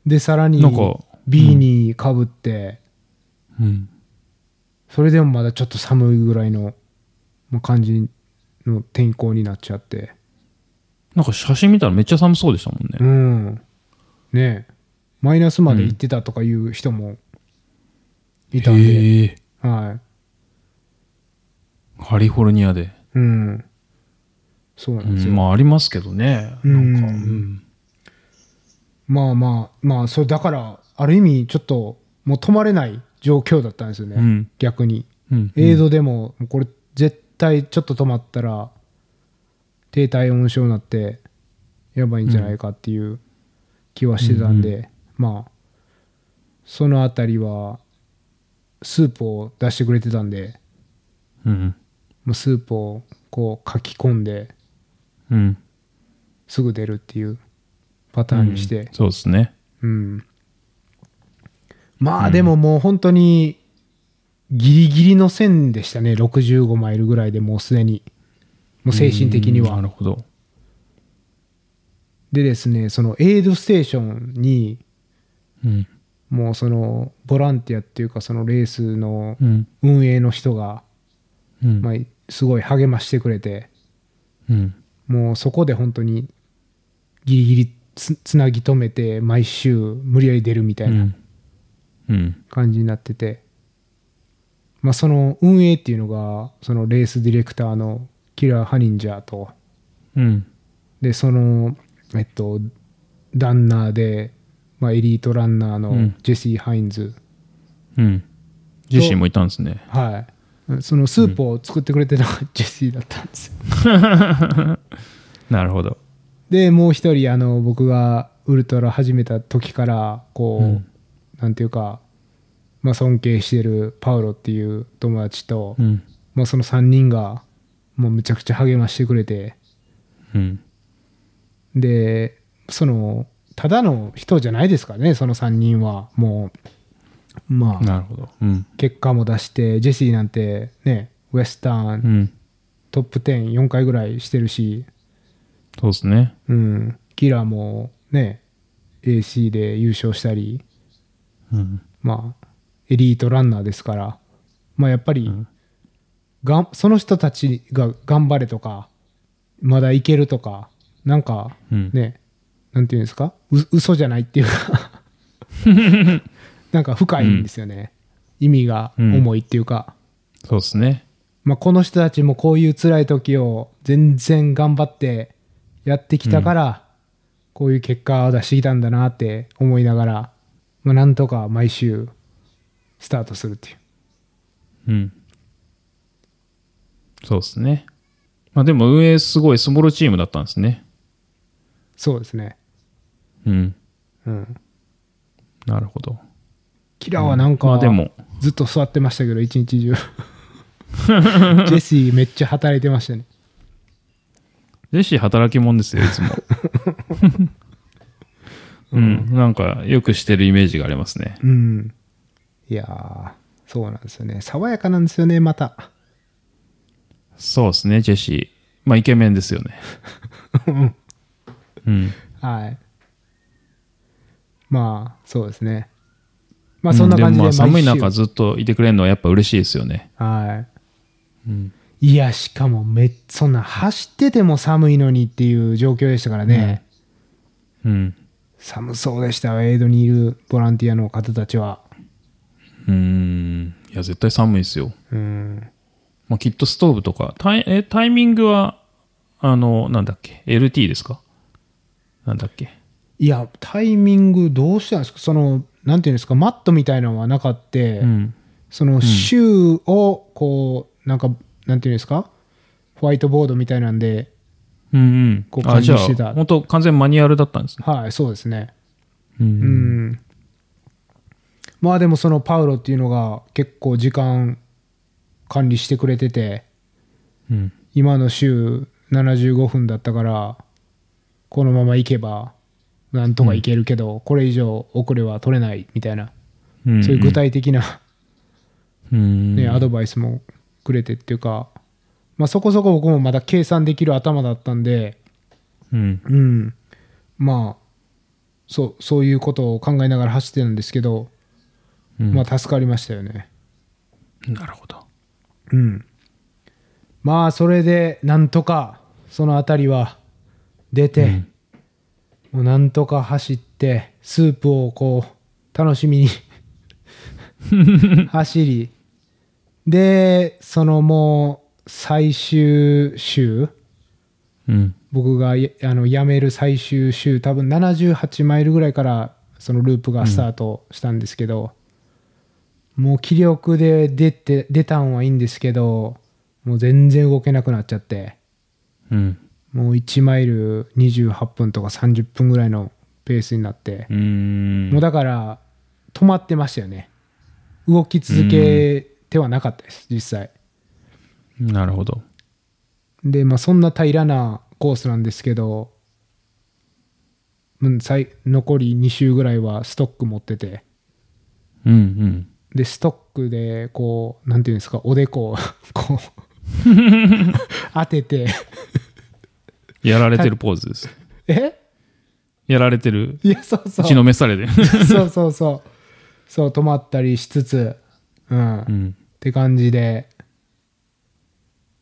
[SPEAKER 2] でさらに
[SPEAKER 1] なんか
[SPEAKER 2] ビーニーかぶって、
[SPEAKER 1] うん。
[SPEAKER 2] それでもまだちょっと寒いぐらいのもう感じの天候になっちゃって
[SPEAKER 1] なんか写真見たらめっちゃ寒そうでしたもん
[SPEAKER 2] う
[SPEAKER 1] ね。
[SPEAKER 2] んねえマイナスまで行ってたとかいう人もいたんで、
[SPEAKER 1] へえ。
[SPEAKER 2] はい
[SPEAKER 1] カリフォルニアで。
[SPEAKER 2] うん。そうなんです
[SPEAKER 1] う
[SPEAKER 2] よ。
[SPEAKER 1] んまあありますけどね。
[SPEAKER 2] うん
[SPEAKER 1] なんか。うん。
[SPEAKER 2] まあまあまあ、それだから、ある意味、ちょっと、もう止まれない状況だったんですよね、
[SPEAKER 1] うん
[SPEAKER 2] 逆に。
[SPEAKER 1] うん。
[SPEAKER 2] 映像でも、もうこれ、絶対ちょっと止まったら、低体温症になって、やばいんじゃないかっていう気はしてたんで、まあ、そのあたりは、スープを出してくれてたんで、
[SPEAKER 1] うん。
[SPEAKER 2] もうスープをこう書き込んで、
[SPEAKER 1] うん。
[SPEAKER 2] すぐ出るっていうパターンにして、
[SPEAKER 1] そうですね。
[SPEAKER 2] うん、まあでももう本当にギリギリの線でしたね65マイルぐらいでもうすでにもう精神的に
[SPEAKER 1] うんな
[SPEAKER 2] は
[SPEAKER 1] るほど。
[SPEAKER 2] でですねそのエイドステーションに
[SPEAKER 1] うん。
[SPEAKER 2] もうそのボランティアっていうかそのレースの
[SPEAKER 1] うん。
[SPEAKER 2] 運営の人が、
[SPEAKER 1] うん。
[SPEAKER 2] まあ、すごい励ましてくれて
[SPEAKER 1] うん。
[SPEAKER 2] もうそこで本当にギリギリつつなぎ止めて毎週無理やり出るみたいな
[SPEAKER 1] うん。うん。
[SPEAKER 2] 感じになってて、まあ、その運営っていうのがそのレースディレクターのキラー・ハニンジャーと
[SPEAKER 1] うん。
[SPEAKER 2] でそのえっとランナーで、まあ、エリートランナー
[SPEAKER 1] う
[SPEAKER 2] の
[SPEAKER 1] ん
[SPEAKER 2] ジェシー・ハインズ、
[SPEAKER 1] うん。ジェシーもいたんですね。
[SPEAKER 2] はいそのスープを作ってくれてたのが *laughs* ジェシーだったんですよ
[SPEAKER 1] なるほど。
[SPEAKER 2] でもう一人あの僕がウルトラ始めた時からこう、
[SPEAKER 1] うん
[SPEAKER 2] なんていうか、まあ、尊敬してるパウロっていう友達と、
[SPEAKER 1] うん。
[SPEAKER 2] もうその3人がもうむちゃくちゃ励ましてくれて
[SPEAKER 1] うん。
[SPEAKER 2] でそのただの人じゃないですからねその3人はもうまあ
[SPEAKER 1] なるほど。うん。
[SPEAKER 2] 結果も出してジェシーなんてねウエスタン、
[SPEAKER 1] うん。
[SPEAKER 2] トップ104回ぐらいしてるし、
[SPEAKER 1] そうですね。
[SPEAKER 2] うん、キラーもね AC で優勝したり
[SPEAKER 1] うん。
[SPEAKER 2] まあエリートランナーですからまあやっぱり、
[SPEAKER 1] ん
[SPEAKER 2] がんその人たちが頑張れとかまだいけるとかなんか
[SPEAKER 1] うん。
[SPEAKER 2] ね、なんていうんですか、う嘘じゃないっていうか
[SPEAKER 1] *laughs*
[SPEAKER 2] なんか深いんですよね、意味が重いっていうか、
[SPEAKER 1] そうですね。
[SPEAKER 2] まあ、この人たちもこういう辛い時を全然頑張ってやってきたから、こういう結果を出してきたんだなって思いながら、まあ、なんとか毎週スタートするっていう。
[SPEAKER 1] うん。そうですね。まあでも運営すごいスモールチームだったんですね。
[SPEAKER 2] そうですね。
[SPEAKER 1] うん。
[SPEAKER 2] うん。
[SPEAKER 1] なるほど。
[SPEAKER 2] キラーはなんか、
[SPEAKER 1] まあでも、
[SPEAKER 2] ずっと座ってましたけど、一日 *laughs* 中。ジェシーめっちゃ働いてましたね。
[SPEAKER 1] ジェシー働き者ですよ、い *laughs* つも。うん。なんか、よくしてるイメージがありますね。
[SPEAKER 2] うん。いやー、そうなんですよね。爽やかなんですよね、また。
[SPEAKER 1] そうですね、ジェシー。まあ、イケメンですよね。 *laughs* うん。
[SPEAKER 2] はい。まあ、そうですね。まあ、そんな感じで
[SPEAKER 1] う
[SPEAKER 2] 毎
[SPEAKER 1] も
[SPEAKER 2] 週、
[SPEAKER 1] まあ寒い中ずっといてくれるのはやっぱ嬉しいですよね。
[SPEAKER 2] は
[SPEAKER 1] うん。
[SPEAKER 2] い。いや、しかもめっ、そんな走ってても寒いのにっていう状況でしたからね。
[SPEAKER 1] うん。
[SPEAKER 2] 寒そうでしたよエイドにいるボランティアの方たちは。
[SPEAKER 1] うーん。いや、絶対寒いですよ。
[SPEAKER 2] うん。
[SPEAKER 1] まあ、きっとストーブとか。タイえタイミングは、あの、なんだっけ ?LT ですかなんだっけ
[SPEAKER 2] いや、タイミングどうしたんですかその、なんていうんですか、マットみたいなのはなかった、
[SPEAKER 1] うん。
[SPEAKER 2] その、週を、こう、なんか、なんていうんですかホワイトボードみたいなんで、
[SPEAKER 1] うんう。
[SPEAKER 2] こうん
[SPEAKER 1] あ、じゃ
[SPEAKER 2] 管理してた
[SPEAKER 1] あ、本当完全マニュアルだったんですね。
[SPEAKER 2] はい、そうですね。
[SPEAKER 1] う。
[SPEAKER 2] うんん。まあでも、その、パウロっていうのが、結構時間管理してくれてて、
[SPEAKER 1] うん。
[SPEAKER 2] 今の週75分だったからこのまま行けばなんとか行けるけど、これ以上遅れは取れないみたいな、
[SPEAKER 1] うん
[SPEAKER 2] そういう具体的な、
[SPEAKER 1] うん。
[SPEAKER 2] ねアドバイスもくれてっていうか、まあ、そこそこ僕もまだ計算できる頭だったんで、
[SPEAKER 1] うん。
[SPEAKER 2] うん、まあそうそういうことを考えながら走ってるんですけど、
[SPEAKER 1] うん
[SPEAKER 2] まあ助かりましたよね。
[SPEAKER 1] なるほど。
[SPEAKER 2] うん、まあそれでなんとかその辺りは出て、もうなんとか走ってスープをこう楽しみに走りでそのもう最終週
[SPEAKER 1] うん。
[SPEAKER 2] 僕がやあの辞める最終週多分78マイルぐらいからそのループがスタートしたんですけど、もう気力で出て出たんはいいんですけどもう全然動けなくなっちゃって
[SPEAKER 1] うん。
[SPEAKER 2] もう1マイル28分とか30分ぐらいのペースになって、
[SPEAKER 1] うん。
[SPEAKER 2] もうだから止まってましたよね動き続けてはなかったです、実際
[SPEAKER 1] なるほど。
[SPEAKER 2] で、まあ、そんな平らなコースなんですけど、うん、最残り2周ぐらいはストック持ってて
[SPEAKER 1] うんうん。
[SPEAKER 2] でストックでこうなんていうんですかおでこを *laughs*
[SPEAKER 1] *laughs*
[SPEAKER 2] こう当てて *laughs*
[SPEAKER 1] やられてるポーズです。
[SPEAKER 2] え
[SPEAKER 1] やられてる。
[SPEAKER 2] いやそうそう
[SPEAKER 1] 打ちのめされて。
[SPEAKER 2] そうそうそうそう止まったりしつつう
[SPEAKER 1] *laughs*
[SPEAKER 2] ん、
[SPEAKER 1] う
[SPEAKER 2] っ
[SPEAKER 1] ん。
[SPEAKER 2] て感じで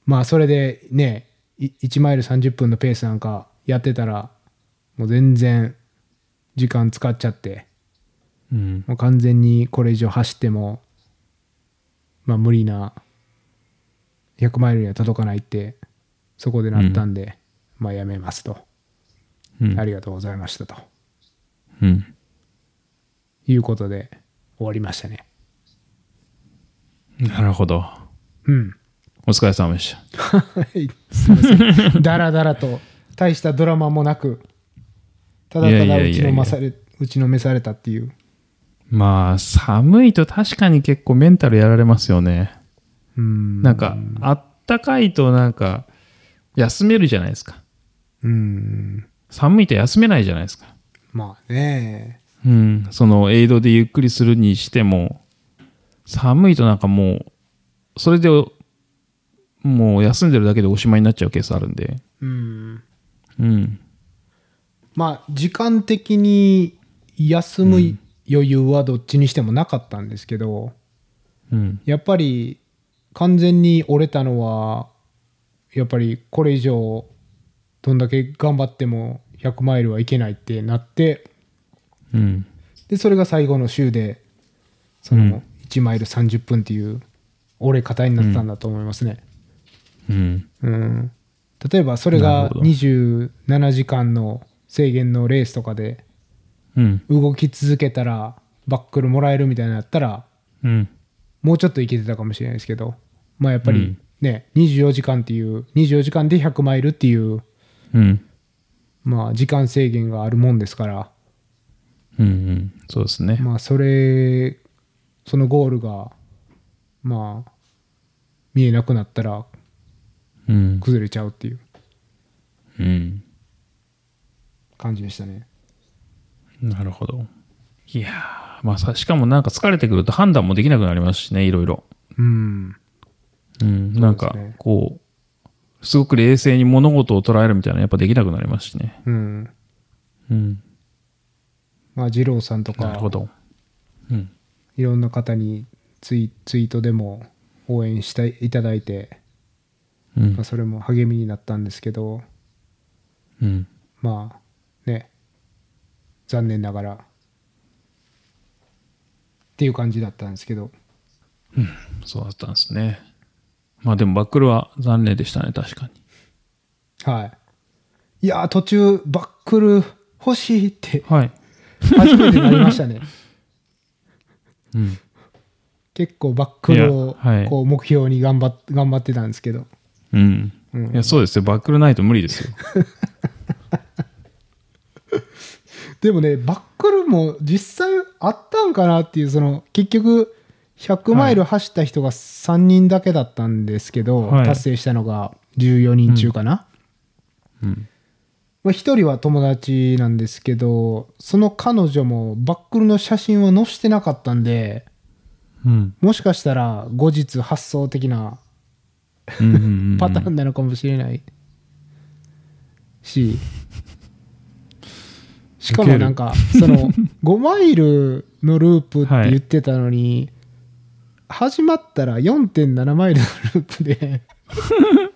[SPEAKER 2] まあそれでねい1マイル30分のペースなんかやってたらもう全然時間使っちゃって
[SPEAKER 1] うん。
[SPEAKER 2] もう完全にこれ以上走ってもまあ無理な100マイルには届かないってそこでなったんで、まあやめますと、
[SPEAKER 1] うん
[SPEAKER 2] ありがとうございましたと
[SPEAKER 1] うん。
[SPEAKER 2] いうことで終わりましたね
[SPEAKER 1] なるほど。
[SPEAKER 2] うん
[SPEAKER 1] お疲れ様でした。
[SPEAKER 2] はいすいません。だらだらと、大したドラマもなく、ただた
[SPEAKER 1] いやいや
[SPEAKER 2] だ
[SPEAKER 1] いや
[SPEAKER 2] 打
[SPEAKER 1] いや
[SPEAKER 2] ちのまされ、打ちのめされたっていう。
[SPEAKER 1] まあ、寒いと確かに結構メンタルやられますよね。
[SPEAKER 2] うん。
[SPEAKER 1] なんか、あったかいとなんか、休めるじゃないですか。
[SPEAKER 2] うん。
[SPEAKER 1] 寒いと休めないじゃないですか。
[SPEAKER 2] まあね。
[SPEAKER 1] うん。その、エイドでゆっくりするにしても、寒いとなんかもう、それで、もう休んでるだけでおしまいになっちゃうケースあるんで。
[SPEAKER 2] うん。
[SPEAKER 1] うん。
[SPEAKER 2] まあ、時間的に休む余裕はどっちにしてもなかったんですけど、
[SPEAKER 1] うん。
[SPEAKER 2] やっぱり完全に折れたのはやっぱりこれ以上どんだけ頑張っても100マイルはいけないってなって
[SPEAKER 1] うん。
[SPEAKER 2] でそれが最後の週でその1マイル30分っていう折れ方になったんだと思いますね。
[SPEAKER 1] うん。
[SPEAKER 2] うん、例えばそれ
[SPEAKER 1] なる
[SPEAKER 2] が
[SPEAKER 1] ほど
[SPEAKER 2] 27時間の制限のレースとかで
[SPEAKER 1] うん。
[SPEAKER 2] 動き続けたらバックルもらえるみたいなのやったら
[SPEAKER 1] うん。
[SPEAKER 2] もうちょっといけてたかもしれないですけど、まあやっぱりね、24時間っていう、24時間で100マイルっていう、
[SPEAKER 1] うん。
[SPEAKER 2] まあ時間制限があるもんですから、
[SPEAKER 1] うんうん。そうですね。
[SPEAKER 2] まあそれ、そのゴールが、まあ、見えなくなったら
[SPEAKER 1] うん。
[SPEAKER 2] 崩れちゃうっていう
[SPEAKER 1] うん。
[SPEAKER 2] 感じでしたね。
[SPEAKER 1] なるほど。いやーまあさ、しかもなんか疲れてくると判断もできなくなりますしね、いろいろ。
[SPEAKER 2] うん。
[SPEAKER 1] うん。なんか
[SPEAKER 2] そうですね、
[SPEAKER 1] こう、すごく冷静に物事を捉えるみたいなのやっぱできなくなりますしね。
[SPEAKER 2] うん。
[SPEAKER 1] うん。
[SPEAKER 2] まあ二郎さんと
[SPEAKER 1] なる
[SPEAKER 2] か
[SPEAKER 1] ほ、ど。うん。
[SPEAKER 2] いろんな方にツイツイートでも応援していただいて、
[SPEAKER 1] うん
[SPEAKER 2] まあ、。それも励みになったんですけど、
[SPEAKER 1] うん。
[SPEAKER 2] まあね、残念ながらっていう感じだったんですけど、
[SPEAKER 1] そうだったんですね。まあでもバックルは残念でしたね、確かに。
[SPEAKER 2] はい。いやー、途中、バックル欲しいって
[SPEAKER 1] はい。
[SPEAKER 2] 初めてなりましたね。
[SPEAKER 1] うん。
[SPEAKER 2] 結構バックルを
[SPEAKER 1] いやはい
[SPEAKER 2] こう目標に頑張っ頑張ってたんですけど、
[SPEAKER 1] うん。
[SPEAKER 2] うん
[SPEAKER 1] いや、そうですよ。バックルないと無理ですよ。
[SPEAKER 2] でもね、バックルも実際あったんかなっていう、その結局、100マイル走った人が3人だけだったんですけど、
[SPEAKER 1] はい
[SPEAKER 2] 達成したのが14人中かな。
[SPEAKER 1] うん。
[SPEAKER 2] まあ、1人は友達なんですけど、その彼女もバックルの写真を載せてなかったんで、
[SPEAKER 1] うん。
[SPEAKER 2] もしかしたら後日発想的な
[SPEAKER 1] うんうんうんうん
[SPEAKER 2] パターンなのかもしれない
[SPEAKER 1] *laughs*
[SPEAKER 2] し、しかもなんか、その、5マイルのループって言ってたのに、始まったら4.7マイルのループで、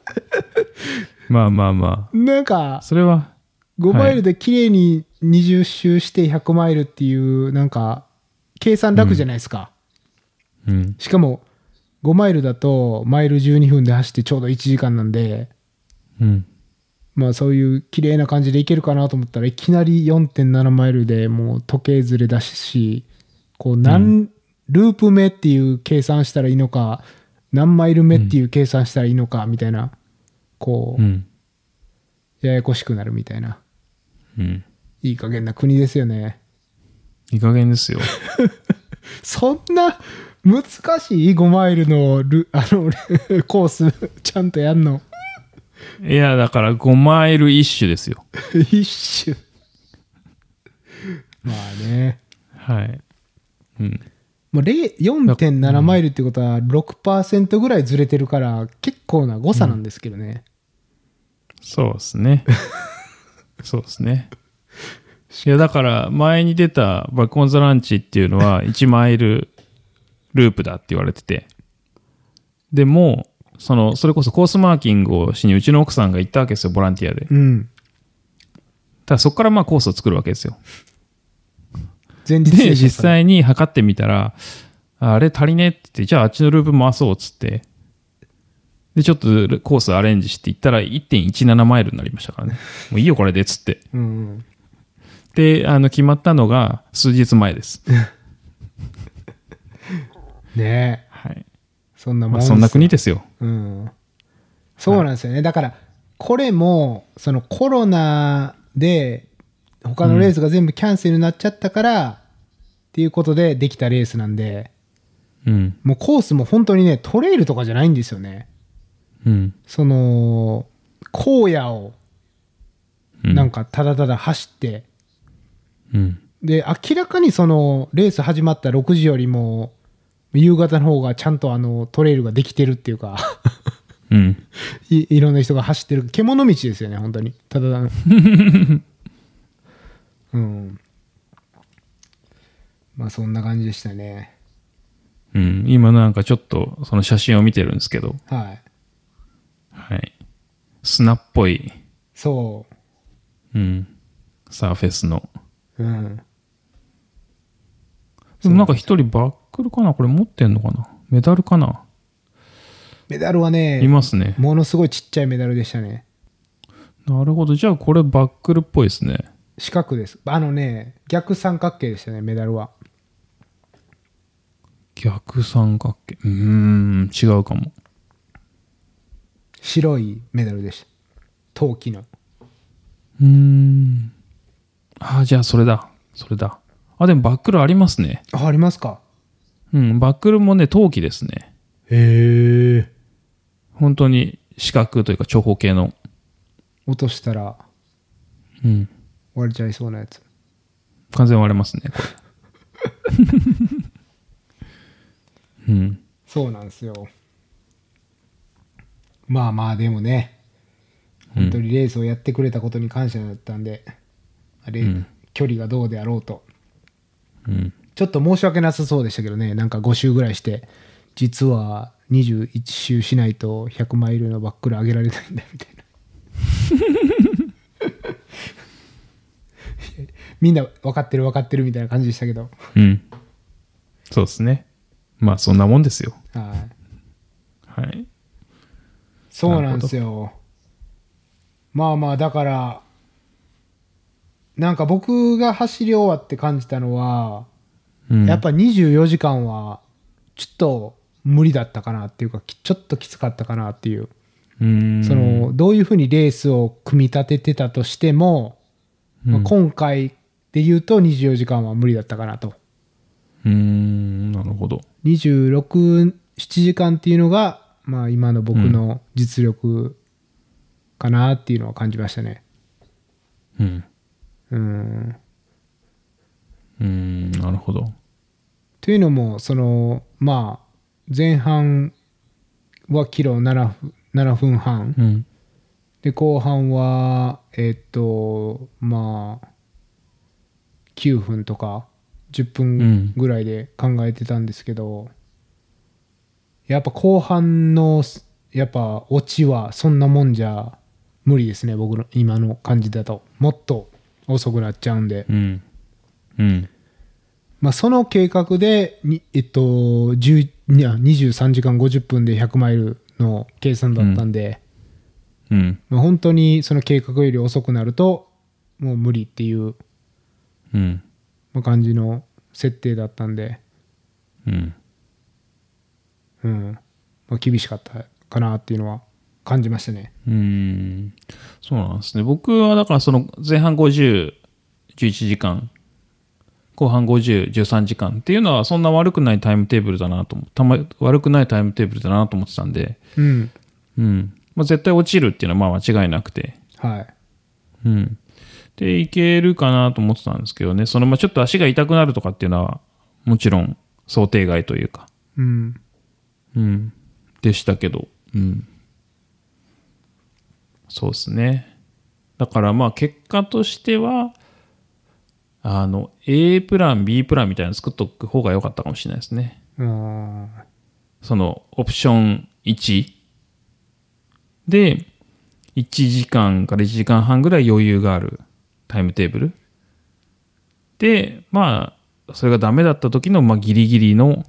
[SPEAKER 2] *laughs*
[SPEAKER 1] まあまあま
[SPEAKER 2] なん
[SPEAKER 1] あ。
[SPEAKER 2] か、
[SPEAKER 1] それは、
[SPEAKER 2] 5マイルで綺麗に20周して100マイルっていう、なんか、計算楽じゃないですか。
[SPEAKER 1] うん。
[SPEAKER 2] しかも、5マイルだと、マイル12分で走ってちょうど1時間なんで、
[SPEAKER 1] うん。
[SPEAKER 2] まあそういう綺麗な感じでいけるかなと思ったらいきなり4.7マイルでもう時計ずれだしこう何、ループ目っていう計算したらいいのか何マイル目っていう計算したらいいのかみたいな、こう、
[SPEAKER 1] うん。
[SPEAKER 2] ややこしくなるみたいな
[SPEAKER 1] うん。
[SPEAKER 2] いい加減な国ですよね
[SPEAKER 1] いい加減ですよ。
[SPEAKER 2] そんな難しい5マイルのル *laughs* あのコースちゃんとやんの *laughs*
[SPEAKER 1] いや、だから5マイル一種ですよ。
[SPEAKER 2] 一瞬まあね
[SPEAKER 1] はい。うん。
[SPEAKER 2] もう0 4.7マイルってことは6%ぐらいずれてるから結構な誤差なんですけどね、
[SPEAKER 1] そうですね。そうですね。いや、だから前に出たバックオンザランチっていうのは1マイルループだって言われてて。でも、その、それこそコースマーキングをしにうちの奥さんが行ったわけですよ、ボランティアで。
[SPEAKER 2] うん
[SPEAKER 1] ただそこからまあコースを作るわけですよ。
[SPEAKER 2] 前日
[SPEAKER 1] で、
[SPEAKER 2] 制
[SPEAKER 1] 実
[SPEAKER 2] 限され
[SPEAKER 1] 際に測ってみたら、ああれ足りねえって言って、じゃああっちのループ回そうっつって。で、ちょっとコースアレンジしていったら1.17マイルになりましたからね。もういいよ、これでっつって。
[SPEAKER 2] うんうん
[SPEAKER 1] で、あの、決まったのが数日前です。
[SPEAKER 2] ねえ
[SPEAKER 1] はい。
[SPEAKER 2] そんなも
[SPEAKER 1] ま
[SPEAKER 2] ん
[SPEAKER 1] あ、
[SPEAKER 2] です
[SPEAKER 1] そんな国ですよ。
[SPEAKER 2] うん、そうなんですよね、だからこれもそのコロナで他のレースが全部キャンセルになっちゃったから、っていうことでできたレースなんで
[SPEAKER 1] うん。
[SPEAKER 2] もうコースも本当にねトレイルとかじゃないんですよね
[SPEAKER 1] うん。
[SPEAKER 2] その荒野を
[SPEAKER 1] う
[SPEAKER 2] なん。かただただ走って、
[SPEAKER 1] うん。
[SPEAKER 2] で、明らかにその、レース始まった6時よりも、夕方の方がちゃんとあの、トレイルができてるっていうか、 *laughs*
[SPEAKER 1] うん。
[SPEAKER 2] いいろんな人が走ってる、獣道ですよね、本当に。ただの。うん。まあ、そんな感じでしたね。
[SPEAKER 1] うん。今なんかちょっとその写真を見てるんですけど、
[SPEAKER 2] はい。
[SPEAKER 1] はい。砂っぽい、
[SPEAKER 2] そ
[SPEAKER 1] うん。サーフェスの。
[SPEAKER 2] う。うん。
[SPEAKER 1] でもなんか一人バックルかなこれ持ってんのかなメダルかな
[SPEAKER 2] メダルはね
[SPEAKER 1] い、ますね。
[SPEAKER 2] ものすごいちっちゃいメダルでしたね。
[SPEAKER 1] なるほど。じゃあこれバックルっぽいですね。
[SPEAKER 2] 四角です。あのね、逆三角形でしたね、メダルは。
[SPEAKER 1] 逆三角形。うーん、違うかも。
[SPEAKER 2] 白いメダルでした。陶器の。
[SPEAKER 1] うーん。ああ、じゃあそれだ。それだ。あ、でもバックルありますね。
[SPEAKER 2] あありますか
[SPEAKER 1] うん、バックルもね、陶器ですね。
[SPEAKER 2] へえ
[SPEAKER 1] 本当に四角というか長方形の。
[SPEAKER 2] 落としたら
[SPEAKER 1] うん。
[SPEAKER 2] 割れちゃいそうなやつ
[SPEAKER 1] 完全割れますね、これ。 *laughs* うん。
[SPEAKER 2] そうなんですよまあまあでもね本当にレースをやってくれたことに感謝だったんで、あれ、距離がどうであろうと
[SPEAKER 1] うん。
[SPEAKER 2] ちょっと申し訳なさそうでしたけどねなんか5周ぐらいして実は21周しないと100マイルのバックル上げられないんだみたいな *laughs* みんな分かってる分かってるみたいな感じでしたけど
[SPEAKER 1] うん。そうですね。まあ、そんなもんですよ。
[SPEAKER 2] はい
[SPEAKER 1] はい。
[SPEAKER 2] そうなんですよ。まあまあ、だから、なんか僕が走り終わって感じたのは、
[SPEAKER 1] うん。
[SPEAKER 2] やっぱ24時間は、ちょっと無理だったかなっていうか、きちょっときつかったかなっていう。
[SPEAKER 1] うーん。
[SPEAKER 2] その、どういうふうにレースを組み立ててたとしても、まあ今回で言うと24時間は無理だったかなと。
[SPEAKER 1] うーん。なるほど。
[SPEAKER 2] 267時間っていうのが、まあ、今の僕の実力かなっていうのは感じましたね。
[SPEAKER 1] うん。
[SPEAKER 2] うん、
[SPEAKER 1] うーん。なるほど。
[SPEAKER 2] というのもそのまあ前半はキロ 7, 分7分半
[SPEAKER 1] うん。
[SPEAKER 2] で後半はえっとまあ9分とか10分ぐらいで考えてたんですけど、やっぱ後半のやっぱオチはそんなもんじゃ無理ですね僕の今の感じだともっと遅くなっちゃうんで、
[SPEAKER 1] うん。うん。
[SPEAKER 2] まあ、その計画でに、えっと、10いや23時間50分で100マイルの計算だったんで、
[SPEAKER 1] うん。
[SPEAKER 2] まあ、本当にその計画より遅くなるともう無理っていう
[SPEAKER 1] うん。
[SPEAKER 2] まあ感じの設定だったんで、
[SPEAKER 1] うん。
[SPEAKER 2] うんまあ、厳しかったかなっていうのは感じましたね。
[SPEAKER 1] うーんそうなんですね。僕はだからその前半50、11時間、後半50、13時間っていうのはそんな悪くないタイムテーブルだなと思うたま、悪くないタイムテーブルだなと思ってたんで、
[SPEAKER 2] うん
[SPEAKER 1] うん。まあ、絶対落ちるっていうのはまあ間違いなくて、
[SPEAKER 2] はい
[SPEAKER 1] うん。で、いけるかなと思ってたんですけどね、そのまあちょっと足が痛くなるとかっていうのはもちろん想定外というか、
[SPEAKER 2] うん、
[SPEAKER 1] うん。でしたけど、うん。そうですね。だからまあ結果としては、あの、A プラン、B プランみたいなの作っとく方が良かったかもしれないですね。
[SPEAKER 2] うん
[SPEAKER 1] その、オプション1で、1時間から1時間半ぐらい余裕があるタイムテーブル。で、まあ、それがダメだった時の、まあ、ギリギリの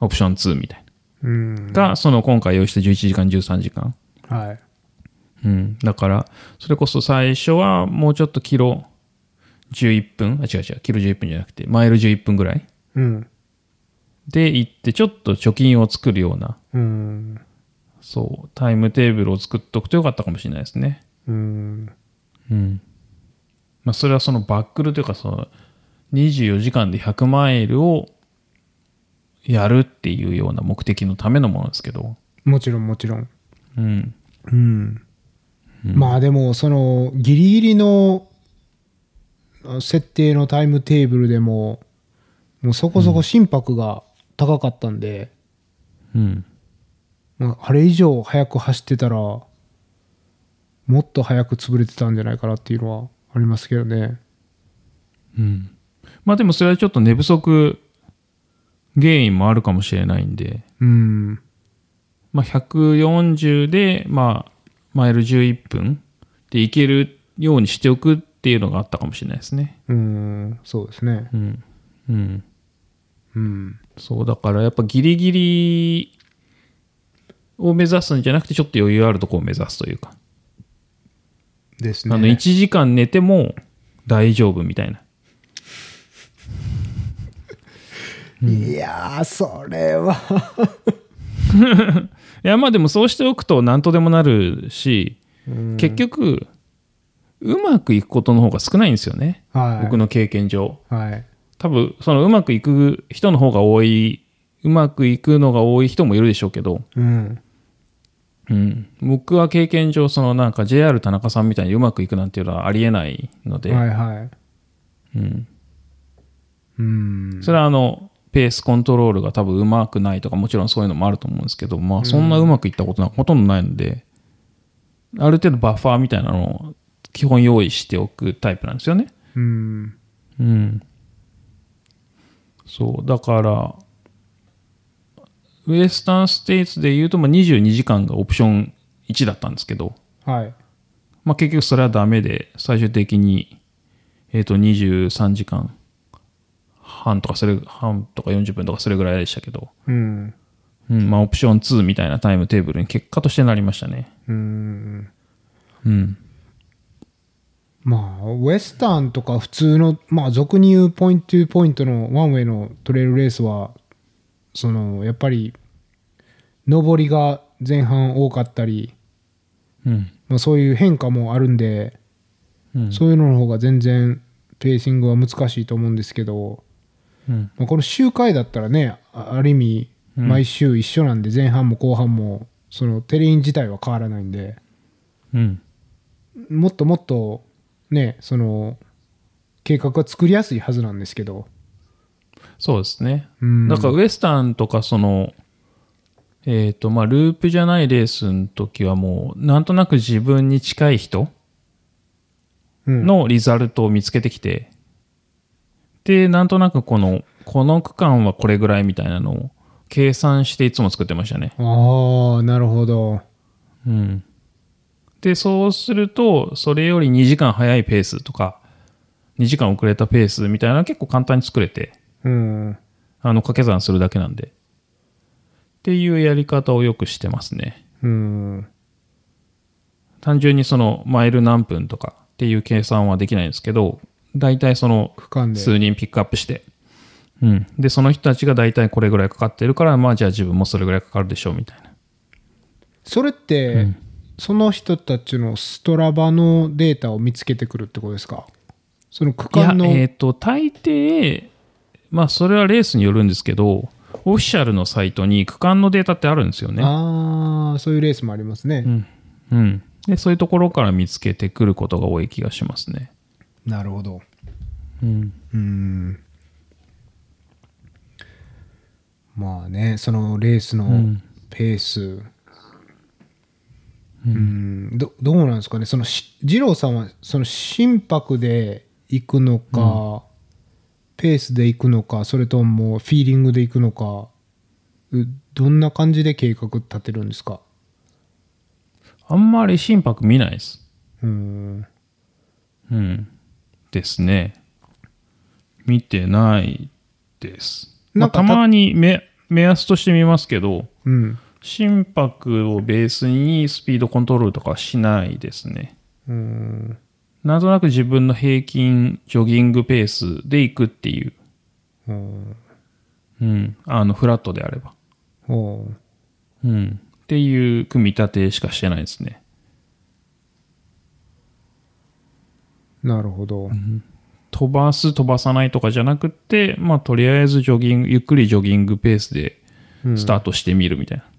[SPEAKER 1] オプション2みたいな。
[SPEAKER 2] うん
[SPEAKER 1] が、その今回用意した11時間、13時間。
[SPEAKER 2] はい
[SPEAKER 1] うん。だから、それこそ最初はもうちょっとキロ11分、あ、違う違う、キロ11分じゃなくて、マイル11分ぐらい
[SPEAKER 2] うん
[SPEAKER 1] で行って、ちょっと貯金を作るような、
[SPEAKER 2] うん
[SPEAKER 1] そう、タイムテーブルを作っとくとよかったかもしれないですね。
[SPEAKER 2] うん
[SPEAKER 1] うん。まあ、それはそのバックルというか、その、24時間で100マイルをやるっていうような目的のためのものですけど、
[SPEAKER 2] もちろんもちろん
[SPEAKER 1] うん。
[SPEAKER 2] うん、まあでもそのギリギリのあ設定のタイムテーブルでももうそこそこ心拍が高かったんで、
[SPEAKER 1] うん。
[SPEAKER 2] まあ、あれ以上速く走ってたらもっと早く潰れてたんじゃないかなっていうのはありますけどね
[SPEAKER 1] うん、まあでもそれはちょっと寝不足原因もあるかもしれないんで、
[SPEAKER 2] うん
[SPEAKER 1] まあ、140で、まあ、マイル11分でいけるようにしておくっていうのがあったかもしれないですね。
[SPEAKER 2] うんそうですね
[SPEAKER 1] うん。うん。
[SPEAKER 2] うん
[SPEAKER 1] そう、だからやっぱギリギリを目指すんじゃなくて、ちょっと余裕あるとこを目指すというか、
[SPEAKER 2] です
[SPEAKER 1] あの1時間寝ても大丈夫みたいな。
[SPEAKER 2] いやーそれは
[SPEAKER 1] いやまあでもそうしておくと何とでもなるし、結局うまくいくことの方が少ないんですよね。
[SPEAKER 2] はい。
[SPEAKER 1] 僕の経験上。
[SPEAKER 2] はい。
[SPEAKER 1] 多分、そのうまくいく人の方が多い、うまくいくのが多い人もいるでしょうけど、
[SPEAKER 2] うん。
[SPEAKER 1] うん。僕は経験上、そのなんか JR 田中さんみたいにうまくいくなんていうのはありえないので、
[SPEAKER 2] はいはい。
[SPEAKER 1] うん。
[SPEAKER 2] うん。
[SPEAKER 1] それはあの、ペースコントロールが多分うまくないとか、もちろんそういうのもあると思うんですけど、まあそんなうまくいったことなんかほとんどないので、ある程度バッファーみたいなのを基本用意しておくタイプなんですよね。
[SPEAKER 2] うん。
[SPEAKER 1] うん。そう、だから、ウエスタンステイツで言うと、まあ22時間がオプション1だったんですけど、
[SPEAKER 2] はい。
[SPEAKER 1] まあ結局それはダメで、最終的に、えっ、と23時間半とかそれ、半とか40分とかそれぐらいでしたけど、
[SPEAKER 2] うん。
[SPEAKER 1] うん、まあオプション2みたいなタイムテーブルに結果としてなりましたね。
[SPEAKER 2] うん。
[SPEAKER 1] うん。
[SPEAKER 2] まあ、ウエスタンとか普通の、まあ、俗に言うポイントトゥーポイントのワンウェイのトレイルレースは、その、やっぱり、上りが前半多かったり、
[SPEAKER 1] うん。
[SPEAKER 2] まあ、そういう変化もあるんで、
[SPEAKER 1] うん。
[SPEAKER 2] そういうのの方が全然ペーシングは難しいと思うんですけど、
[SPEAKER 1] うん。
[SPEAKER 2] まあ、この周回だったらねあある意味毎週一緒なんで前半も後半もそのテレイン自体は変わらないんで
[SPEAKER 1] うん。
[SPEAKER 2] もっともっとねその計画は作りやすいはずなんですけど、
[SPEAKER 1] そうですね。
[SPEAKER 2] うん、
[SPEAKER 1] だからウエスタンとかその、えっ、と、まあ、ループじゃないレースの時はもう、なんとなく自分に近い人
[SPEAKER 2] うん、
[SPEAKER 1] のリザルトを見つけてきて、で、なんとなくこの、この区間はこれぐらいみたいなのを計算していつも作ってましたね。
[SPEAKER 2] ああなるほど
[SPEAKER 1] うん。で、そうすると、それより2時間早いペースとか、2時間遅れたペースみたいなのは結構簡単に作れて、
[SPEAKER 2] うん
[SPEAKER 1] あの、掛け算するだけなんで。っていうやり方をよくしてますね。
[SPEAKER 2] うん
[SPEAKER 1] 単純にそのマイル何分とかっていう計算はできないんですけど、大体その
[SPEAKER 2] 区間で
[SPEAKER 1] 数人ピックアップして、うん。で、その人たちが大体これぐらいかかってるから、まあじゃあ自分もそれぐらいかかるでしょうみたいな。
[SPEAKER 2] それって、その人たちのストラバのデータを見つけてくるってことですかその区
[SPEAKER 1] いや
[SPEAKER 2] 間、の
[SPEAKER 1] えっ、と、大抵、まあそれはレースによるんですけど、オフィシャルのサイトに区間のデータってあるんですよね。
[SPEAKER 2] ああそういうレースもありますね、
[SPEAKER 1] うん。うん。で、そういうところから見つけてくることが多い気がしますね。
[SPEAKER 2] なるほど
[SPEAKER 1] うん。
[SPEAKER 2] うんまあねそのレース
[SPEAKER 1] う
[SPEAKER 2] の
[SPEAKER 1] ん
[SPEAKER 2] ペースうん、どどうなんですかねそのし二郎さんはその心拍で行くのか、ペースで行くのかそれともフィーリングで行くのかうどんな感じで計画立てるんですか
[SPEAKER 1] あんまり心拍見ないです。
[SPEAKER 2] うん
[SPEAKER 1] うん。ですね。見てないです。ま
[SPEAKER 2] なん
[SPEAKER 1] あ、
[SPEAKER 2] かた
[SPEAKER 1] たまに目目安として見ますけど、
[SPEAKER 2] うん
[SPEAKER 1] 心拍をベースにスピードコントロールとかはしないですね。
[SPEAKER 2] うん
[SPEAKER 1] なんとなく自分の平均ジョギングペースで行くっていう。
[SPEAKER 2] うん
[SPEAKER 1] うん。あの、フラットであれば。
[SPEAKER 2] おう
[SPEAKER 1] うん。っていう組み立てしかしてないですね。
[SPEAKER 2] なるほど、
[SPEAKER 1] 飛ばす、飛ばさないとかじゃなくって、まあ、とりあえずジョギング、ゆっくりジョギングペースでスタートしてみるみたいな。うん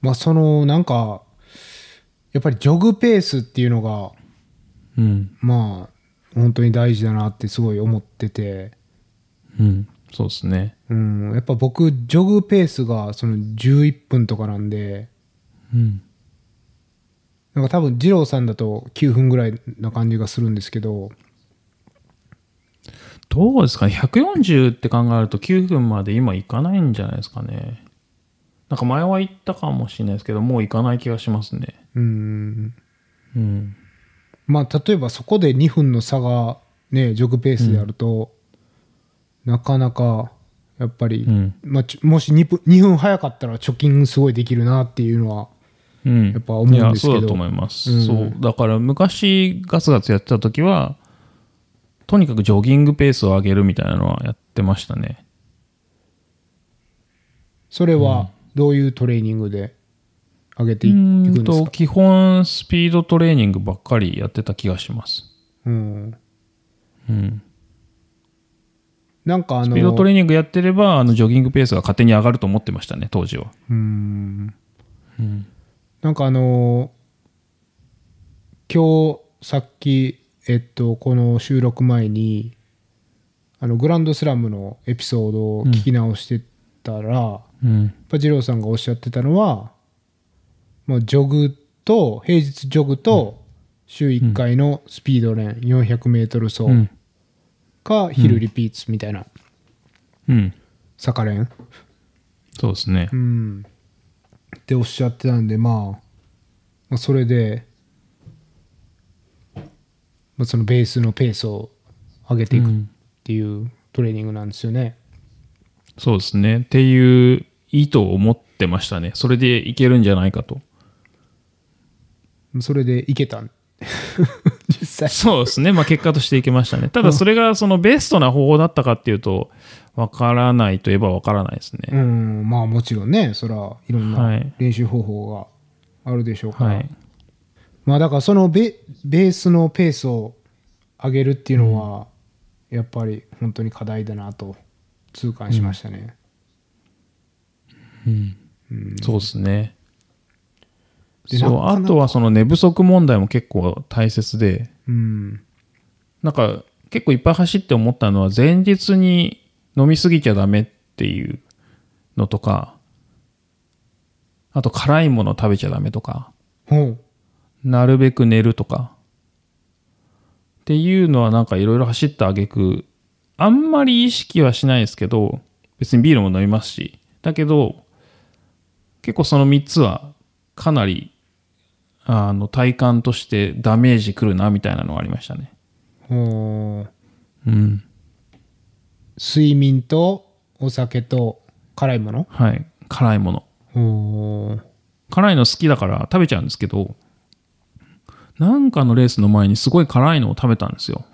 [SPEAKER 2] まあそのなんかやっぱりジョグペースっていうのが
[SPEAKER 1] うん。
[SPEAKER 2] まあ本当に大事だなってすごい思ってて、
[SPEAKER 1] うん。そうですね。
[SPEAKER 2] うん、やっぱ僕ジョグペースがその11分とかなんで
[SPEAKER 1] うん。
[SPEAKER 2] なんか多分二郎さんだと9分ぐらいな感じがするんですけど
[SPEAKER 1] どうですかね。140って考えると9分まで今行かないんじゃないですかね。なんか前は行ったかもしれないですけど、もう行かない気がしますね。
[SPEAKER 2] うん
[SPEAKER 1] うん。
[SPEAKER 2] まあ例えばそこで2分の差がねジョグペースであると、なかなかやっぱり、
[SPEAKER 1] うん。
[SPEAKER 2] まあ、ちょもし 2, 分2分早かったら貯金すごいできるなっていうのは
[SPEAKER 1] うん。
[SPEAKER 2] やっぱ思うんですけど
[SPEAKER 1] いや、そうだと思います。
[SPEAKER 2] うん
[SPEAKER 1] そう。だから昔ガツガツやってた時は、とにかくジョギングペースを上げるみたいなのはやってましたね。
[SPEAKER 2] それはどういうトレーニングで上げて
[SPEAKER 1] う
[SPEAKER 2] いいくん
[SPEAKER 1] ん
[SPEAKER 2] です
[SPEAKER 1] と
[SPEAKER 2] か
[SPEAKER 1] 基本スピードトレーニングばっかりやってた気がします。
[SPEAKER 2] うん。
[SPEAKER 1] うん、
[SPEAKER 2] なんかあ
[SPEAKER 1] ス
[SPEAKER 2] の、
[SPEAKER 1] ピードトレーニングやってればあのジョギングペースが勝手に上がると思ってましたね当時は。
[SPEAKER 2] うん。
[SPEAKER 1] うん
[SPEAKER 2] なんかあの今日さっき、えっと、この収録前にあのグランドスラムのエピソードを聞き直してたら、やっ
[SPEAKER 1] うん
[SPEAKER 2] ぱ二郎さんがおっしゃってたのはもうジョグと平日ジョグと週1回のスピードレーン 400m 走
[SPEAKER 1] うん
[SPEAKER 2] か昼リピーツみたいな
[SPEAKER 1] うん、
[SPEAKER 2] 坂レーン、
[SPEAKER 1] そうですね
[SPEAKER 2] う。ん、っておっしゃってたんで、まあ、まあそれで、まあ、そのベースのペースを上げていく
[SPEAKER 1] う
[SPEAKER 2] っ
[SPEAKER 1] ん
[SPEAKER 2] ていうトレーニングなんですよね。
[SPEAKER 1] そうですね。っていう意図を持ってましたね。それでいけるんじゃないかと。
[SPEAKER 2] それでいけたん *laughs* 実際。
[SPEAKER 1] そうですね。まあ結果としていけましたね。ただそれがそのベストな方法だったかっていうと、わからないといえばわからないです
[SPEAKER 2] う
[SPEAKER 1] ね。
[SPEAKER 2] ん、まあもちろんね、そらいろん
[SPEAKER 1] は
[SPEAKER 2] ない練習方法があるでしょうから。
[SPEAKER 1] はい。
[SPEAKER 2] まあだからそのベベースのペースを上げるっていうのは、やっぱり本当に課題だなと痛感しましたね。
[SPEAKER 1] そうですね。
[SPEAKER 2] で
[SPEAKER 1] そ
[SPEAKER 2] な
[SPEAKER 1] う。
[SPEAKER 2] かな
[SPEAKER 1] あ
[SPEAKER 2] か
[SPEAKER 1] とはその寝不足問題も結構大切で、
[SPEAKER 2] うん。
[SPEAKER 1] なんか結構いっぱい走って思ったのは前日に飲みすぎちゃダメっていうのとか、あと辛いもの食べちゃダメとか、
[SPEAKER 2] ほう。
[SPEAKER 1] なるべく寝るとか。っていうのはなんかいろいろ走った挙句、あんまり意識はしないですけど、別にビールも飲みますし。だけど、結構その3つはかなり、あの、体感としてダメージくるなみたいなのがありましたね。
[SPEAKER 2] ほう
[SPEAKER 1] うん。
[SPEAKER 2] 睡眠とお酒と辛いもの
[SPEAKER 1] はい。辛いもの。
[SPEAKER 2] ほう
[SPEAKER 1] 辛いの好きだから食べちゃうんですけど、なんかのレースの前にすごい辛いのを食べたんですよ。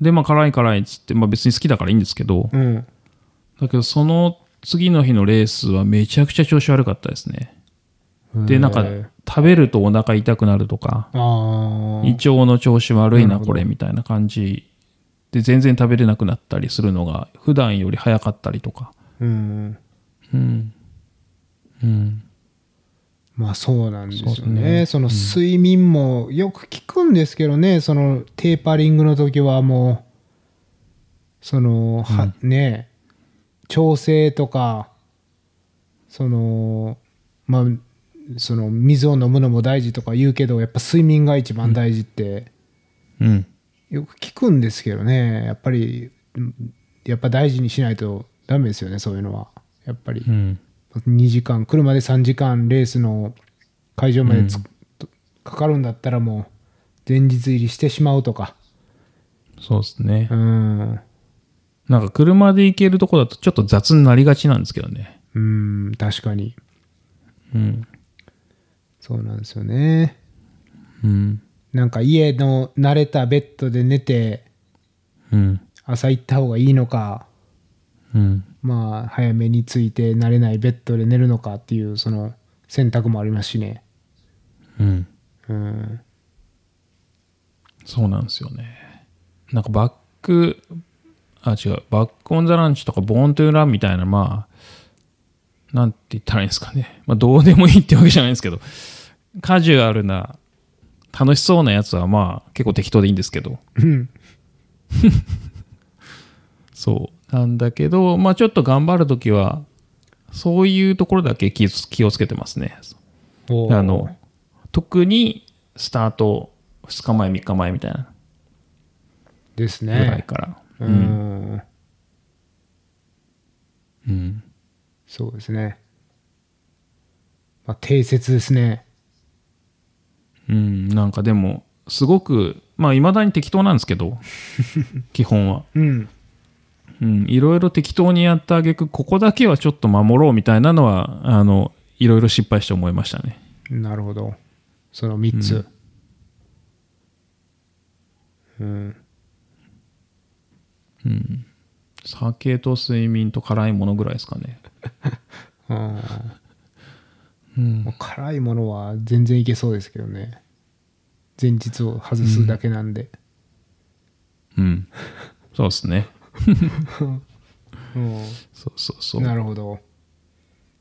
[SPEAKER 1] で、まあ辛い辛いっつって、まあ別に好きだからいいんですけど、
[SPEAKER 2] うん
[SPEAKER 1] だけどその次の日のレースはめちゃくちゃ調子悪かったですね。で、なんか
[SPEAKER 2] へえ
[SPEAKER 1] 食べるとお腹痛くなるとか、
[SPEAKER 2] あ
[SPEAKER 1] 胃腸の調子悪いなこれみたいな感じで全然食べれなくなったりするのが普段より早かったりとか。
[SPEAKER 2] あうん
[SPEAKER 1] うん。うん。
[SPEAKER 2] まあそうなんですよね
[SPEAKER 1] そ
[SPEAKER 2] そう
[SPEAKER 1] ね
[SPEAKER 2] の睡眠もよく聞くんですけどね、そのテーパリングの時はもうそのは、ね調整とかそのまあその水を飲むのも大事とか言うけどやっぱ睡眠が一番大事って、
[SPEAKER 1] うん。
[SPEAKER 2] よく聞くんですけどねやっぱりうんやっぱ大事にしないとダメですよねそういうのはやっぱり
[SPEAKER 1] うん。
[SPEAKER 2] 2時間車で3時間レースの会場までつ、かかるんだったらもう前日入りしてしまうとか
[SPEAKER 1] そうですね。
[SPEAKER 2] うん
[SPEAKER 1] なんか車で行けるとこだとちょっと雑になりがちなんですけどね。
[SPEAKER 2] うん確かに
[SPEAKER 1] うん。
[SPEAKER 2] そうなんですよね
[SPEAKER 1] うん。
[SPEAKER 2] なんか家の慣れたベッドで寝て
[SPEAKER 1] うん。
[SPEAKER 2] 朝行った方がいいのか
[SPEAKER 1] うん。
[SPEAKER 2] まあ早めに着いて慣れないベッドで寝るのかっていうその選択もありますしね
[SPEAKER 1] うん。
[SPEAKER 2] うん
[SPEAKER 1] そうなんですよね。なんかバック、あ、違う、バックオンザランチとかボーントゥーランみたいな、まあ、なんて言ったらいいんですかね。まあ、どうでもいいってわけじゃないんですけど、カジュアルな、楽しそうなやつはまあ、結構適当でいいんですけど。
[SPEAKER 2] うん
[SPEAKER 1] *laughs* そう。なんだけど、まあちょっと頑張るときは、そういうところだけ気を気をつけてますね。あの、特にスタート2日前、3日前みたいな
[SPEAKER 2] です
[SPEAKER 1] ぐらい
[SPEAKER 2] ね。
[SPEAKER 1] から。
[SPEAKER 2] う
[SPEAKER 1] うん
[SPEAKER 2] ん、
[SPEAKER 1] うん。
[SPEAKER 2] そうですね。まあ、定説ですね。
[SPEAKER 1] うん、なんかでも、すごく、まあいまだに適当なんですけ
[SPEAKER 2] *laughs*
[SPEAKER 1] ど、基本は。
[SPEAKER 2] うん。
[SPEAKER 1] うん、いろいろ適当にやった挙句ここだけはちょっと守ろうみたいなのは、あの、いろいろ失敗して思いましたね。
[SPEAKER 2] なるほど。その3つ。うん。
[SPEAKER 1] 酒と睡眠と辛いものぐらいですかね。
[SPEAKER 2] あー
[SPEAKER 1] うん
[SPEAKER 2] まあ辛いものは全然いけそうですけどね前日を外すだけなんで、
[SPEAKER 1] うん。そうですね。
[SPEAKER 2] うん
[SPEAKER 1] そうそうそう。
[SPEAKER 2] なるほど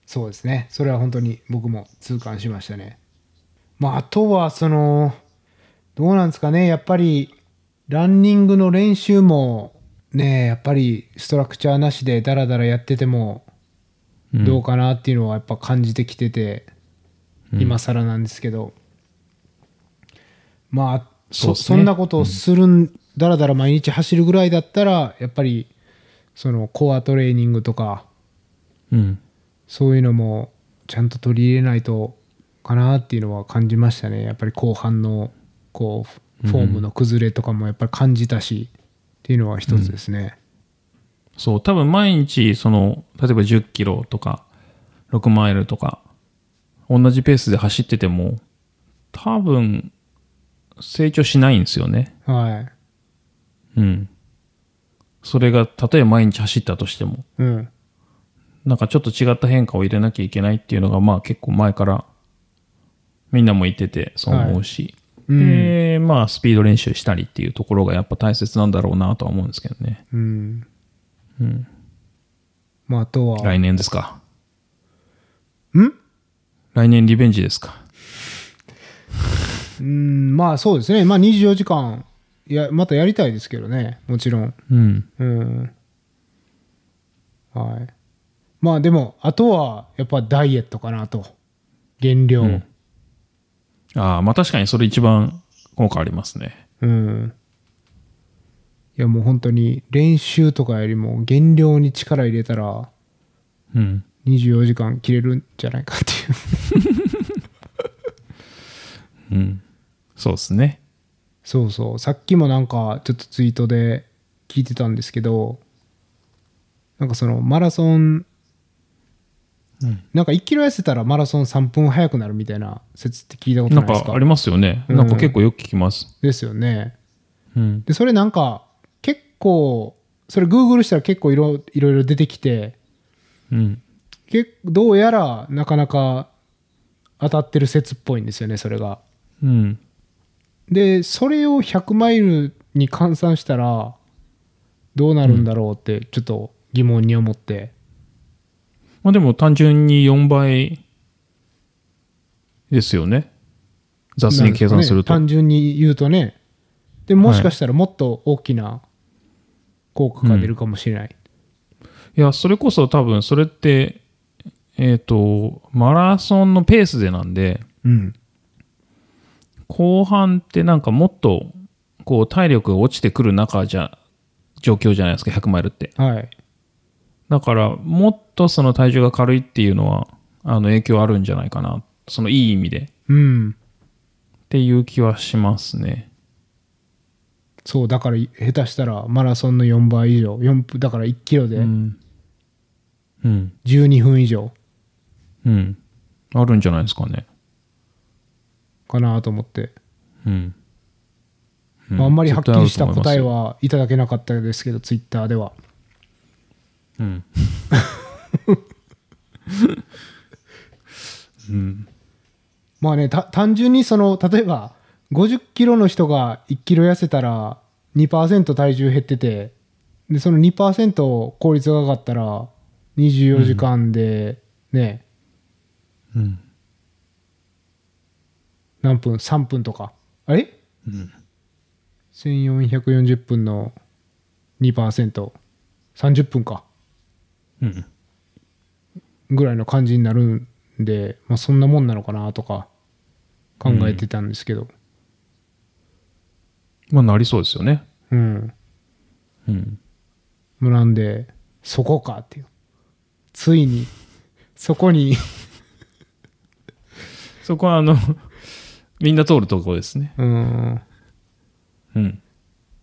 [SPEAKER 2] そうですねそれは本当に僕も痛感しましたねまああとはそのどうなんですかねやっぱりランニングの練習もねやっぱりストラクチャーなしでダラダラやってても
[SPEAKER 1] うん
[SPEAKER 2] どうかなっていうのはやっぱ感じてきてて、今更なんですけどまあ
[SPEAKER 1] そう
[SPEAKER 2] そ
[SPEAKER 1] っすね
[SPEAKER 2] そんなことをするん、だらだら毎日走るぐらいだったらやっぱりそのコアトレーニングとか
[SPEAKER 1] うん。
[SPEAKER 2] そういうのもちゃんと取り入れないとかなっていうのは感じましたねやっぱり後半のこうフォームの崩れとかもやっぱり感じたし、っていうのは一つですね、
[SPEAKER 1] そう、多分毎日、その、例えば10キロとか、6マイルとか、同じペースで走ってても、多分、成長しないんですよね。
[SPEAKER 2] はい
[SPEAKER 1] うん。それが、例えば毎日走ったとしても、
[SPEAKER 2] うん
[SPEAKER 1] なんかちょっと違った変化を入れなきゃいけないっていうのが、まあ結構前から、みんなも言ってて、そう思うし。で、まあスピード練習したりっていうところがやっぱ大切なんだろうなとは思うんですけどね。
[SPEAKER 2] うん、まああとは
[SPEAKER 1] 来年ですか。
[SPEAKER 2] ん
[SPEAKER 1] 来年リベンジですか。
[SPEAKER 2] うんまあそうですね、まあ、24時間いや、またやりたいですけどね、もちろん。
[SPEAKER 1] うん。
[SPEAKER 2] うん。はい。まあでも、あとはやっぱダイエットかなと。減量。うん。
[SPEAKER 1] ああ、まあ確かにそれ一番効果ありますね。
[SPEAKER 2] いやもう本当に練習とかよりも減量に力入れたら
[SPEAKER 1] うん。
[SPEAKER 2] 24時間切れるんじゃないかっていう。 *laughs*
[SPEAKER 1] うん。そうですね。
[SPEAKER 2] そうそう。さっきもなんかちょっとツイートで聞いてたんですけど、なんかそのマラソン、
[SPEAKER 1] うん
[SPEAKER 2] なんか1キロ痩せたらマラソン3分早くなるみたいな説って聞いたこと
[SPEAKER 1] な
[SPEAKER 2] ない
[SPEAKER 1] ん
[SPEAKER 2] ですか
[SPEAKER 1] かありますよね。
[SPEAKER 2] うん
[SPEAKER 1] なんか結構よく聞きます。
[SPEAKER 2] ですよね。
[SPEAKER 1] うん。
[SPEAKER 2] で、それなんか結構、それ Google したら結構いろいろいろ出てきて、
[SPEAKER 1] うん。
[SPEAKER 2] 結どうやらなかなか当たってる説っぽいんですよね、それが。
[SPEAKER 1] うん。
[SPEAKER 2] でそれを100マイルに換算したらどうなるんだろうってちょっと疑問に思って、
[SPEAKER 1] まあでも単純に4倍ですよね。雑に計算すると。
[SPEAKER 2] なんですかね単純に言うとねでもしかしたらもっと大きな効果が出るかもしれない、
[SPEAKER 1] いや、それこそ多分それって、えっ、と、マラソンのペースでなんで、
[SPEAKER 2] うん
[SPEAKER 1] 後半ってなんかもっとこう体力が落ちてくる中じゃ状況じゃないですか100マイルって
[SPEAKER 2] はい
[SPEAKER 1] だからもっとその体重が軽いっていうのはあの影響あるんじゃないかなそのいい意味でっ
[SPEAKER 2] うん
[SPEAKER 1] ていう気はしますね
[SPEAKER 2] そうだから下手したらマラソンの4倍以上4分だから1キロで
[SPEAKER 1] うんうん
[SPEAKER 2] 12分以上
[SPEAKER 1] うんあるんじゃないですかね
[SPEAKER 2] かなと思って、
[SPEAKER 1] うん、う
[SPEAKER 2] まあ、あんまりはっきりした
[SPEAKER 1] 絶対ある
[SPEAKER 2] 答え
[SPEAKER 1] と思いま
[SPEAKER 2] はいただけなかったですけどツイッターでは
[SPEAKER 1] すうん、うん、
[SPEAKER 2] まあね、た単純にその例えば50キロの人が1キロ痩せたら2%体重減っててでその2%効率が上がったら24時間でね、
[SPEAKER 1] うん
[SPEAKER 2] 何分3分とかあれ
[SPEAKER 1] うん、
[SPEAKER 2] 1440分の 2%30 分か
[SPEAKER 1] うん
[SPEAKER 2] ぐらいの感じになるんで、まあ、そんなもんなのかなとか考えてたんですけど、
[SPEAKER 1] まあなりそうですよね
[SPEAKER 2] うん、
[SPEAKER 1] うん
[SPEAKER 2] もうなんで、そこかっていう。ついに、そこに、 *laughs*
[SPEAKER 1] そこはあの、 *laughs* みんな通るとこですね。
[SPEAKER 2] うん、
[SPEAKER 1] うん。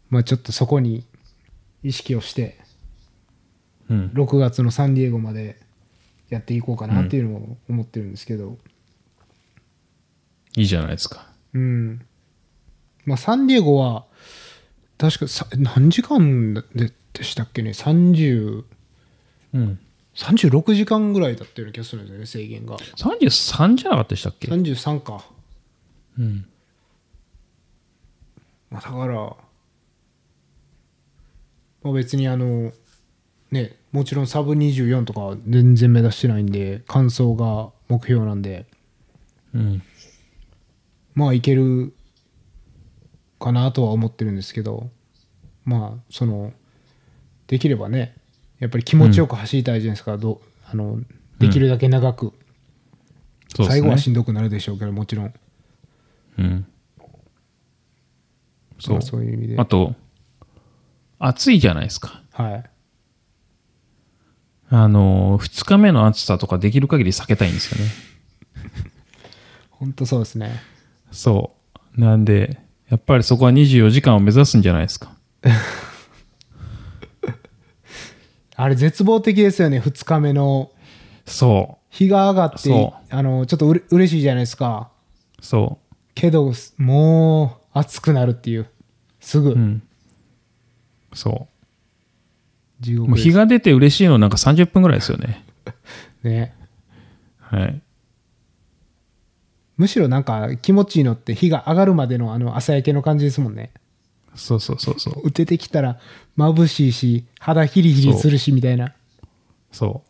[SPEAKER 2] まあちょっとそこに意識をして、
[SPEAKER 1] うん。
[SPEAKER 2] 6月のサンディエゴまでやっていこうかなっていうのを思ってるんですけど、
[SPEAKER 1] いいじゃないですか。
[SPEAKER 2] うん。まあサンディエゴは、確かさ、何時間ででしたっけね、30、
[SPEAKER 1] うん。
[SPEAKER 2] 36時間ぐらいだったような気がするんですよね制限が
[SPEAKER 1] 33じゃなかったでしたっけ
[SPEAKER 2] 33か
[SPEAKER 1] うん
[SPEAKER 2] まあ、だから、まあ、別にあのねもちろんサブ24とかは全然目指してないんで感想が目標なんで
[SPEAKER 1] うん
[SPEAKER 2] まあいけるかなとは思ってるんですけどまあそのできればねやっぱり気持ちよく走りたいじゃないですか、どうあのできるだけ長く、
[SPEAKER 1] そうですね
[SPEAKER 2] 最後はしんどくなるでしょうけどもちろん
[SPEAKER 1] うんそう
[SPEAKER 2] まあ、そういう意味で、
[SPEAKER 1] あと暑いじゃないですか
[SPEAKER 2] はい
[SPEAKER 1] あの2日目の暑さとかできる限り避けたいんですよね
[SPEAKER 2] 本当そうですね
[SPEAKER 1] そうなんでやっぱりそこは24時間を目指すんじゃないですか
[SPEAKER 2] あれ絶望的ですよね2日目の
[SPEAKER 1] そ
[SPEAKER 2] 日が上がって
[SPEAKER 1] そ
[SPEAKER 2] あのちょっとうれ嬉しいじゃないですか
[SPEAKER 1] うそ
[SPEAKER 2] けどすもう暑くなるっていうすぐ、
[SPEAKER 1] ううんそ
[SPEAKER 2] 地
[SPEAKER 1] う
[SPEAKER 2] 獄
[SPEAKER 1] もう
[SPEAKER 2] です
[SPEAKER 1] 日が出て嬉しいのなんか30分ぐらいですよね
[SPEAKER 2] ね
[SPEAKER 1] はい
[SPEAKER 2] むしろなんか気持ちいいのって日が上がるまでのあの朝焼けの感じですもんね
[SPEAKER 1] そうそうそうそう
[SPEAKER 2] 出てきたら眩しいし肌ヒリヒリするしみたいな
[SPEAKER 1] そ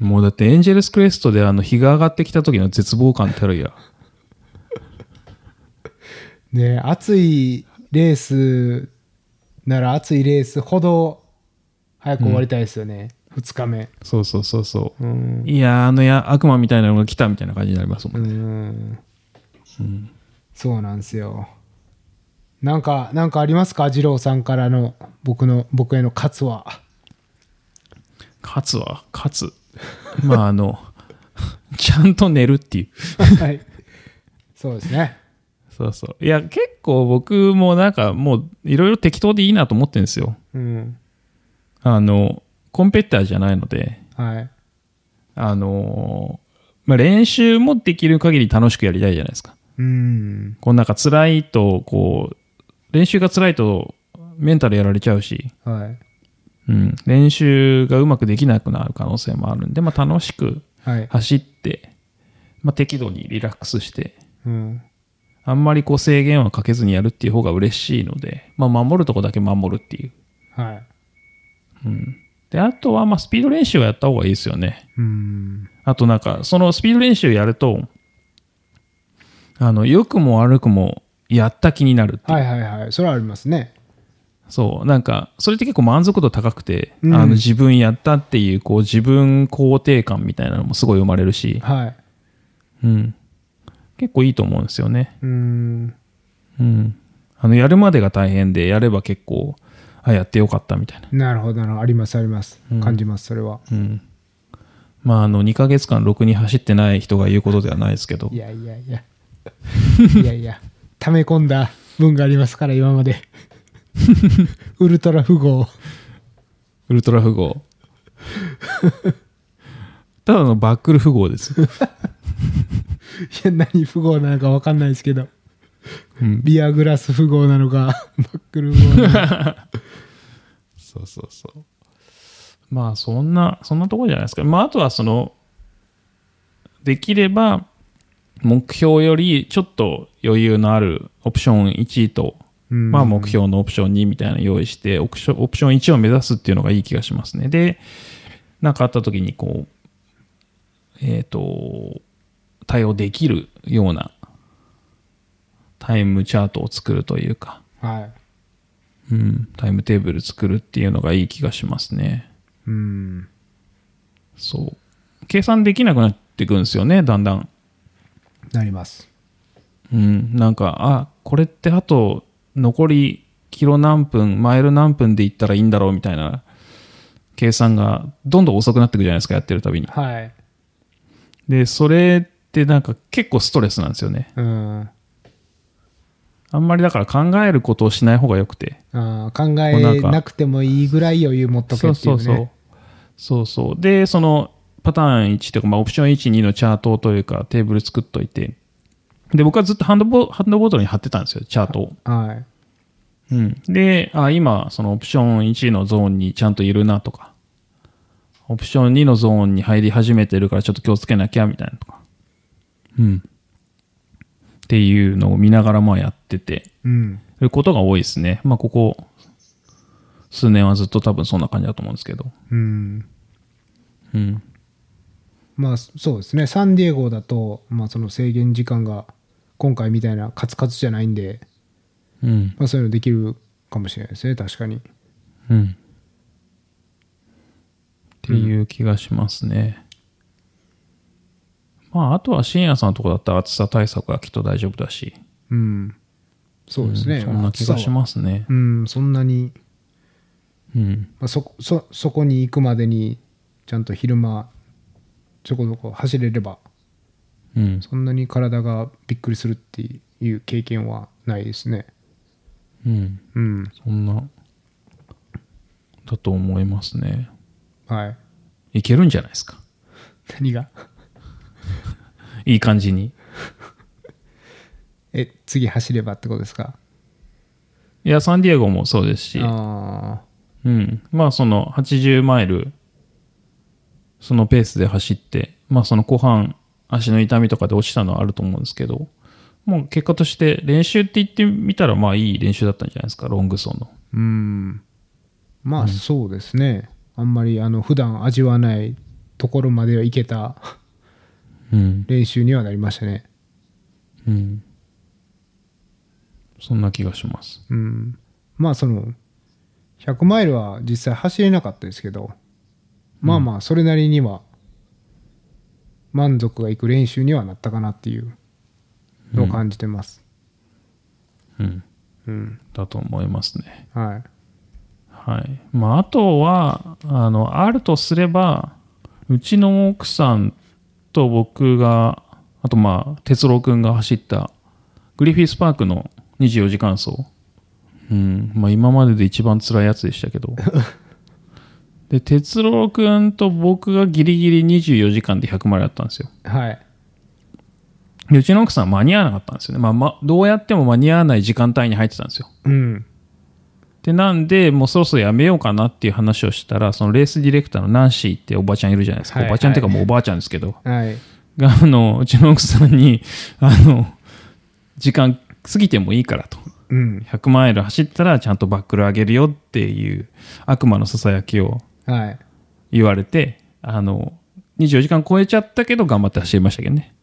[SPEAKER 1] うもうだってエンジェルスクエストであの日が上がってきた時の絶望感たるや
[SPEAKER 2] ね暑いレースなら暑いレースほど早く終わりたいですよね、2日目
[SPEAKER 1] そうそうそうそうう、
[SPEAKER 2] ん
[SPEAKER 1] いやーあのや悪魔みたいなのが来たみたいな感じになりますも
[SPEAKER 2] うん
[SPEAKER 1] ね、
[SPEAKER 2] んそうなんですよなんかなんかありますか二郎さんからの僕の僕への喝は
[SPEAKER 1] 勝つは勝つまああのちゃんと寝るっていう
[SPEAKER 2] はいそうですね
[SPEAKER 1] そうそういや結構僕もなんかもういろいろ適当でいいなと思ってるんですよ
[SPEAKER 2] うん
[SPEAKER 1] あのコンペッターじゃないので
[SPEAKER 2] はい
[SPEAKER 1] あのまあ、練習もできる限り楽しくやりたいじゃないですか
[SPEAKER 2] うん
[SPEAKER 1] こうなんか辛いと、こう、練習が辛いとメンタルやられちゃうし、
[SPEAKER 2] はい
[SPEAKER 1] うん、練習がうまくできなくなる可能性もあるんで、まあ楽しく
[SPEAKER 2] はい
[SPEAKER 1] 走って、まあ適度にリラックスして、
[SPEAKER 2] うん
[SPEAKER 1] あんまりこう制限はかけずにやるっていう方が嬉しいので、まあ守るとこだけ守るっていう。
[SPEAKER 2] はい
[SPEAKER 1] うん。で、あとはまあスピード練習はやった方がいいですよね。
[SPEAKER 2] うん
[SPEAKER 1] あとなんか、そのスピード練習やると、あの、良くも悪くもやった気になるっていう
[SPEAKER 2] はいはいはいそれはありますね
[SPEAKER 1] そう、なんか、それって結構満足度高くて、
[SPEAKER 2] うん
[SPEAKER 1] あの自分やったっていう、こう、自分肯定感みたいなのもすごい生まれるし、
[SPEAKER 2] はい
[SPEAKER 1] うん。結構いいと思うんですよね。
[SPEAKER 2] うん
[SPEAKER 1] うん。あの、やるまでが大変で、やれば結構、あ、やってよかったみたいな。
[SPEAKER 2] なるほどなるほどありますあります感じますそれは、
[SPEAKER 1] うん。まあ、あの、2ヶ月間、ろくに走ってない人が言うことではないですけど
[SPEAKER 2] い、やいやいやいやいや溜め込んだ分がありますから今までウルトラ富豪
[SPEAKER 1] ウルトラ富豪。 *laughs* ただのバックル富豪です。
[SPEAKER 2] いや何富豪なのか分かんないですけど
[SPEAKER 1] うん。
[SPEAKER 2] ビアグラス富豪なのかバックル富豪なのか
[SPEAKER 1] *laughs* そうそうそう。まあそんな、そんなところじゃないですか。まああとはその、できれば目標よりちょっと余裕のあるオプション1と、
[SPEAKER 2] うん
[SPEAKER 1] まあ目標のオプション2みたいなの用意して、オプション、オプション1を目指すっていうのがいい気がしますね。で、なんかあった時にこう、えっ、と、対応できるようなタイムチャートを作るというか、
[SPEAKER 2] は
[SPEAKER 1] う
[SPEAKER 2] い
[SPEAKER 1] ん、タイムテーブル作るっていうのがいい気がしますね。
[SPEAKER 2] うん
[SPEAKER 1] そう。計算できなくなってくるんですよね、だんだん。
[SPEAKER 2] なります
[SPEAKER 1] うん、なんか、あ、これってあと残りキロ何分、マイル何分で行ったらいいんだろうみたいな計算がどんどん遅くなってくるじゃないですか、やってるたびに。
[SPEAKER 2] はい
[SPEAKER 1] で、それってなんか結構ストレスなんですよね。
[SPEAKER 2] うんあ
[SPEAKER 1] あんまりだから考えることをしない方がよくて。
[SPEAKER 2] ー考えなくてもいいぐらい余裕持っとけっていうね
[SPEAKER 1] そうそうそうそうでそのパターン1というか、まあ、オプション12のチャートというかテーブル作っといてで僕はずっとハンドボハンドボードに貼ってたんですよチャートを、
[SPEAKER 2] はい
[SPEAKER 1] うん、であ今そのオプション1のゾーンにちゃんといるなとかオプション2のゾーンに入り始めてるからちょっと気をつけなきゃみたいなとか。うん。っていうのを見ながらまあやってて
[SPEAKER 2] うん。
[SPEAKER 1] ることが多いですね。まあここ数年はずっと多分そんな感じだと思うんですけど。
[SPEAKER 2] うん。
[SPEAKER 1] うん。
[SPEAKER 2] まあそうですね、サンディエゴだと、まあ、その制限時間が今回みたいなカツカツじゃないんで、
[SPEAKER 1] うん。
[SPEAKER 2] まあ、そういうのできるかもしれないですね、確かに。
[SPEAKER 1] うん。っていう気がしますね。まああとは深夜さんのとこだったら暑さ対策はきっと大丈夫だし。
[SPEAKER 2] うん、そうですね、
[SPEAKER 1] んそんな気がしますね
[SPEAKER 2] す。。うん、そんなに、
[SPEAKER 1] うん。
[SPEAKER 2] まあ、そこそそこに行くまでに、ちゃんと昼間、ちょこちょこ走れれば、
[SPEAKER 1] うん。
[SPEAKER 2] そんなに体がびっくりするっていう経験はないですね。
[SPEAKER 1] うん。
[SPEAKER 2] うん、
[SPEAKER 1] そんな、だと思いますね。
[SPEAKER 2] はい。
[SPEAKER 1] いけるんじゃないですか。
[SPEAKER 2] 何が
[SPEAKER 1] いい感じに。
[SPEAKER 2] *laughs* え、次走ればってことですか
[SPEAKER 1] いや、サンディエゴもそうですし、
[SPEAKER 2] ああ、
[SPEAKER 1] うん。まあ、その、80マイル、そのペースで走って、まあ、その後半、足の痛みとかで落ちたのはあると思うんですけど、もう結果として練習って言ってみたら、まあいい練習だったんじゃないですか、ロング走の。
[SPEAKER 2] うん。まあそうですね。あんまりあの普段味わわないところまでは行けた *laughs*
[SPEAKER 1] うん。
[SPEAKER 2] 練習にはなりましたね。
[SPEAKER 1] うん。そんな気がします。
[SPEAKER 2] うん。まあその100マイルは実際走れなかったですけど、まあまあそれなりには満足がいく練習にはなったかなっていうのを感じてます。
[SPEAKER 1] うん。
[SPEAKER 2] うん。
[SPEAKER 1] だと思いますね。
[SPEAKER 2] はい。
[SPEAKER 1] はい。まあ、あとは、あの、あるとすれば、うちの奥さんと僕が、あとまあ、哲郎くんが走った、グリフィスパークの24時間走。うん。まあ、今までで一番辛いやつでしたけど。で、哲郎くんと僕がギリギリ24時間で100マイルだったんですよ。
[SPEAKER 2] はい。
[SPEAKER 1] でうちの奥さんは間に合わなかったんですよね。まあ、まあ、どうやっても間に合わない時間帯に入ってたんですよ。
[SPEAKER 2] うん。
[SPEAKER 1] でなんでもうそろそろやめようかなっていう話をしたらそのレースディレクターのナンシーっておばちゃんいるじゃないですか、
[SPEAKER 2] はい
[SPEAKER 1] おばちゃんっていうかもうおばあちゃんですけど
[SPEAKER 2] はい。
[SPEAKER 1] があのうちの奥さんにあの時間過ぎてもいいからと
[SPEAKER 2] うん。
[SPEAKER 1] 100マイル走ったらちゃんとバックル上げるよっていう悪魔のささやきを
[SPEAKER 2] はい。
[SPEAKER 1] 言われてあの24時間超えちゃったけど頑張って走りましたけどね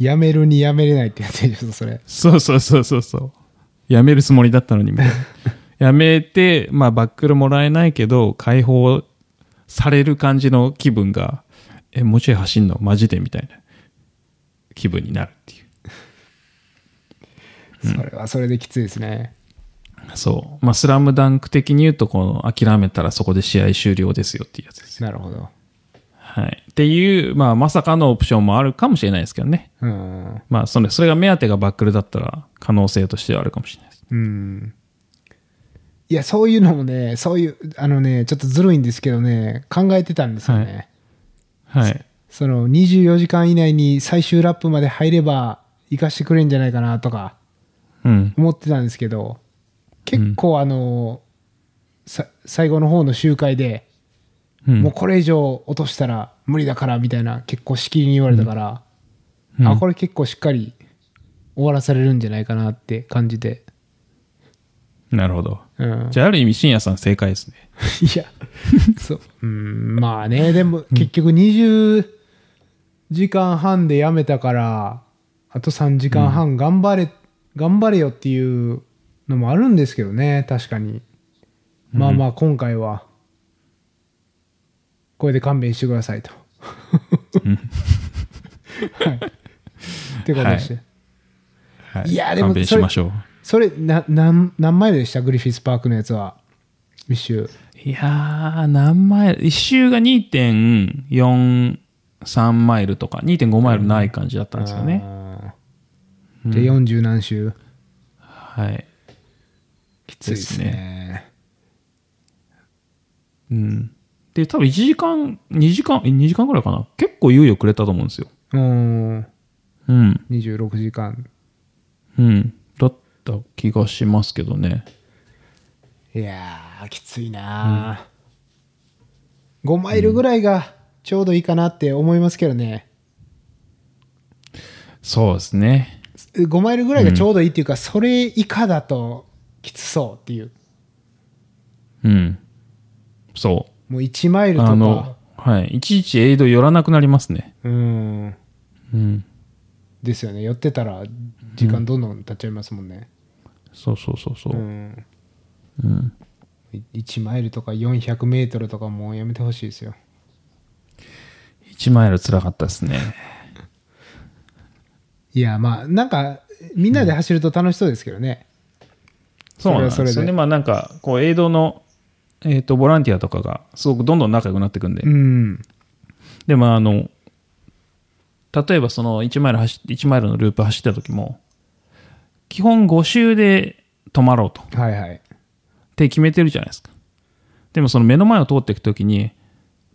[SPEAKER 2] やめるにやめれないってやつでしょ、それ。
[SPEAKER 1] そうそうそうそうそう。やめるつもりだったのにみたい *laughs* な。やめて、まあバックルもらえないけど、解放される感じの気分が、え、もうちょい走んのマジでみたいな気分になるっていう。
[SPEAKER 2] それはそれできついですね。
[SPEAKER 1] そう。まあスラムダンク的に言うと、この諦めたらそこで試合終了ですよっていうやつです。
[SPEAKER 2] なるほど。
[SPEAKER 1] はい。っていう、まあまさかのオプションもあるかもしれないですけどね。
[SPEAKER 2] うん。
[SPEAKER 1] まあそれそれが目当てがバックルだったら可能性としてはあるかもしれないです。
[SPEAKER 2] うん。いや、そういうのもね、そういう、あのね、ちょっとずるいんですけどね、考えてたんですよね。
[SPEAKER 1] ははい。
[SPEAKER 2] その24時間以内に最終ラップまで入れば、行かしてくれんじゃないかなとか
[SPEAKER 1] うん。
[SPEAKER 2] 思ってたんですけど、結構あの、さ最後の方の集会で、
[SPEAKER 1] うん
[SPEAKER 2] もうこれ以上落としたら無理だからみたいな、結構しきりに言われたから、
[SPEAKER 1] うん
[SPEAKER 2] あ、これ結構しっかり終わらされるんじゃないかなって感じで。
[SPEAKER 1] なるほど。
[SPEAKER 2] うん、
[SPEAKER 1] じゃあ、ある意味、深夜さん正解ですね。
[SPEAKER 2] いや、 *laughs* そう。うん、まあね、でも結局20時間半でやめたから、あと3時間半頑張れ、頑張れよっていうのもあるんですけどね、確かに。まあまあ、今回は、これで勘弁してくださいと。 *laughs* はい。ってことでして。
[SPEAKER 1] はい
[SPEAKER 2] やでも
[SPEAKER 1] 勘弁しましょう。
[SPEAKER 2] それ、な、何、何マイルでしたグリフィスパークのやつは。一周。
[SPEAKER 1] いやー、何マイル、一周が2.43マイルとか、2.5マイルない感じだったんですよね。
[SPEAKER 2] あーじゃあ40何周、
[SPEAKER 1] はい。
[SPEAKER 2] きついです
[SPEAKER 1] で
[SPEAKER 2] ね。
[SPEAKER 1] うん。で、多分1時間、2時間、2時間ぐらいかな。結構猶予くれたと思うんですよ。
[SPEAKER 2] うーん。
[SPEAKER 1] うん。
[SPEAKER 2] 26時間。
[SPEAKER 1] うん。だった気がしますけどね。
[SPEAKER 2] いやー、きついな5マイルぐらいがちょうどいいかなって思いますけどね、
[SPEAKER 1] そうですね。
[SPEAKER 2] 5マイルぐらいがちょうどいいっていうか、それ以下だときつそうっていう
[SPEAKER 1] うん。そ
[SPEAKER 2] もう1マイ
[SPEAKER 1] う。
[SPEAKER 2] ルと
[SPEAKER 1] あの
[SPEAKER 2] か、
[SPEAKER 1] はい。いちいちエイド寄らなくなりますね。
[SPEAKER 2] うん
[SPEAKER 1] うん。
[SPEAKER 2] ですよね寄ってたら時間どんどん経っちゃいますもんね、
[SPEAKER 1] そうそうそうそうう。
[SPEAKER 2] ん
[SPEAKER 1] うん。
[SPEAKER 2] 1マイルとか400メートルとかもうやめてほしいですよ
[SPEAKER 1] 1マイル辛かったですね。
[SPEAKER 2] いやまあなんかみんなで走ると楽しそうですけどね、
[SPEAKER 1] そうなんです
[SPEAKER 2] それはそ
[SPEAKER 1] よ
[SPEAKER 2] れで
[SPEAKER 1] ね。まあなんか、こう、エイドの、えっ、と、ボランティアとかが、すごくどんどん仲良くなっていくんで。
[SPEAKER 2] うん
[SPEAKER 1] で、まああの、例えばその1マイル走っ1マイルのループ走ってた時も、基本5周で止まろうと。
[SPEAKER 2] はいはい
[SPEAKER 1] って決めてるじゃないですか。でもその目の前を通っていくときに、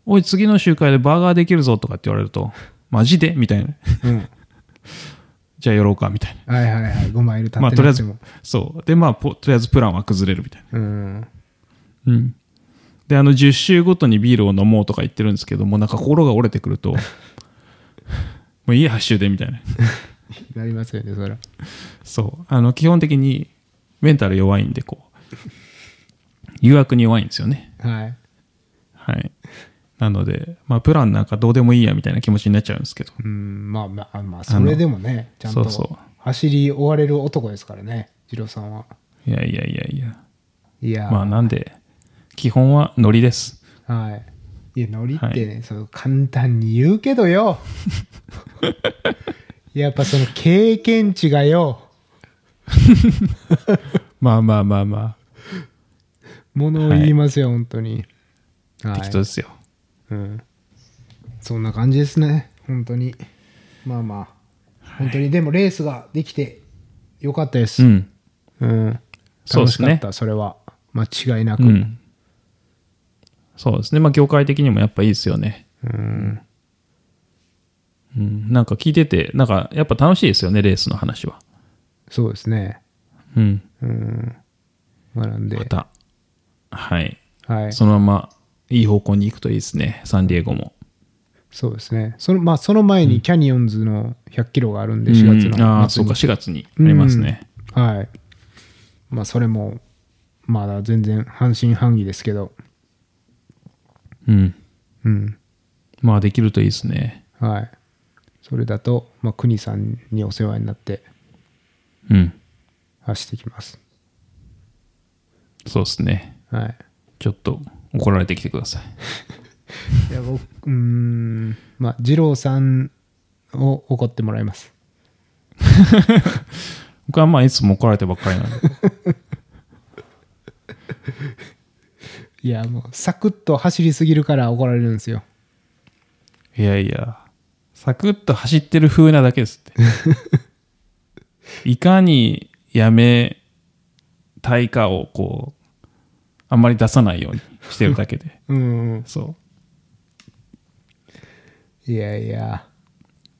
[SPEAKER 1] おい、次の集会でバーガーできるぞとかって言われると、マジでみたいな。
[SPEAKER 2] うんはい
[SPEAKER 1] じゃあやろうかみたい
[SPEAKER 2] はいはい5マイル経
[SPEAKER 1] な。まあ
[SPEAKER 2] ってなく
[SPEAKER 1] とりあえ
[SPEAKER 2] て
[SPEAKER 1] ず
[SPEAKER 2] も、
[SPEAKER 1] そう。で、まあ、ぽとりあえずプランは崩れるみたい
[SPEAKER 2] うん
[SPEAKER 1] な。うん。で、あの、10周ごとにビールを飲もうとか言ってるんですけども、なんか心が折れてくると、 *laughs* もういいや、8周でみたいな。
[SPEAKER 2] なりますよねそれ
[SPEAKER 1] そう。あの、基本的にメンタル弱いんで、こう、誘惑に弱いんですよね。
[SPEAKER 2] はい
[SPEAKER 1] はい。なので、まあ、プランなんかどうでもいいやみたいな気持ちになっちゃうんですけど。
[SPEAKER 2] うんまあまあまあそれでもねちゃんと
[SPEAKER 1] そうそう
[SPEAKER 2] 走り終われる男ですからね二郎さんはい
[SPEAKER 1] やいやいやいや。
[SPEAKER 2] いやー
[SPEAKER 1] まあ、なんで、基本はノリです。
[SPEAKER 2] はい。いや、ノリってね、その簡単に言うけどよ。やっぱその経験値がよ、
[SPEAKER 1] まあまあまあま
[SPEAKER 2] ものを言いますよ、本当に。
[SPEAKER 1] あ、
[SPEAKER 2] はい
[SPEAKER 1] 適当ですよ。
[SPEAKER 2] うん。そんな感じですね、本当に。まあまあ。本当に、でもレースができてよかったです。
[SPEAKER 1] うん。
[SPEAKER 2] うん。
[SPEAKER 1] そう
[SPEAKER 2] 楽
[SPEAKER 1] で
[SPEAKER 2] し
[SPEAKER 1] す
[SPEAKER 2] か
[SPEAKER 1] ね
[SPEAKER 2] った、それは。間違いなく。
[SPEAKER 1] うん。そうですね。まあ、業界的にもやっぱいいですよね。
[SPEAKER 2] うん
[SPEAKER 1] うん。なんか聞いてて、なんかやっぱ楽しいですよね、レースの話は。
[SPEAKER 2] そうですね。
[SPEAKER 1] うん。
[SPEAKER 2] うん。まあなんで
[SPEAKER 1] ま、た、はい。
[SPEAKER 2] はい。
[SPEAKER 1] そのまま、いい方向に行くといいですね、サンディエゴも。
[SPEAKER 2] そうですね。その、まあ、その前にキャニオンズの100キロがあるんで、4月の
[SPEAKER 1] う
[SPEAKER 2] 末
[SPEAKER 1] ん
[SPEAKER 2] に。
[SPEAKER 1] ああ、そうか、4月にありますね。
[SPEAKER 2] うん。はい。まあ、それも、まだ全然半信半疑ですけど、
[SPEAKER 1] うん。
[SPEAKER 2] うん。
[SPEAKER 1] まあ、できるといいですね。
[SPEAKER 2] はい。それだと、まあ、国さんにお世話になって
[SPEAKER 1] うん。
[SPEAKER 2] 走ってきます。
[SPEAKER 1] そうですね。
[SPEAKER 2] はい。
[SPEAKER 1] ちょっと怒られてきてください。
[SPEAKER 2] いや、僕、うーん、まあ、二郎さんを怒ってもらいます。
[SPEAKER 1] 僕はまあいつも怒られてばっかりなんで。
[SPEAKER 2] いや、もう、サクッと走りすぎるから怒られるんですよ。
[SPEAKER 1] いやいや、サクッと走ってる風なだけです *laughs* って。いかにやめたいかをこう、あんまり出さないようにしてるだけで。
[SPEAKER 2] うん。
[SPEAKER 1] *laughs* そ
[SPEAKER 2] いやいや、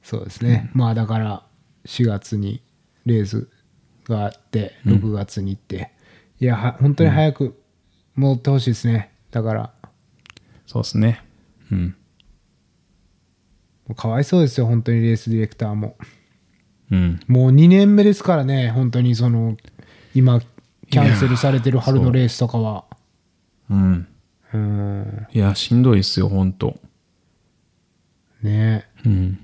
[SPEAKER 2] そうですね。まあだから、4月にレースがあって、6月に行って、いや、は本当に早く戻ってほしいですね。だから、
[SPEAKER 1] う。そうですね。うん。
[SPEAKER 2] もうかわいそうですよ、本当にレースディレクターも。
[SPEAKER 1] うん。
[SPEAKER 2] もう2年目ですからね、本当にその、今、キャンセルされてる春のレースとかは。
[SPEAKER 1] うん。
[SPEAKER 2] うーん、
[SPEAKER 1] いや、しんどいっすよ、ほんと。
[SPEAKER 2] ねえ
[SPEAKER 1] うん。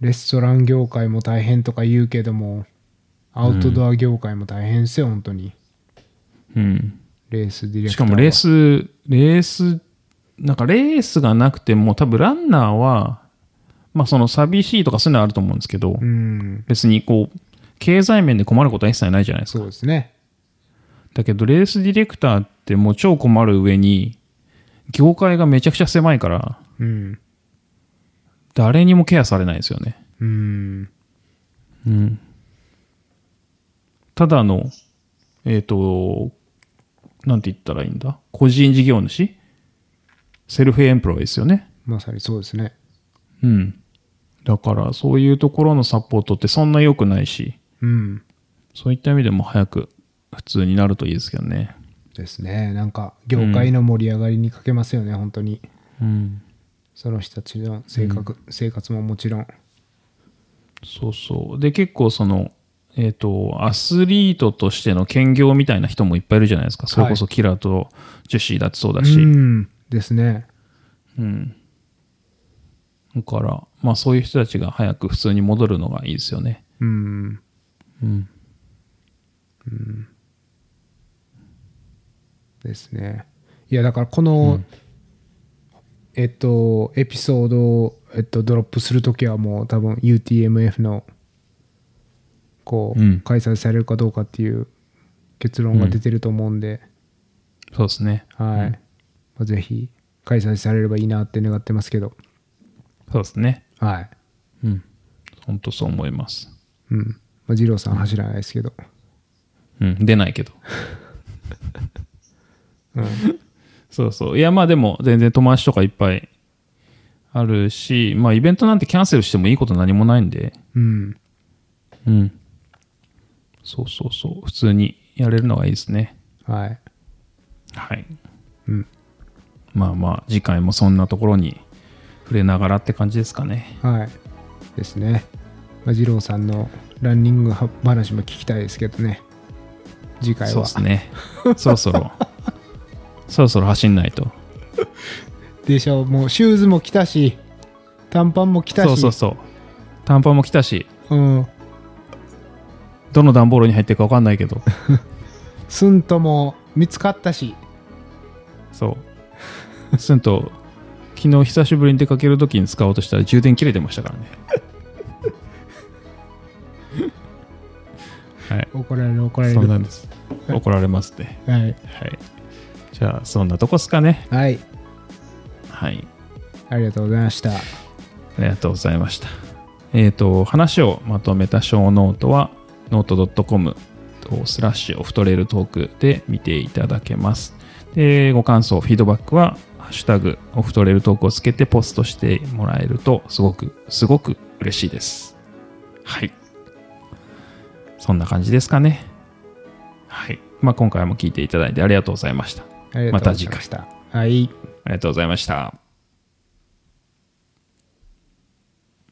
[SPEAKER 2] レストラン業界も大変とか言うけども、アウトドア業界も大変ですよ、本当に。
[SPEAKER 1] うん。
[SPEAKER 2] レースディレク
[SPEAKER 1] し
[SPEAKER 2] ター
[SPEAKER 1] か
[SPEAKER 2] は。
[SPEAKER 1] もレース、レース、なんかレースがなくても、多分ランナーは、まあその寂しいとかそういうのはあると思うんですけど、
[SPEAKER 2] うん、
[SPEAKER 1] 別にこう、経済面で困ることは一切ないじゃないですか。
[SPEAKER 2] そうですね。
[SPEAKER 1] だけど、レースディレクターってもう超困る上に、業界がめちゃくちゃ狭いから、
[SPEAKER 2] うん。
[SPEAKER 1] 誰にもケアされないですよね。
[SPEAKER 2] うん。
[SPEAKER 1] うん。ただの、えっ、と、なんて言ったらいいんだ個人事業主セルフエンプロイですよね。
[SPEAKER 2] まさにそうですね。
[SPEAKER 1] うん。だから、そういうところのサポートってそんな良くないし、
[SPEAKER 2] うん。
[SPEAKER 1] そういった意味でも早く普通になるといいですけどね。
[SPEAKER 2] ですねなんか業界の盛り上がりにかけますよね、本当に
[SPEAKER 1] うん、
[SPEAKER 2] その人たちの性格、生活ももちろん
[SPEAKER 1] そうそうで結構そのえっ、とアスリートとしての兼業みたいな人もいっぱいいるじゃないですかそれこそキラーとジェシーだってそうだし、
[SPEAKER 2] うんですね
[SPEAKER 1] うん。だから、まあそういう人たちが早く普通に戻るのがいいですよね。
[SPEAKER 2] うん
[SPEAKER 1] うん。
[SPEAKER 2] ですねいやだからこの、えっとエピソードを、えっと、ドロップする時はもう多分 UTMF のこう、
[SPEAKER 1] うん
[SPEAKER 2] 開催されるかどうかっていう結論が出てると思うんで、
[SPEAKER 1] そうですね。
[SPEAKER 2] はい、まあ、ぜひ開催されればいいなって願ってますけど
[SPEAKER 1] そうですね。
[SPEAKER 2] はい
[SPEAKER 1] うん。本当そう思います。
[SPEAKER 2] うんまあ、二郎さん走らないですけど、
[SPEAKER 1] うん。出ないけど。 *laughs*
[SPEAKER 2] うん、
[SPEAKER 1] そうそう。いや、まあでも全然友達とかいっぱいあるし、まあイベントなんてキャンセルしてもいいこと何もないんで、
[SPEAKER 2] うん、
[SPEAKER 1] うん。そうそうそう。普通にやれるのがいいですね。
[SPEAKER 2] はい
[SPEAKER 1] はい。
[SPEAKER 2] うん
[SPEAKER 1] まあまあ、次回もそんなところに触れながらって感じですかね。
[SPEAKER 2] はいですね、まあ、二郎さんのランニングは話も聞きたいですけどね次回
[SPEAKER 1] そう
[SPEAKER 2] は
[SPEAKER 1] ですね。そろそ
[SPEAKER 2] *laughs*
[SPEAKER 1] ろ、そろそろ走んないと。
[SPEAKER 2] でしょもうシューズも来たし短パンも来たし
[SPEAKER 1] そうそうそう。短パンも来たし、
[SPEAKER 2] うん、
[SPEAKER 1] どの段ボールに入ってるか分かんないけど、
[SPEAKER 2] スントも見つかったし
[SPEAKER 1] そう。すんと、昨日久しぶりに出かけるときに使おうとしたら充電切れてました *laughs* からね。はい。
[SPEAKER 2] 怒られる怒られ
[SPEAKER 1] そう
[SPEAKER 2] る
[SPEAKER 1] なんです。怒られますね。
[SPEAKER 2] はい、
[SPEAKER 1] はい。じゃあ、そんなとこっすかね。
[SPEAKER 2] はい、
[SPEAKER 1] はい。
[SPEAKER 2] ありがとうございました
[SPEAKER 1] ありがとうございました。えっ、と、話をまとめた小ノートは、ノート .com スラッシュオフトレールトークで見ていただけます。で、ご感想、フィードバックは、ハッシュタグ、オフトレールトークをつけてポストしてもらえると、すごく、すごく嬉しいです。はい。そんな感じですかね。はい。まあ、今回も聞いていただいてありがとうございました。
[SPEAKER 2] ありがとうございました、また次回はい
[SPEAKER 1] ありがとうございました。